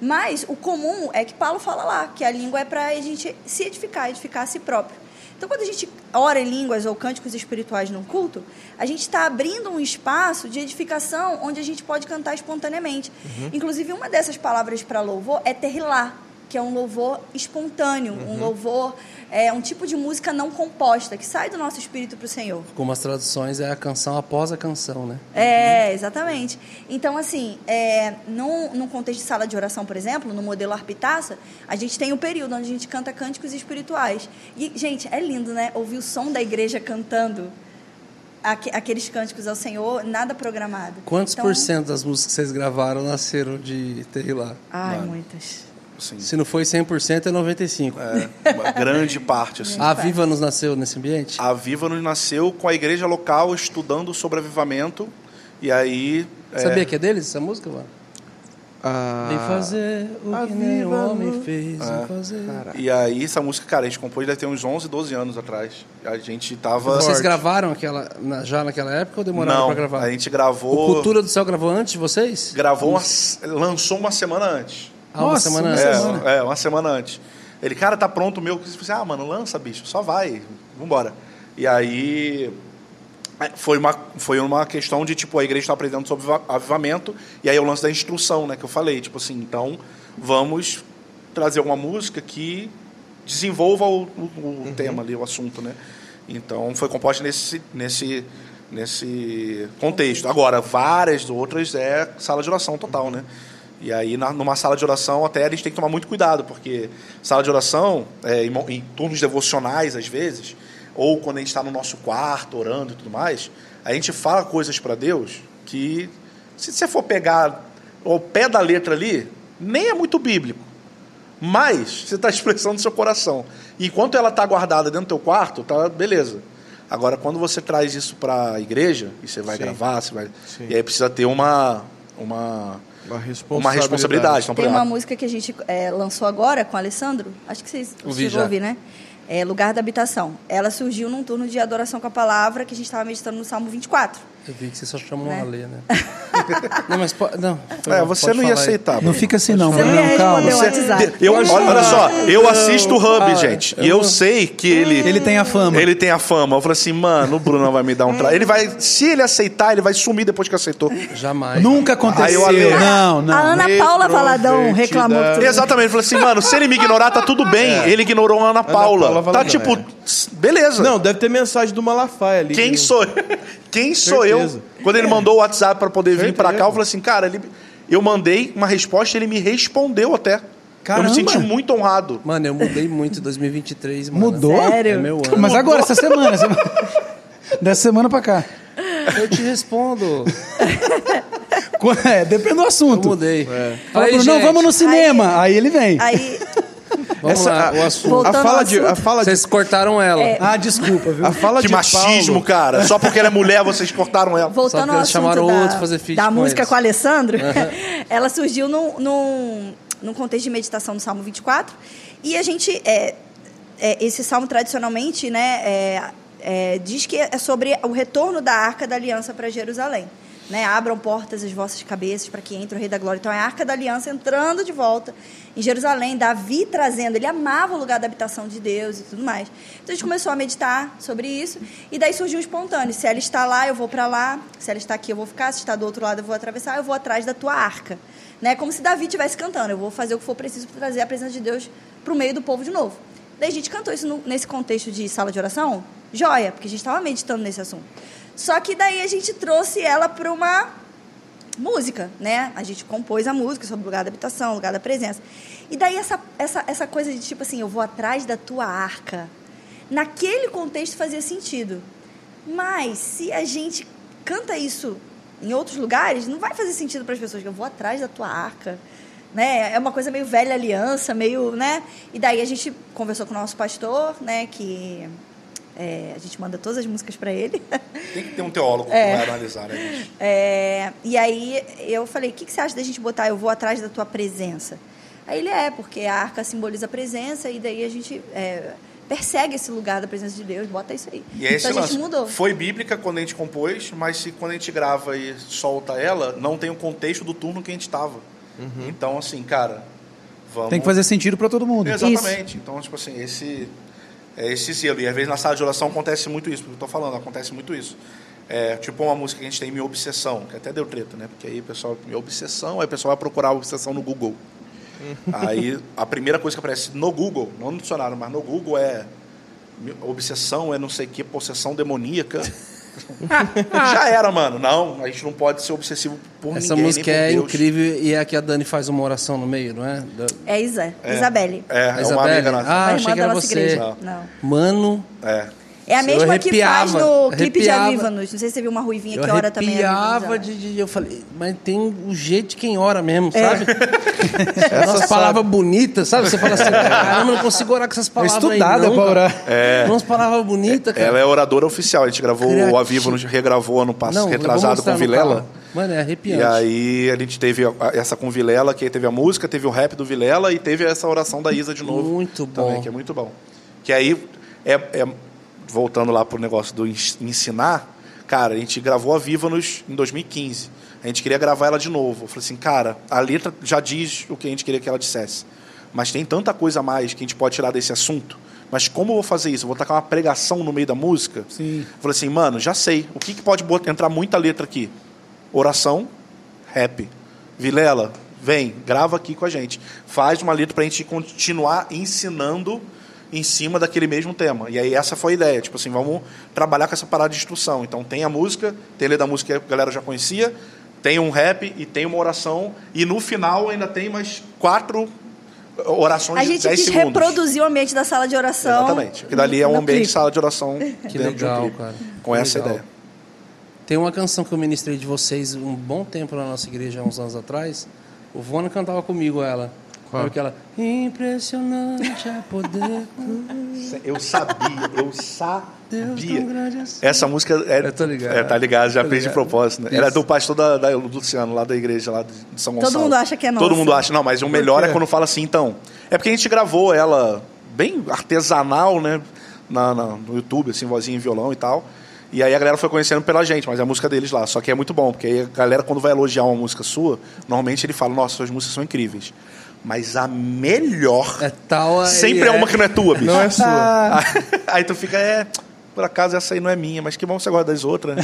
E: Mas o comum é que Paulo fala lá, que a língua é para a gente se edificar, edificar a si próprio. Então, quando a gente ora em línguas ou cânticos espirituais num culto, a gente está abrindo um espaço de edificação onde a gente pode cantar espontaneamente. Inclusive, uma dessas palavras para louvor é terrilá, que é um louvor espontâneo, um louvor, é um tipo de música não composta, que sai do nosso espírito para o Senhor.
A: Algumas traduções é a canção após a canção, né?
E: É, exatamente. Então, assim, é, num, num contexto de sala de oração, por exemplo, no modelo Arpitaça, a gente tem um período onde a gente canta cânticos espirituais. E, gente, é lindo, né? Ouvir o som da igreja cantando aque- aqueles cânticos ao Senhor, nada programado.
A: Quantos
E: Então-
A: por cento das músicas que vocês gravaram nasceram de Terrilá?
E: Ai, muitas.
C: Assim,
A: Se não foi 100%, é 95%.
C: é, uma grande parte, assim.
A: A Viva nos nasceu nesse ambiente?
C: A Viva nos nasceu com a igreja local estudando sobre avivamento. E aí. é,
A: Sabia que é deles essa música, mano?
B: Ah,
A: Vem fazer o
B: a
A: que nem o
B: Viva
A: homem
B: nos-
A: fez.
C: Ah,
A: vem fazer.
C: E aí, essa música, cara, a gente compôs deve ter uns 11, 12 anos atrás. A gente tava.
A: Vocês gravaram aquela, na- já naquela época ou demoraram
C: Não,
A: pra gravar?
C: a gente
A: O
C: gravou.
A: Cultura do Céu gravou antes de vocês?
C: Gravou uma, lançou uma semana antes.
A: Há uma
F: Nossa,
A: semana
F: uma
A: antes.
C: é, uma- é, uma semana antes. Ele, cara, tá pronto o meu. Eu falei, ah, mano, lança, bicho, só vai, vambora. E aí. É, Foi uma, foi uma questão de, tipo, a igreja está aprendendo sobre va- avivamento, e aí é o lance da instrução, né, que eu falei. Tipo assim, então, vamos trazer uma música que desenvolva o, o- o tema ali, o assunto, né? Então, foi composta nesse, nesse, nesse contexto. Agora, várias outras é sala de oração total, né? E aí, na- numa sala de oração, até a gente tem que tomar muito cuidado, porque sala de oração, é, em, mo- em turnos devocionais, às vezes, ou quando a gente está no nosso quarto orando e tudo mais, a gente fala coisas para Deus que, se você for pegar o pé da letra ali, nem é muito bíblico. Mas [laughs] você está expressando seu coração. E Enquanto ela está guardada dentro do teu quarto, tá beleza. Agora, quando você traz isso para a igreja, e você vai gravar, você vai...
B: Sim.
C: E aí precisa ter uma... Uma,
B: Uma responsabilidade.
C: uma responsabilidade. Então, por
E: Tem uma
C: exemplo,
E: música que a gente é, lançou agora com o Alessandro, acho que vocês
A: Ouvi
E: vocês
A: já.
E: vão ouvir, né? É, Lugar da Habitação. Ela surgiu num turno de adoração com a palavra que a gente estava meditando no Salmo 24.
C: É.
A: Eu vi que você só chamou
E: Né?
A: um Alê,
E: [laughs]
A: né? não, mas po... não.
C: é, você
A: pode
C: não ia
A: falar aí.
C: aceitar.
F: Não fica assim, não,
E: Você não ia
F: Bruno, calma.
E: responder o
C: Você-
E: WhatsApp.
C: eu, olha, olha só, eu assisto o Hub,
A: Ah,
C: gente.
A: eu
C: e eu
A: não-
C: sei que ele.
F: Ele tem a fama.
C: Ele tem a fama. Eu falei assim, mano, o Bruno não vai me dar um trabalho. Ele vai. Se ele aceitar, ele vai sumir depois que aceitou.
A: Jamais.
F: Nunca aconteceu.
C: Aí eu-
F: não, não.
E: a Ana Paula Valadão reclamou que todo
C: Exatamente. Eu falei assim, mano, se ele me ignorar, tá tudo bem. Ele ignorou a Ana
B: Paula
C: Paula. tá
B: Valadão,
C: tipo,
B: é.
C: tss, beleza.
B: Não, deve ter mensagem do Malafaia ali.
C: Quem
B: que-
C: sou [laughs] Quem sou eu?
B: Certeza.
C: Quando ele mandou o WhatsApp pra poder vir
B: Certeza.
C: pra cá, eu falei assim, cara, ele- eu mandei uma resposta, ele me respondeu até. Eu
F: Caramba.
C: me senti muito honrado.
A: Mano, eu mudei muito em 2023, mano.
F: Mudou?
A: É meu ano.
F: Mas agora, essa semana. [laughs] essa- Dessa semana pra cá.
E: é?
A: Eu te respondo.
F: É, depende do
A: Eu
F: assunto.
A: mudei.
F: É. Fala, Bruno, não,
A: gente,
F: vamos no cinema. Aí, ele vem.
E: Aí,
A: Vamos
B: Essa-
A: lá,
B: a-
A: o assunto.
E: Voltando
B: Ah, A
E: ao
B: fala de, a
E: assunto.
B: fala de,
A: Vocês cortaram ela.
E: É,
F: Ah, desculpa, viu?
B: [laughs] a fala
C: Que
B: de
C: machismo,
B: Paulo,
C: cara. Só porque ela é mulher, vocês cortaram ela.
A: Só que
E: voltando ao
A: eles
E: assunto
A: chamaram outro
E: da,
A: fazer feat
E: da
A: com
E: música
A: eles.
E: com o Alessandro, [laughs] ela surgiu num, num, num contexto de meditação no Salmo 24. E a gente... é, é, esse salmo, tradicionalmente, né, é, é, diz que é sobre o retorno da Arca da Aliança para Jerusalém. Né? Abram portas as vossas cabeças para que entre o Rei da Glória. Então, é a Arca da Aliança entrando de volta em Jerusalém. Davi trazendo. Ele amava o lugar da habitação de Deus e tudo mais. Então, a gente começou a meditar sobre isso. E daí surgiu um espontâneo. Se ela está lá, eu vou para lá. Se ela está aqui, eu vou ficar. Se está do outro lado, eu vou atravessar. Eu vou atrás da tua arca. Né? Como se Davi estivesse cantando. Eu vou fazer o que for preciso para trazer a presença de Deus para o meio do povo de novo. Daí a gente cantou isso no- nesse contexto de sala de oração, joia, porque a gente estava meditando nesse assunto. Só que daí a gente trouxe ela para uma música, né? A gente compôs a música sobre o lugar da habitação, lugar da presença. E daí essa, essa, essa coisa de tipo assim, eu vou atrás da tua arca. naquele contexto fazia sentido. Mas se a gente canta isso em outros lugares, não vai fazer sentido para as pessoas que eu vou atrás da tua arca. Né? É uma coisa meio velha aliança, meio, né? E daí a gente conversou com o nosso pastor, né, que é, a gente manda todas as músicas para ele. [laughs]
C: Tem que ter um teólogo
E: É.
C: que vai analisar, né, gente?
E: É, e aí eu falei, o que, que você acha da gente botar eu vou atrás da tua presença? Aí ele é, porque a arca simboliza a presença e daí a gente é, persegue esse lugar da presença de Deus, bota isso aí.
C: E é esse
E: então a gente
C: lance.
E: mudou.
C: Foi bíblica quando a gente compôs, mas se quando a gente grava e solta ela, não tem o contexto do turno que a gente estava. Então, assim, cara, vamos.
F: Uhum. Tem que fazer sentido pra todo mundo.
C: Exatamente. Então, tipo assim, esse é esse selo. E às vezes na sala de oração acontece muito isso, porque eu tô falando, acontece muito isso. É, tipo uma música que a gente tem, Minha Obsessão, que até deu treta, né? Porque aí o pessoal, Minha Obsessão, aí o pessoal vai procurar a obsessão no Google.
A: Hum.
C: aí a primeira coisa que aparece no Google, não no dicionário, mas no Google é mi- obsessão, é não sei o que, possessão demoníaca. [laughs] Já era, mano. Não, a gente não pode ser obsessivo por
A: Essa
C: ninguém,
A: música
C: nem por
A: é
C: Deus.
A: incrível e é a que a Dani faz uma oração no meio, não é? Da-
E: É Isa, Isabelle.
C: É,
A: A
C: é uma amiga
A: Isabelle?
C: nossa.
A: Ah,
E: a
A: achei
E: irmã
A: que
E: da
A: era
E: nossa
A: você.
E: igreja. Não.
A: Mano,
C: É.
E: É a
A: Eu
E: mesma que faz no
A: arrepiava,
E: clipe de
A: arrepiava.
E: Avívanos. Não sei se você viu uma ruivinha
A: eu
E: que ora também. é
A: arrepiava
E: Avívanos,
A: de, de... Eu falei, mas tem o jeito de quem ora mesmo,
E: É. [laughs]
A: sabe? Essas palavras bonitas, sabe? Você fala assim, caramba, eu não consigo orar com essas palavras
F: estudada
A: aí não,
F: pra
A: cara."
F: orar.
A: É. Umas palavras bonitas, cara.
C: Ela é oradora oficial. A gente gravou
A: Criativo.
C: o Avivo, nos regravou ano passado,
A: eu vou
C: retrasado
A: mostrar
C: com
A: no
C: Vilela.
A: carro. Mano, é
C: E
A: arrepiante.
C: aí a gente teve a- essa com Vilela, que aí teve a música, teve o rap do Vilela e teve essa oração da Isa de novo.
A: Muito
C: Também,
A: bom.
C: que é muito bom. Que aí, é, é- voltando lá pro negócio do ens- ensinar, cara, a gente gravou a Vívanos em 2015. A gente queria gravar ela de novo. Eu falei assim, cara, a letra já diz o que a gente queria que ela dissesse. Mas tem tanta coisa a mais que a gente pode tirar desse assunto. Mas como eu vou fazer isso? Eu vou tacar uma pregação no meio da música? Sim. Eu falei assim, mano, já sei. O que, que pode bot- entrar muita letra aqui? Oração, rap. Vilela, vem, grava aqui com a gente. Faz uma letra pra gente continuar ensinando em cima daquele mesmo tema. E aí essa foi a ideia, tipo assim, vamos trabalhar com essa parada de instrução. Então tem a música, tem a letra da música que a galera já conhecia, tem um rap e tem uma oração e no final ainda tem mais quatro orações
E: A
C: de
E: gente
C: 10
E: quis
C: segundos.
E: reproduzir o ambiente da sala de oração.
C: Exatamente. Porque dali é um
E: no
C: ambiente de
E: clipe.
C: sala de oração dentro
A: legal,
C: de um clipe,
A: cara.
C: Com
A: Que
C: essa
A: legal.
C: ideia.
A: Tem uma canção que eu ministrei de vocês um bom tempo na nossa igreja, há uns anos atrás. O Vona cantava comigo ela. Qual? Aquela, impressionante é poder do
C: Eu sabia, eu
A: Deus
C: sabia.
A: tão grande assim.
C: Essa música é,
A: Eu tô ligado.
C: é, tá ligado, já
A: Tô
C: fez de
A: ligado.
C: propósito, né?
A: Fiz.
C: Ela é do pastor da, da- do Luciano, lá da igreja, lá de São
E: Todo
C: Gonçalo.
E: mundo acha que é nossa.
C: Todo mundo acha, não, mas o melhor é quando fala assim, então. É porque a gente gravou ela bem artesanal, né? Na, na- no YouTube, assim, vozinha em violão e tal. E aí a galera foi conhecendo pela gente, mas é a música deles lá. Só que é muito bom, porque aí a galera, quando vai elogiar uma música sua, normalmente ele fala, nossa, suas músicas são incríveis. Mas a melhor
A: É tal. aí
C: sempre é uma que não é tua, bicho.
B: Não é sua.
F: Ah,
C: [laughs] Aí tu fica, é, por acaso essa aí não é minha, mas que bom você gosta
A: [laughs]
C: das outras, né?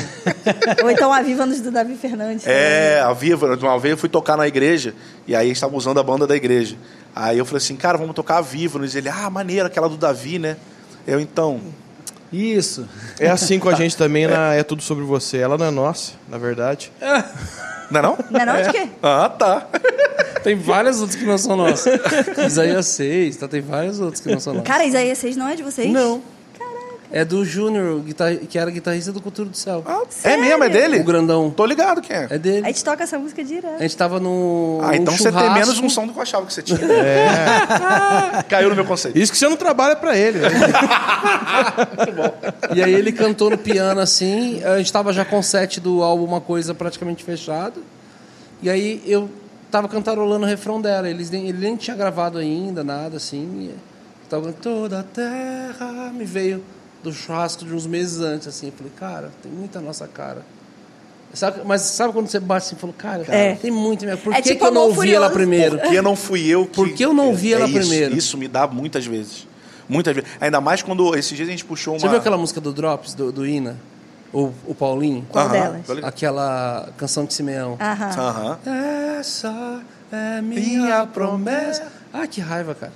E: Ou então Avívanos do Davi Fernandes.
C: É, a Viva, uma vez eu fui tocar na igreja, e aí estava usando a banda da igreja. Aí eu falei assim, cara, vamos tocar a Viva. Ele, ah, maneira, aquela do Davi, né? Eu, então,
F: Isso.
B: É assim com a gente também na É Tudo Sobre Você. Ela não é nossa, na verdade.
C: não é não?
E: Não é não? De quê?
C: [laughs] Ah, tá.
A: Tem várias outras que não são nossas.
C: [laughs]
A: Isaías 6, tá? Tem várias outras que não são nossas.
E: Cara, Isaías 6 não é de vocês?
A: Não. É do Júnior, o guitar- que era guitarrista do Cultura do Céu.
C: É mesmo, é
A: O
C: dele?
A: grandão.
C: Tô ligado quem é.
A: É
E: A
A: dele.
E: gente toca essa música direto.
A: A gente tava no.
C: Ah, então você tem menos
A: um.
C: unção do que eu achava que você tinha.
A: É.
C: [laughs] Caiu no meu conceito.
B: Isso que você não trabalha pra ele. né?
A: E aí ele cantou no piano assim, a gente tava já com o set do álbum Uma Coisa praticamente fechado. E aí eu tava cantarolando o refrão dela, eles nem, ele nem tinha gravado ainda, nada assim. E tava cantando, toda a terra me veio do churrasco de uns meses antes, assim. Eu falei, cara, tem muita nossa cara. Sabe- mas sabe quando você bate assim e falou, cara,
E: É.
A: tem muito mesmo. Por
E: É
A: que,
E: tipo
A: que eu não
E: Amor
A: ouvi ela
E: Furioso.
A: primeiro?
E: [laughs]
C: Porque não fui eu que. É
A: Por que eu não vi ela
C: isso,
A: primeiro?
C: Isso me dá muitas vezes. Muitas vezes. Ainda mais quando esses dias a gente puxou uma.
A: Você viu aquela música do Drops, do, do Ina? O, o Paulinho?
E: Qual
C: Aham.
E: delas?
C: Tô ligado.
A: Aquela canção de Simeão.
E: Aham.
C: Aham.
A: Essa é
C: Minha
A: minha promessa. Ah, que raiva, cara.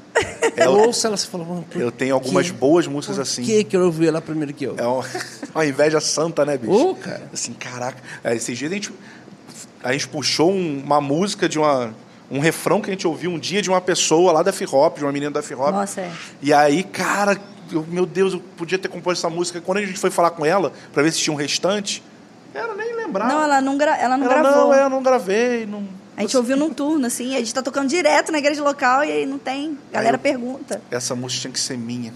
C: É,
A: Eu
C: eu-
A: ouço ela, você fala, mano, por
C: Eu tenho algumas
A: que-
C: boas músicas
A: por
C: assim.
A: que que eu ouvi ela primeiro que eu?
C: É uma, [laughs] uma inveja santa, né, bicho?
A: Ô, cara.
C: Assim, caraca. É, Esses dias a gente, a gente puxou um- uma música de uma. Um refrão que a gente ouviu um dia de uma pessoa lá da F-Hop, de uma menina da F-Hop.
E: Nossa, é.
C: E aí, cara, eu- meu Deus, eu podia ter composto essa música. Quando a gente foi falar com ela, pra ver se tinha um restante, ela nem lembrava.
E: Não, ela não, gra- ela não
C: Tá. Ela,
E: gravou.
C: não, é, eu não gravei. Não...
E: A gente ouviu num turno, assim, a gente tá tocando direto na igreja local e aí não tem. A galera pergunta.
C: Essa música tinha que ser minha.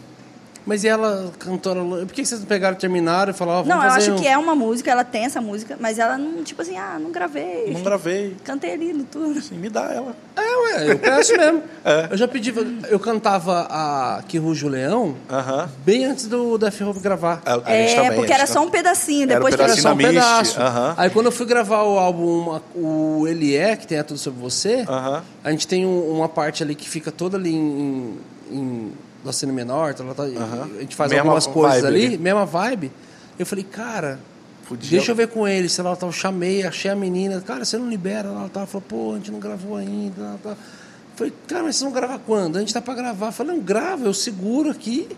A: Mas e ela, cantora... Lu- Por que vocês não pegaram, terminaram e falaram... ó, vamos
E: Não, eu
A: fazer
E: acho
A: um...
E: que é uma música, ela tem essa música, mas ela não, tipo assim, ah, não gravei.
C: Não gravei.
E: Cantei ali no turno.
C: Assim, me dá ela.
A: É, ué, eu peço
C: [laughs]
A: mesmo.
C: É.
A: Eu já pedi... Eu cantava a Que Ruge o Leão
C: Aham.
A: bem antes do da Ferrovo gravar.
C: A- a gente
E: É,
C: também, a
E: porque
C: gente
E: era
C: tá-
E: só um pedacinho,
C: Era um
E: depois
A: Era
C: pedacinho
A: só um
C: Dinamite,
A: pedaço.
C: aham.
A: Aí quando eu fui gravar o álbum, uma- o Ele É, que tem a Tudo Sobre Você,
C: Aham.
A: a gente tem um- uma parte ali que fica toda ali em... em do aceno menor, tá, lá, tá, a gente faz
C: Mesma
A: algumas coisas
C: vibe
A: ali,
C: ali.
A: mesma vibe. Eu falei, cara,
C: Podia-
A: deixa eu ver com ele, sei lá, tá, eu chamei, achei a menina, cara, você não libera, ela tava, falou, pô, a gente não gravou ainda, ela tá. Falei, cara, mas vocês vão gravar quando? A gente tá pra gravar. Eu Falei, não, grava, eu seguro aqui.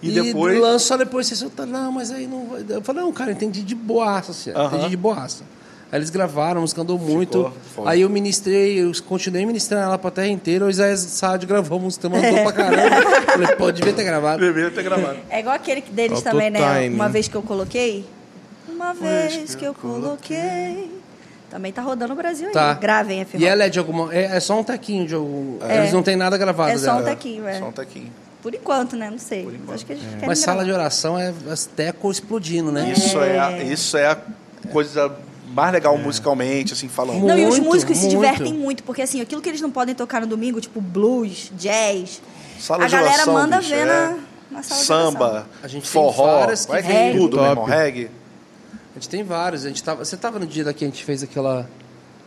C: E depois-
A: lanço só depois. Vocês falaram, não, mas aí não vai. dar." Eu falei, não, cara, entendi de boaça, assim, entendi de boaça. Aí eles gravaram, a música andou muito.
C: foda.
A: Aí eu ministrei, eu continuei ministrando ela pra terra inteira. O Isaías Sádio gravou a música, mandou pra
E: [laughs]
A: caramba. Falei, pô, devia ter gravado.
C: Deveria ter gravado.
E: É igual aquele que- deles
B: Faltou
E: também, né?
B: time,
E: Uma
B: né?
E: vez que eu coloquei. Uma vez que eu coloquei. Também tá rodando o Brasil
A: Tá.
E: aí. Gravem a
A: E
E: Ferroviária.
A: ela é de alguma. É, é só um tequinho de algum. Eles não tem nada gravado
E: É só um
A: dela.
E: tequinho, é.
C: Só um tequinho.
E: Por enquanto, né? Não sei. Acho que eles
C: É.
E: querem
A: Mas sala de
E: gravar.
A: oração é as teco explodindo, né?
C: Isso é, a, isso é a coisa mais legal musicalmente, assim, falando.
A: é Muito,
E: Não, e os músicos se
A: muito.
E: divertem muito, porque assim, aquilo que eles não podem tocar no domingo, tipo blues, jazz,
C: Sala
E: a
C: de
E: galera
C: oração,
E: manda
C: bicho,
E: ver
C: é.
E: na, na sala de oração.
C: Samba,
A: A gente tem
C: forró,
A: várias que
C: vai
A: vem.
C: ter tudo, meu
B: Top.
C: irmão. Reggae.
A: A gente tem vários. A gente tava, você tava no dia daqui, a gente fez aquela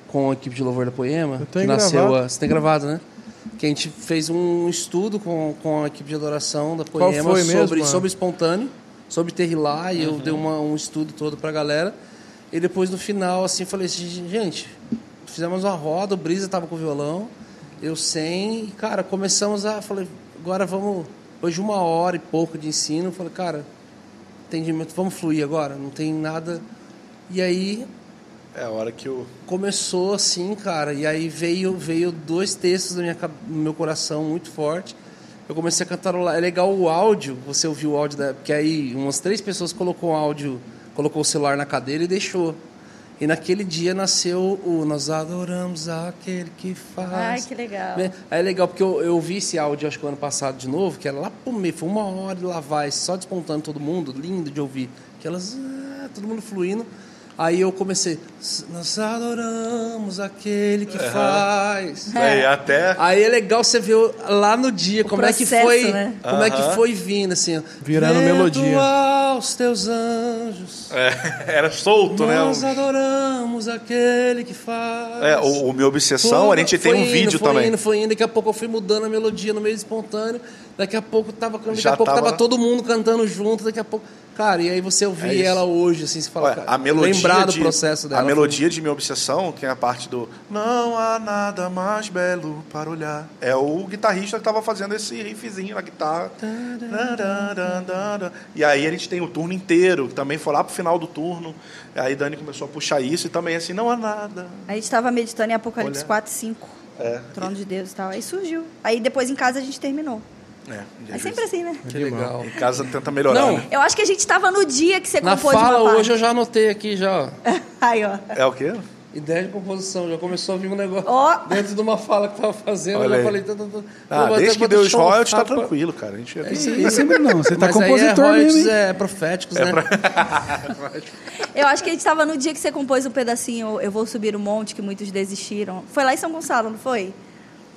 A: com a equipe de louvor da Poema.
B: Eu tenho
A: que nasceu
B: gravado.
A: a- você tem gravado, né? Que a gente fez um estudo com, com a equipe de adoração da
B: Qual
A: Poema
B: foi mesmo,
A: sobre,
B: mano? Uhum.
A: sobre espontâneo, sobre ter lá, e eu dei uma- um estudo todo pra galera. E depois no final, assim, falei assim, gente, fizemos uma roda, o Brisa tava com o violão, eu sem, e cara, começamos a. Falei, agora vamos. Hoje uma hora e pouco de ensino, falei, cara, entendimento, vamos fluir agora, não tem nada. E aí
C: É a hora que o...
A: começou assim, cara, e aí veio veio dois textos da minha ca- no meu coração muito forte. Eu comecei a cantarolar. É legal o áudio, você ouviu o áudio da, porque aí umas três pessoas colocou o áudio, colocou o celular na cadeira e deixou. E naquele dia nasceu o Nós adoramos aquele que faz.
E: Ai, que legal.
A: Né? Aí é legal, porque eu, eu ouvi esse áudio, acho que o ano passado de novo, que era lá pro meio, foi uma hora de lavar, só despontando todo mundo, lindo de ouvir. Aquelas. ah, todo mundo fluindo. Aí eu comecei. "S- Nós adoramos aquele que faz.
C: É, até...
A: Aí é legal você ver o- lá no dia como é que
E: processo,
A: foi,
E: né?
A: como é que foi vindo assim, ó.
B: Virando
A: Vendo
B: melodia.
A: aos teus anjos.
C: É, era solto, né?
A: Nós adoramos aquele que faz.
C: É, o, o Minha Obsessão,
A: Foi,
C: a gente
A: foi
C: tem um
A: indo,
C: vídeo
A: foi
C: também.
A: Indo, foi indo, daqui a pouco eu fui mudando a melodia no meio espontâneo. Daqui a pouco tava, daqui
C: Já
A: a pouco tava
C: tava- É
A: todo mundo cantando junto, daqui a pouco. Cara, e aí você ouvir
C: isso.
A: ela hoje, assim, você fala,
C: Olha,
A: cara,
C: a melodia
A: lembrar
C: de-
A: do processo dela.
C: A melodia de Minha Obsessão, que é a parte do Não há nada mais belo para olhar. É o guitarrista que tava fazendo esse riffzinho na guitarra. E aí a gente tem o turno inteiro, que também foi lá pro final do turno. Aí Dani começou a puxar isso e também assim, não há nada.
E: A gente tava meditando em Apocalipse
C: Olha.
E: 4, 5.
C: É.
E: Trono de Deus e tal. Aí surgiu. Aí depois em casa a gente terminou.
C: É,
E: É sempre assim, né?
A: Que legal.
C: Em casa tenta melhorar.
A: Não.
C: né?
E: Eu acho que a gente tava no dia que você
A: Na
E: É compôs
A: fala
E: uma
A: hoje eu já anotei aqui, já, ó.
E: parte. Aí, ó.
C: É o quê?
A: Ideia de composição, já começou a vir um negócio
E: Ó.
A: dentro de uma fala que tava fazendo.
C: Olha
A: eu já
C: aí.
A: falei. tá, tá, tá.
C: Ah,
A: Pô, mas
C: desde que
A: bota
C: deu os
A: show,
C: royalties, tá
A: pra-
C: tranquilo, cara. A gente é,
A: isso aí.
F: Não sempre não, você tá
A: um Mas aí
F: compositor
A: é royalties,
F: mesmo, hein?
A: É, proféticos, né?
E: Eu acho que a gente tava no dia que você compôs o pedacinho Eu Vou Subir o Monte, que muitos desistiram. Foi lá em São Gonçalo, não foi?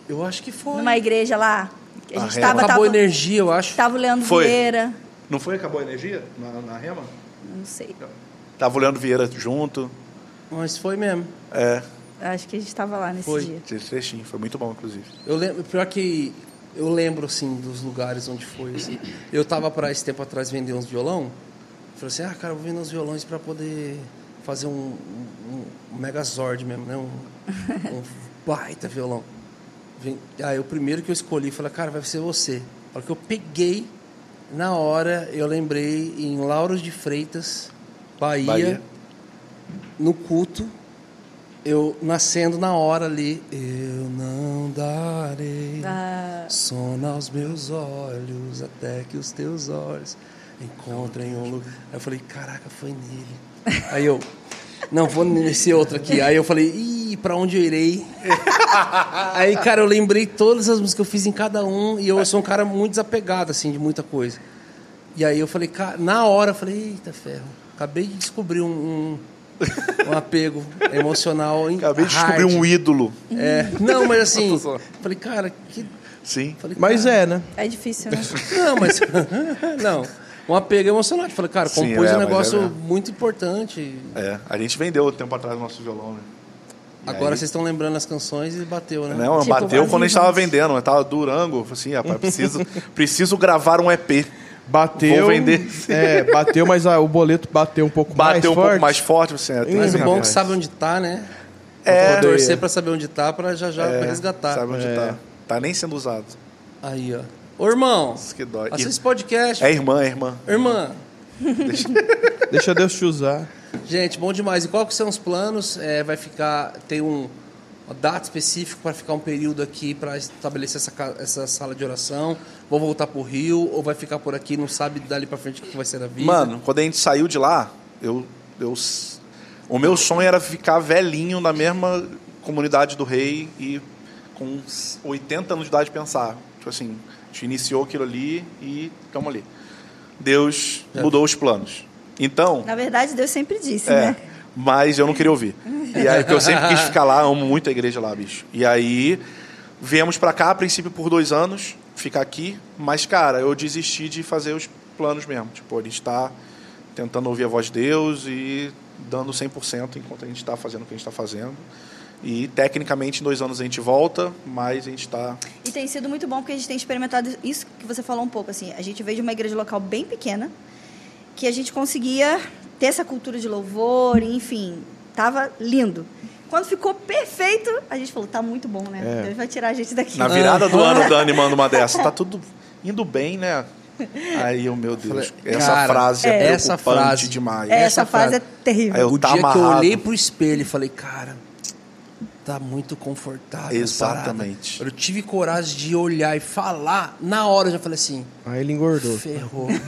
A: Eu acho que foi.
E: Numa igreja lá. A gente
C: é.
A: Acabou
E: tava, tava, Tá.
A: a energia, eu acho.
E: tava o Leandro
C: Foi.
E: Vieira.
C: Não foi? Acabou a energia na, na rema?
E: Não sei.
C: Tava olhando Vieira junto.
A: Mas foi mesmo.
C: É,
E: Acho que a gente tava lá nesse
A: Foi.
E: dia.
C: esse trechinho foi muito bom, inclusive.
A: Eu lembro, pior que eu lembro assim dos lugares onde foi. assim. Eu tava para esse tempo atrás vender uns violão. Falei assim, ah, cara, eu vou vender uns violões para poder fazer um, um, um megazord mesmo, né? Um, um baita violão. Vem- Aí o primeiro que eu escolhi, falei, cara, vai ser você. A hora que eu peguei, na hora eu lembrei em Lauros de Freitas, Bahia.
C: Bahia.
A: no culto. Eu nascendo na hora ali, eu não darei sono aos meus olhos até que os teus olhos encontrem um lugar. Aí eu falei, caraca, foi nele. Aí eu, não, vou nesse outro aqui. Aí eu falei, ih, pra onde eu irei? Aí, cara, eu lembrei todas as músicas que eu fiz em cada um e eu sou um cara muito desapegado, assim, de muita coisa. E aí eu falei, cara, na hora eu falei, eita ferro, acabei de descobrir um, um, um apego emocional. em-
C: Acabei de descobrir
A: hard.
C: um ídolo.
A: É, não, mas assim,
C: zoando.
A: falei, cara, que.
C: Sim.
A: Falei,
B: Mas
A: cara,
B: é, né?
E: É difícil, né?
A: Não, mas. [laughs] não. Um apego emocionante. Falei, cara,
C: Sim,
A: compôs
C: é,
A: um
C: mas é
A: negócio
C: mesmo.
A: muito importante.
C: É, a gente vendeu um tempo atrás o nosso violão, né?
A: Agora
C: aí?
A: vocês estão lembrando as canções e bateu,
B: É.
A: né?
C: Não,
E: Tipo,
C: bateu quando a gente
E: vazio,
C: tava
E: vazio.
C: vendendo, né? tava Durango, falei assim, rapaz,
B: [laughs]
C: preciso, preciso gravar um EP.
B: Bateu.
C: Vou vender.
B: É, bateu, mas ah, o boleto bateu um pouco mais
C: Bateu um
B: forte.
C: pouco mais forte, assim, é, tem
A: Mas
C: que
A: o bom é que
C: rapaz.
A: sabe onde tá, né?
C: É.
A: Vou torcer pra saber onde tá, pra já já
C: É,
A: resgatar.
C: Sabe onde
B: É.
C: tá. Tá nem sendo usado.
A: Aí, ó. Ô, irmão,
C: Isso que dói.
A: assiste esse podcast.
C: É irmã, é irmã.
A: Irmã,
B: Deixa Deus te usar.
A: gente, bom demais. E qual que são os planos? É, vai ficar... Tem um uma data específica para ficar um período aqui para estabelecer essa, ca- essa sala de oração? Vou voltar pro Rio ou vai ficar por aqui? Não sabe dali para frente o que vai ser da vida?
C: Mano, quando a gente saiu de lá, eu, eu, o meu sonho era ficar velhinho na mesma comunidade do rei e com uns 80 anos de idade pensar. Tipo assim, a gente iniciou aquilo ali e estamos ali. Deus mudou os planos. Então,
E: Na verdade, Deus sempre disse,
C: é,
E: né?
C: mas eu não queria ouvir. E aí, porque eu sempre quis ficar lá, amo muito a igreja lá, bicho. E aí, viemos pra cá, a princípio, por dois anos, ficar aqui. Mas, cara, eu desisti de fazer os planos mesmo. Tipo, a gente tá tentando ouvir a voz de Deus e dando 100% enquanto a gente tá fazendo o que a gente tá fazendo. E, tecnicamente, em dois anos a gente volta, mas a gente tá...
E: E tem sido muito bom porque a gente tem experimentado isso que você falou um pouco, assim. A gente veio de uma igreja local bem pequena, que a gente conseguia ter essa cultura de louvor, enfim, tava lindo. Quando ficou perfeito, a gente falou, tá muito bom, né? Deus vai tirar a gente daqui.
A: Ah.
C: Na virada
A: [laughs]
C: do ano, o Dani manda uma dessa. Tá tudo indo bem, né? Aí, eu, meu Deus,
A: Falei,
C: essa
A: cara,
C: frase é, preocupante
A: essa frase-
C: demais.
E: É,
A: essa
E: essa fase
A: frase-
E: é terrível.
C: Aí eu
A: o
C: tá
A: dia que eu
C: amarrado.
A: olhei pro espelho e falei, cara, tá muito confortável. essa parada.
C: Exatamente.
A: Eu tive coragem de olhar e falar. Na hora eu já falei assim,
B: Aí ele engordou.
A: ferrou. [laughs]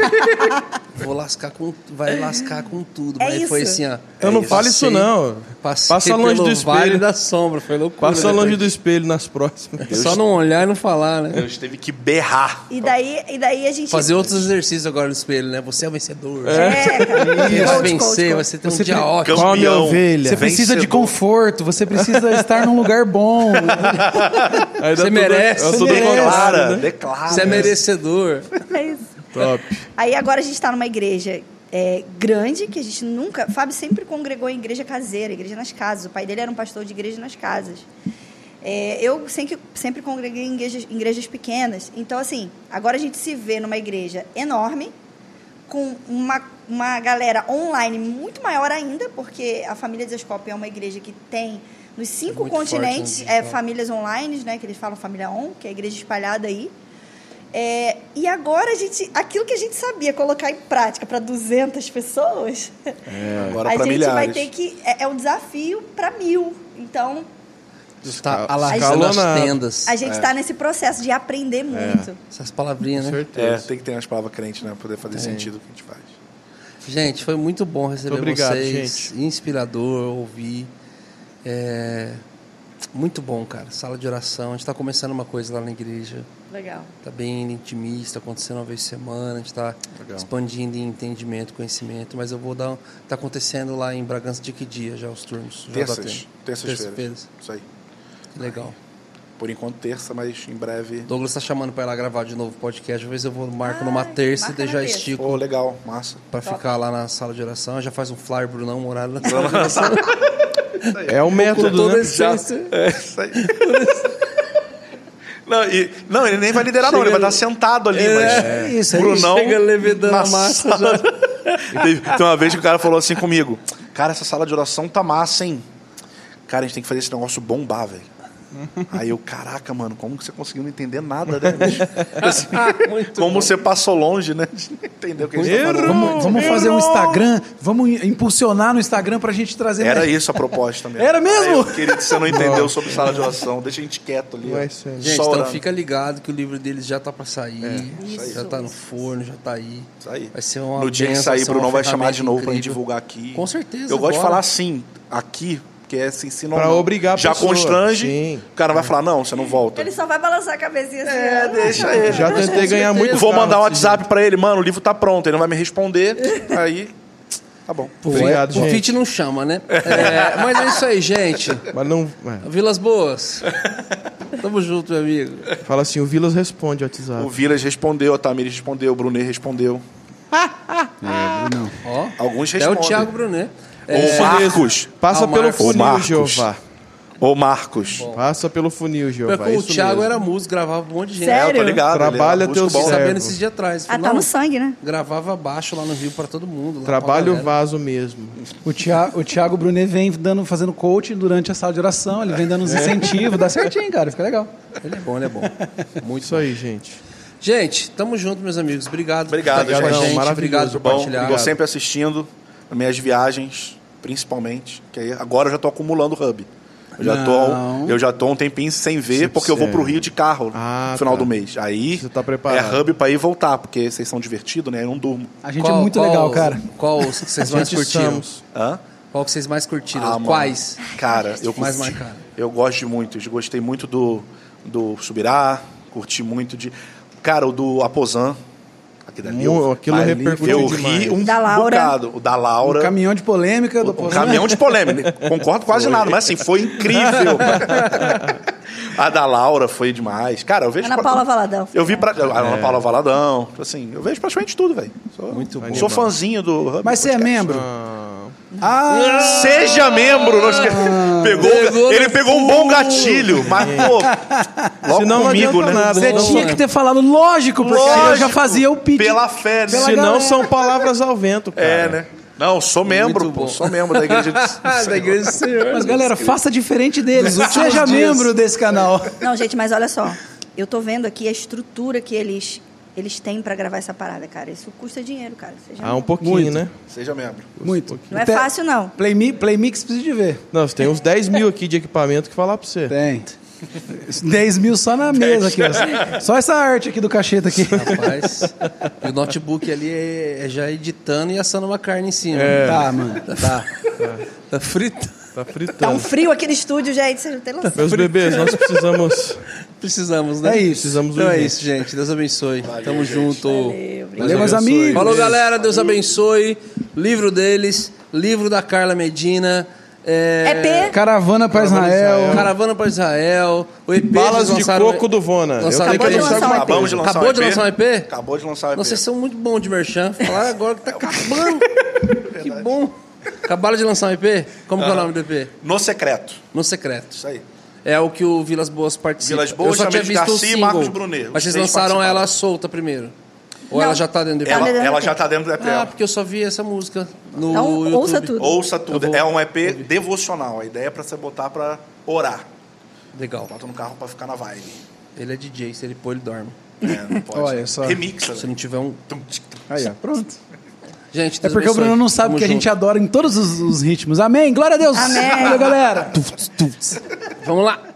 A: Vou lascar com. Vai lascar com tudo.
E: É
A: Mas aí foi
E: isso.
A: assim, ó.
C: É
B: Então não fala isso não.
A: Passei
B: Passa longe
A: pelo
B: do
A: Vale
B: espelho.
A: da sombra, foi loucura.
B: Passa
A: né?
B: longe do espelho nas próximas.
A: É Só não olhar e não falar, né?
C: Deus teve que berrar.
E: E daí, e daí a gente...
A: Fazer outros exercícios agora no espelho, né? Você é o vencedor. [laughs]
E: É, cara.
A: Você vai
E: Coach, coach,
A: vencer,
E: coach.
A: você tem um dia ótimo.
B: Ó, minha ovelha.
F: Você precisa de
C: Vencedor.
F: conforto, você precisa estar num lugar bom.
B: [laughs] Aí dá
A: Você
B: tudo-
A: merece.
B: dá tudo
A: Você
B: ao contrário,
C: Declara,
B: né?
C: declara.
A: Você é merecedor.
E: É isso.
B: Top.
E: Aí agora a gente está numa igreja é, grande, que a gente nunca. Fábio sempre congregou em igreja caseira, igreja nas casas. O pai dele era um pastor de igreja nas casas. É, eu sempre, sempre congreguei em igrejas, em igrejas pequenas. Então, assim, agora a gente se vê numa igreja enorme, com uma, uma galera online muito maior ainda, porque a família Desascope é uma igreja que tem nos cinco
A: Muito forte, né,
E: continentes é,
A: digital.
E: famílias online, né? Que eles falam família on, que é a igreja espalhada aí. É, e agora a gente, aquilo que a gente sabia colocar em prática para 200 pessoas,
B: É.
C: Agora
E: a
C: pra
E: gente vai
C: milhares.
E: ter que é, é um desafio para mil. Então
A: Tá né? alagando as
B: Escalonado.
A: tendas.
E: a
B: É.
E: gente está nesse processo de aprender muito.
A: Essas palavrinhas, né?
C: É, tem que ter umas palavras crentes, né? Pra poder
B: É.
C: fazer sentido o que a gente faz.
A: Gente, foi muito bom receber
B: Muito obrigado,
A: vocês. Inspirador ouvir. É, Muito bom, cara. Sala de oração. A gente está começando uma coisa lá na igreja.
E: Legal.
A: Tá bem intimista, acontecendo uma vez por semana. A gente está expandindo em entendimento, conhecimento. Mas eu vou dar. um- Tá acontecendo lá em Bragança de que dia já os turnos? Já tá
C: Terças.
A: tendo.
C: Terças-feiras.
A: Terças-feiras.
C: Isso aí.
A: Que legal.
C: Por enquanto, terça, mas em breve.
A: Douglas está chamando para ir lá gravar de novo o podcast. Às vezes eu vou marco numa terça e
E: Ah, marca
A: daí
E: na
A: já
E: terça.
A: estico
C: Pô, legal, massa.
A: para ficar lá na sala de oração. Já faz um flyer, Brunão, um horário na sala de oração.
C: [laughs] é
B: É o método, né?
C: isso
B: [laughs]
C: aí. Não, e- não, ele nem vai liderar, não. Ele vai estar sentado ali,
B: É.
C: mas.
A: Isso aí,
C: Brunão
A: chega levitando
C: na
A: a massa.
C: sala. Teve tem uma vez que o cara falou assim comigo: Cara, essa sala de oração tá massa, hein? Cara, a gente tem que fazer esse negócio bombar, velho. Aí eu, caraca, mano, como que você conseguiu não entender nada, né?
A: [laughs]
C: bicho? Assim, como você passou longe, né? De não entender o que a gente tá falando.
F: Vamos, vamos fazer um Instagram, vamos impulsionar no Instagram pra gente trazer.
C: Era
F: mais-
C: isso a proposta mesmo.
F: Era mesmo?
C: Aí, querido, você não entendeu sobre sala de oração. Deixa a gente quieto ali. ó.
B: Vai ser.
A: Gente,
C: Só
A: então
C: orando.
A: fica ligado que o livro deles já tá pra sair.
C: É.
E: Isso
A: já
E: aí.
A: tá no forno, já tá aí.
C: Isso aí.
A: Vai ser uma
C: No dia que
A: benção,
C: sair,
A: vai ser
C: Bruno
A: uma
C: vai chamar
A: ferramenta
C: de novo pra gente
A: incrível.
C: divulgar aqui.
A: Com certeza,
C: Eu gosto de
A: bora.
C: falar assim, aqui, porque é assim, se não.
B: Pra obrigar a
C: Já
B: pessoa.
C: constrange,
B: Sim.
C: o cara vai falar, não, você não volta.
E: Ele só vai balançar a cabecinha assim.
C: É,
E: ó.
C: deixa ele.
B: Já tentei ganhar muito
C: Vou
B: carro assim.
C: mandar um
B: desse
C: WhatsApp pra ele, mano, o livro tá pronto, ele não vai me responder. Aí, tá bom.
A: Pô,
B: Obrigado,
A: é- O
B: gente.
A: Fit não chama, né? É, mas é isso aí, gente.
B: jeito. Mas não. é.
A: Vilas Boas. Tamo junto, meu amigo.
B: Fala assim, o Vilas responde o WhatsApp.
C: O Vilas respondeu, a Tamires respondeu, o Brunet respondeu.
B: [laughs] É,
A: Ó,
C: Alguns
A: até o
C: respondem.
A: Thiago É. Brunet.
C: O Marcos.
A: Ah,
B: Passa
A: o
B: pelo
A: Marcos.
B: funil,
C: Marcos.
B: Jeová.
C: Ô, Marcos.
B: Passa pelo funil, Jeová.
A: É, Com o
B: isso
A: Thiago
B: mesmo.
A: era músico, gravava um monte de gente.
E: Sério?
C: É, eu tô ligado. ele é
B: Trabalha
C: músico
B: teus
A: Fiquei
B: Bom,
A: sabendo
B: servo.
A: esses dias atrás.
E: Ah,
A: Falei,
E: tá
A: não,
E: no sangue, né?
A: Gravava baixo lá no Rio pra todo mundo. lá
B: Trabalha
A: pra
B: o
A: galera. [laughs]
B: vaso mesmo.
F: O Thiago, o Thiago Brunet vem dando, fazendo coaching durante a sala de oração, ele vem dando uns incentivos, dá certinho, cara, fica legal.
A: Ele é bom, ele é bom.
B: Muito isso aí, gente.
A: Gente, tamo junto, meus amigos. Obrigado.
C: Obrigado,
A: por estar aqui
C: gente.
A: com a gente.
B: Maravilhoso.
A: Obrigado por
C: Bom,
A: compartilhar.
C: tô sempre assistindo nas minhas viagens, principalmente. Que aí, agora eu já tô acumulando hub. Eu já,
F: Não.
C: tô, eu já tô um tempinho sem ver, porque eu vou pro Rio de carro
B: Ah,
C: no final
B: tá.
C: do mês. Aí
B: Você tá preparado.
C: é hub pra ir e voltar, porque vocês são divertidos, né? Eu não durmo.
F: A gente
A: Qual-
F: é muito
A: qual-
F: legal, cara.
A: Qual os que vocês mais
B: Gente,
A: curtiram?
B: estamos.
C: Hã?
A: Qual que vocês mais curtiram?
C: Ah, mano.
A: Quais?
C: Cara, eu
A: Mais marcado.
C: Eu gosto de muitos. Gostei muito do, do Subirá, curti muito de. Cara, o do Aposan. Aqui dali,
B: Mu-
C: eu-
B: aquilo
C: ali
B: repercutiu
C: Eu
B: demais.
C: ri um
E: Da Laura.
C: bocado. O da Laura.
F: Um caminhão de polêmica do
C: Um caminhão de polêmica. Concordo quase nada, mas assim, foi incrível. a da Laura foi demais. Cara, eu vejo.
E: Ana Paula Valadão.
C: Eu vi pra. A Ana Paula Valadão. Assim, eu vejo praticamente tudo, velho. Sou, Muito bom. Sou fãzinho do Hub.
F: Mas você é membro?
B: ah,
F: Ah,
C: Seja membro! Não esque... pegou,
A: Pegou
B: né?
C: ele
A: no
C: pegou um bom gatilho, mas,
B: [laughs]
C: pô. Logo
B: Senão não
C: comigo,
B: adianta
C: né?
B: nada.
F: Você
A: Não,
F: tinha
A: mano.
F: que ter falado, lógico, porque aí eu já
C: Lógico,
F: fazia o pitch.
C: Pela fé, né?
B: Se não, são palavras ao vento, cara.
C: É, né? Não, sou membro,
A: Muito
C: pô.
A: bom.
C: Sou membro da igreja de.
A: da Igreja do Senhor.
F: [laughs] Mas galera, faça diferente deles, seja
A: dias.
F: membro desse canal.
E: Não, gente, mas olha só. Eu tô vendo aqui a estrutura que eles, eles têm pra gravar essa parada, cara. Isso custa dinheiro, cara. Você já
B: Ah, um pouquinho, né?
C: Seja membro.
F: Muito.
E: Não é fácil, não.
F: Playmix precisa de ver.
B: Não, você tem uns 10 mil aqui de equipamento que falar pra você.
A: Tá
F: Tem. 10 mil só na mesa aqui. ó. Só essa arte aqui do cacheta aqui.
A: Rapaz, e o notebook ali é, é já editando e assando uma carne em cima.
F: Tá, mano.
A: Tá. Tá frito.
B: Tá
E: Tá um
B: fritando.
E: frio aqui no estúdio, gente. Você
B: [laughs]
E: não tem noção.
B: Meus bebês, nós precisamos.
A: Precisamos, né?
F: É isso.
B: Precisamos
A: Então é
B: urgente.
A: isso, gente. Deus abençoe. Tamo junto.
E: Valeu, obrigado.
F: Valeu, meus
A: abençoe.
F: amigos.
A: Falou, galera. Deus abençoe. Livro deles, livro da Carla Medina.
E: É P?
F: Caravana pra Israel.
A: Caravana para Israel. O EP
B: Balas
A: eles
B: de
A: lançaram-
B: coco do Vona. Eu
A: Lançaram
E: acabei
A: EP.
E: de lançar um EP.
C: Acabamos de lançar
A: Acabou
C: um
A: de
C: EP?
A: lançar um EP?
C: Acabou de lançar o EP.
A: Nossa, Vocês são muito bons de merchan. Falaram agora que tá acabando. que bom. Acabaram de lançar um EP? Como que é o nome do EP?
C: No secreto.
A: No Secreto.
C: Isso aí.
A: É o que o Vilas Boas participa.
C: Vilas Boas,
A: Eu só tinha
C: Jamil
A: visto o
C: Garcia e
A: single,
C: Marcos Brunet. Os
A: Mas vocês
C: três
A: lançaram
C: participaram.
A: ela solta primeiro? Ou
E: Não.
A: ela já tá dentro do EP?
C: Ela,
E: dentro do
C: ela
E: EP.
C: já tá dentro do EP.
A: Ah, porque eu só vi essa música no
E: Então,
A: YouTube.
E: ouça tudo.
C: Ouça tudo.
A: Eu vou-
C: É um EP devocional. A ideia é pra você botar pra orar.
A: Legal.
C: Bota no carro pra ficar na vibe.
A: Ele é DJ, se ele pôr, ele dorme.
C: É, não pode.
F: Olha só.
C: Remixa.
A: Se
C: né?
A: não tiver um...
F: Aí, ó, pronto.
A: Gente,
F: É
A: Deus
F: porque o
A: abençoe.
F: Bruno não sabe
A: Tamo
F: que a gente
A: junto.
F: adora em todos os, os ritmos. Amém. Glória a Deus.
E: Amém.
F: Valeu, galera.
A: Vamos lá.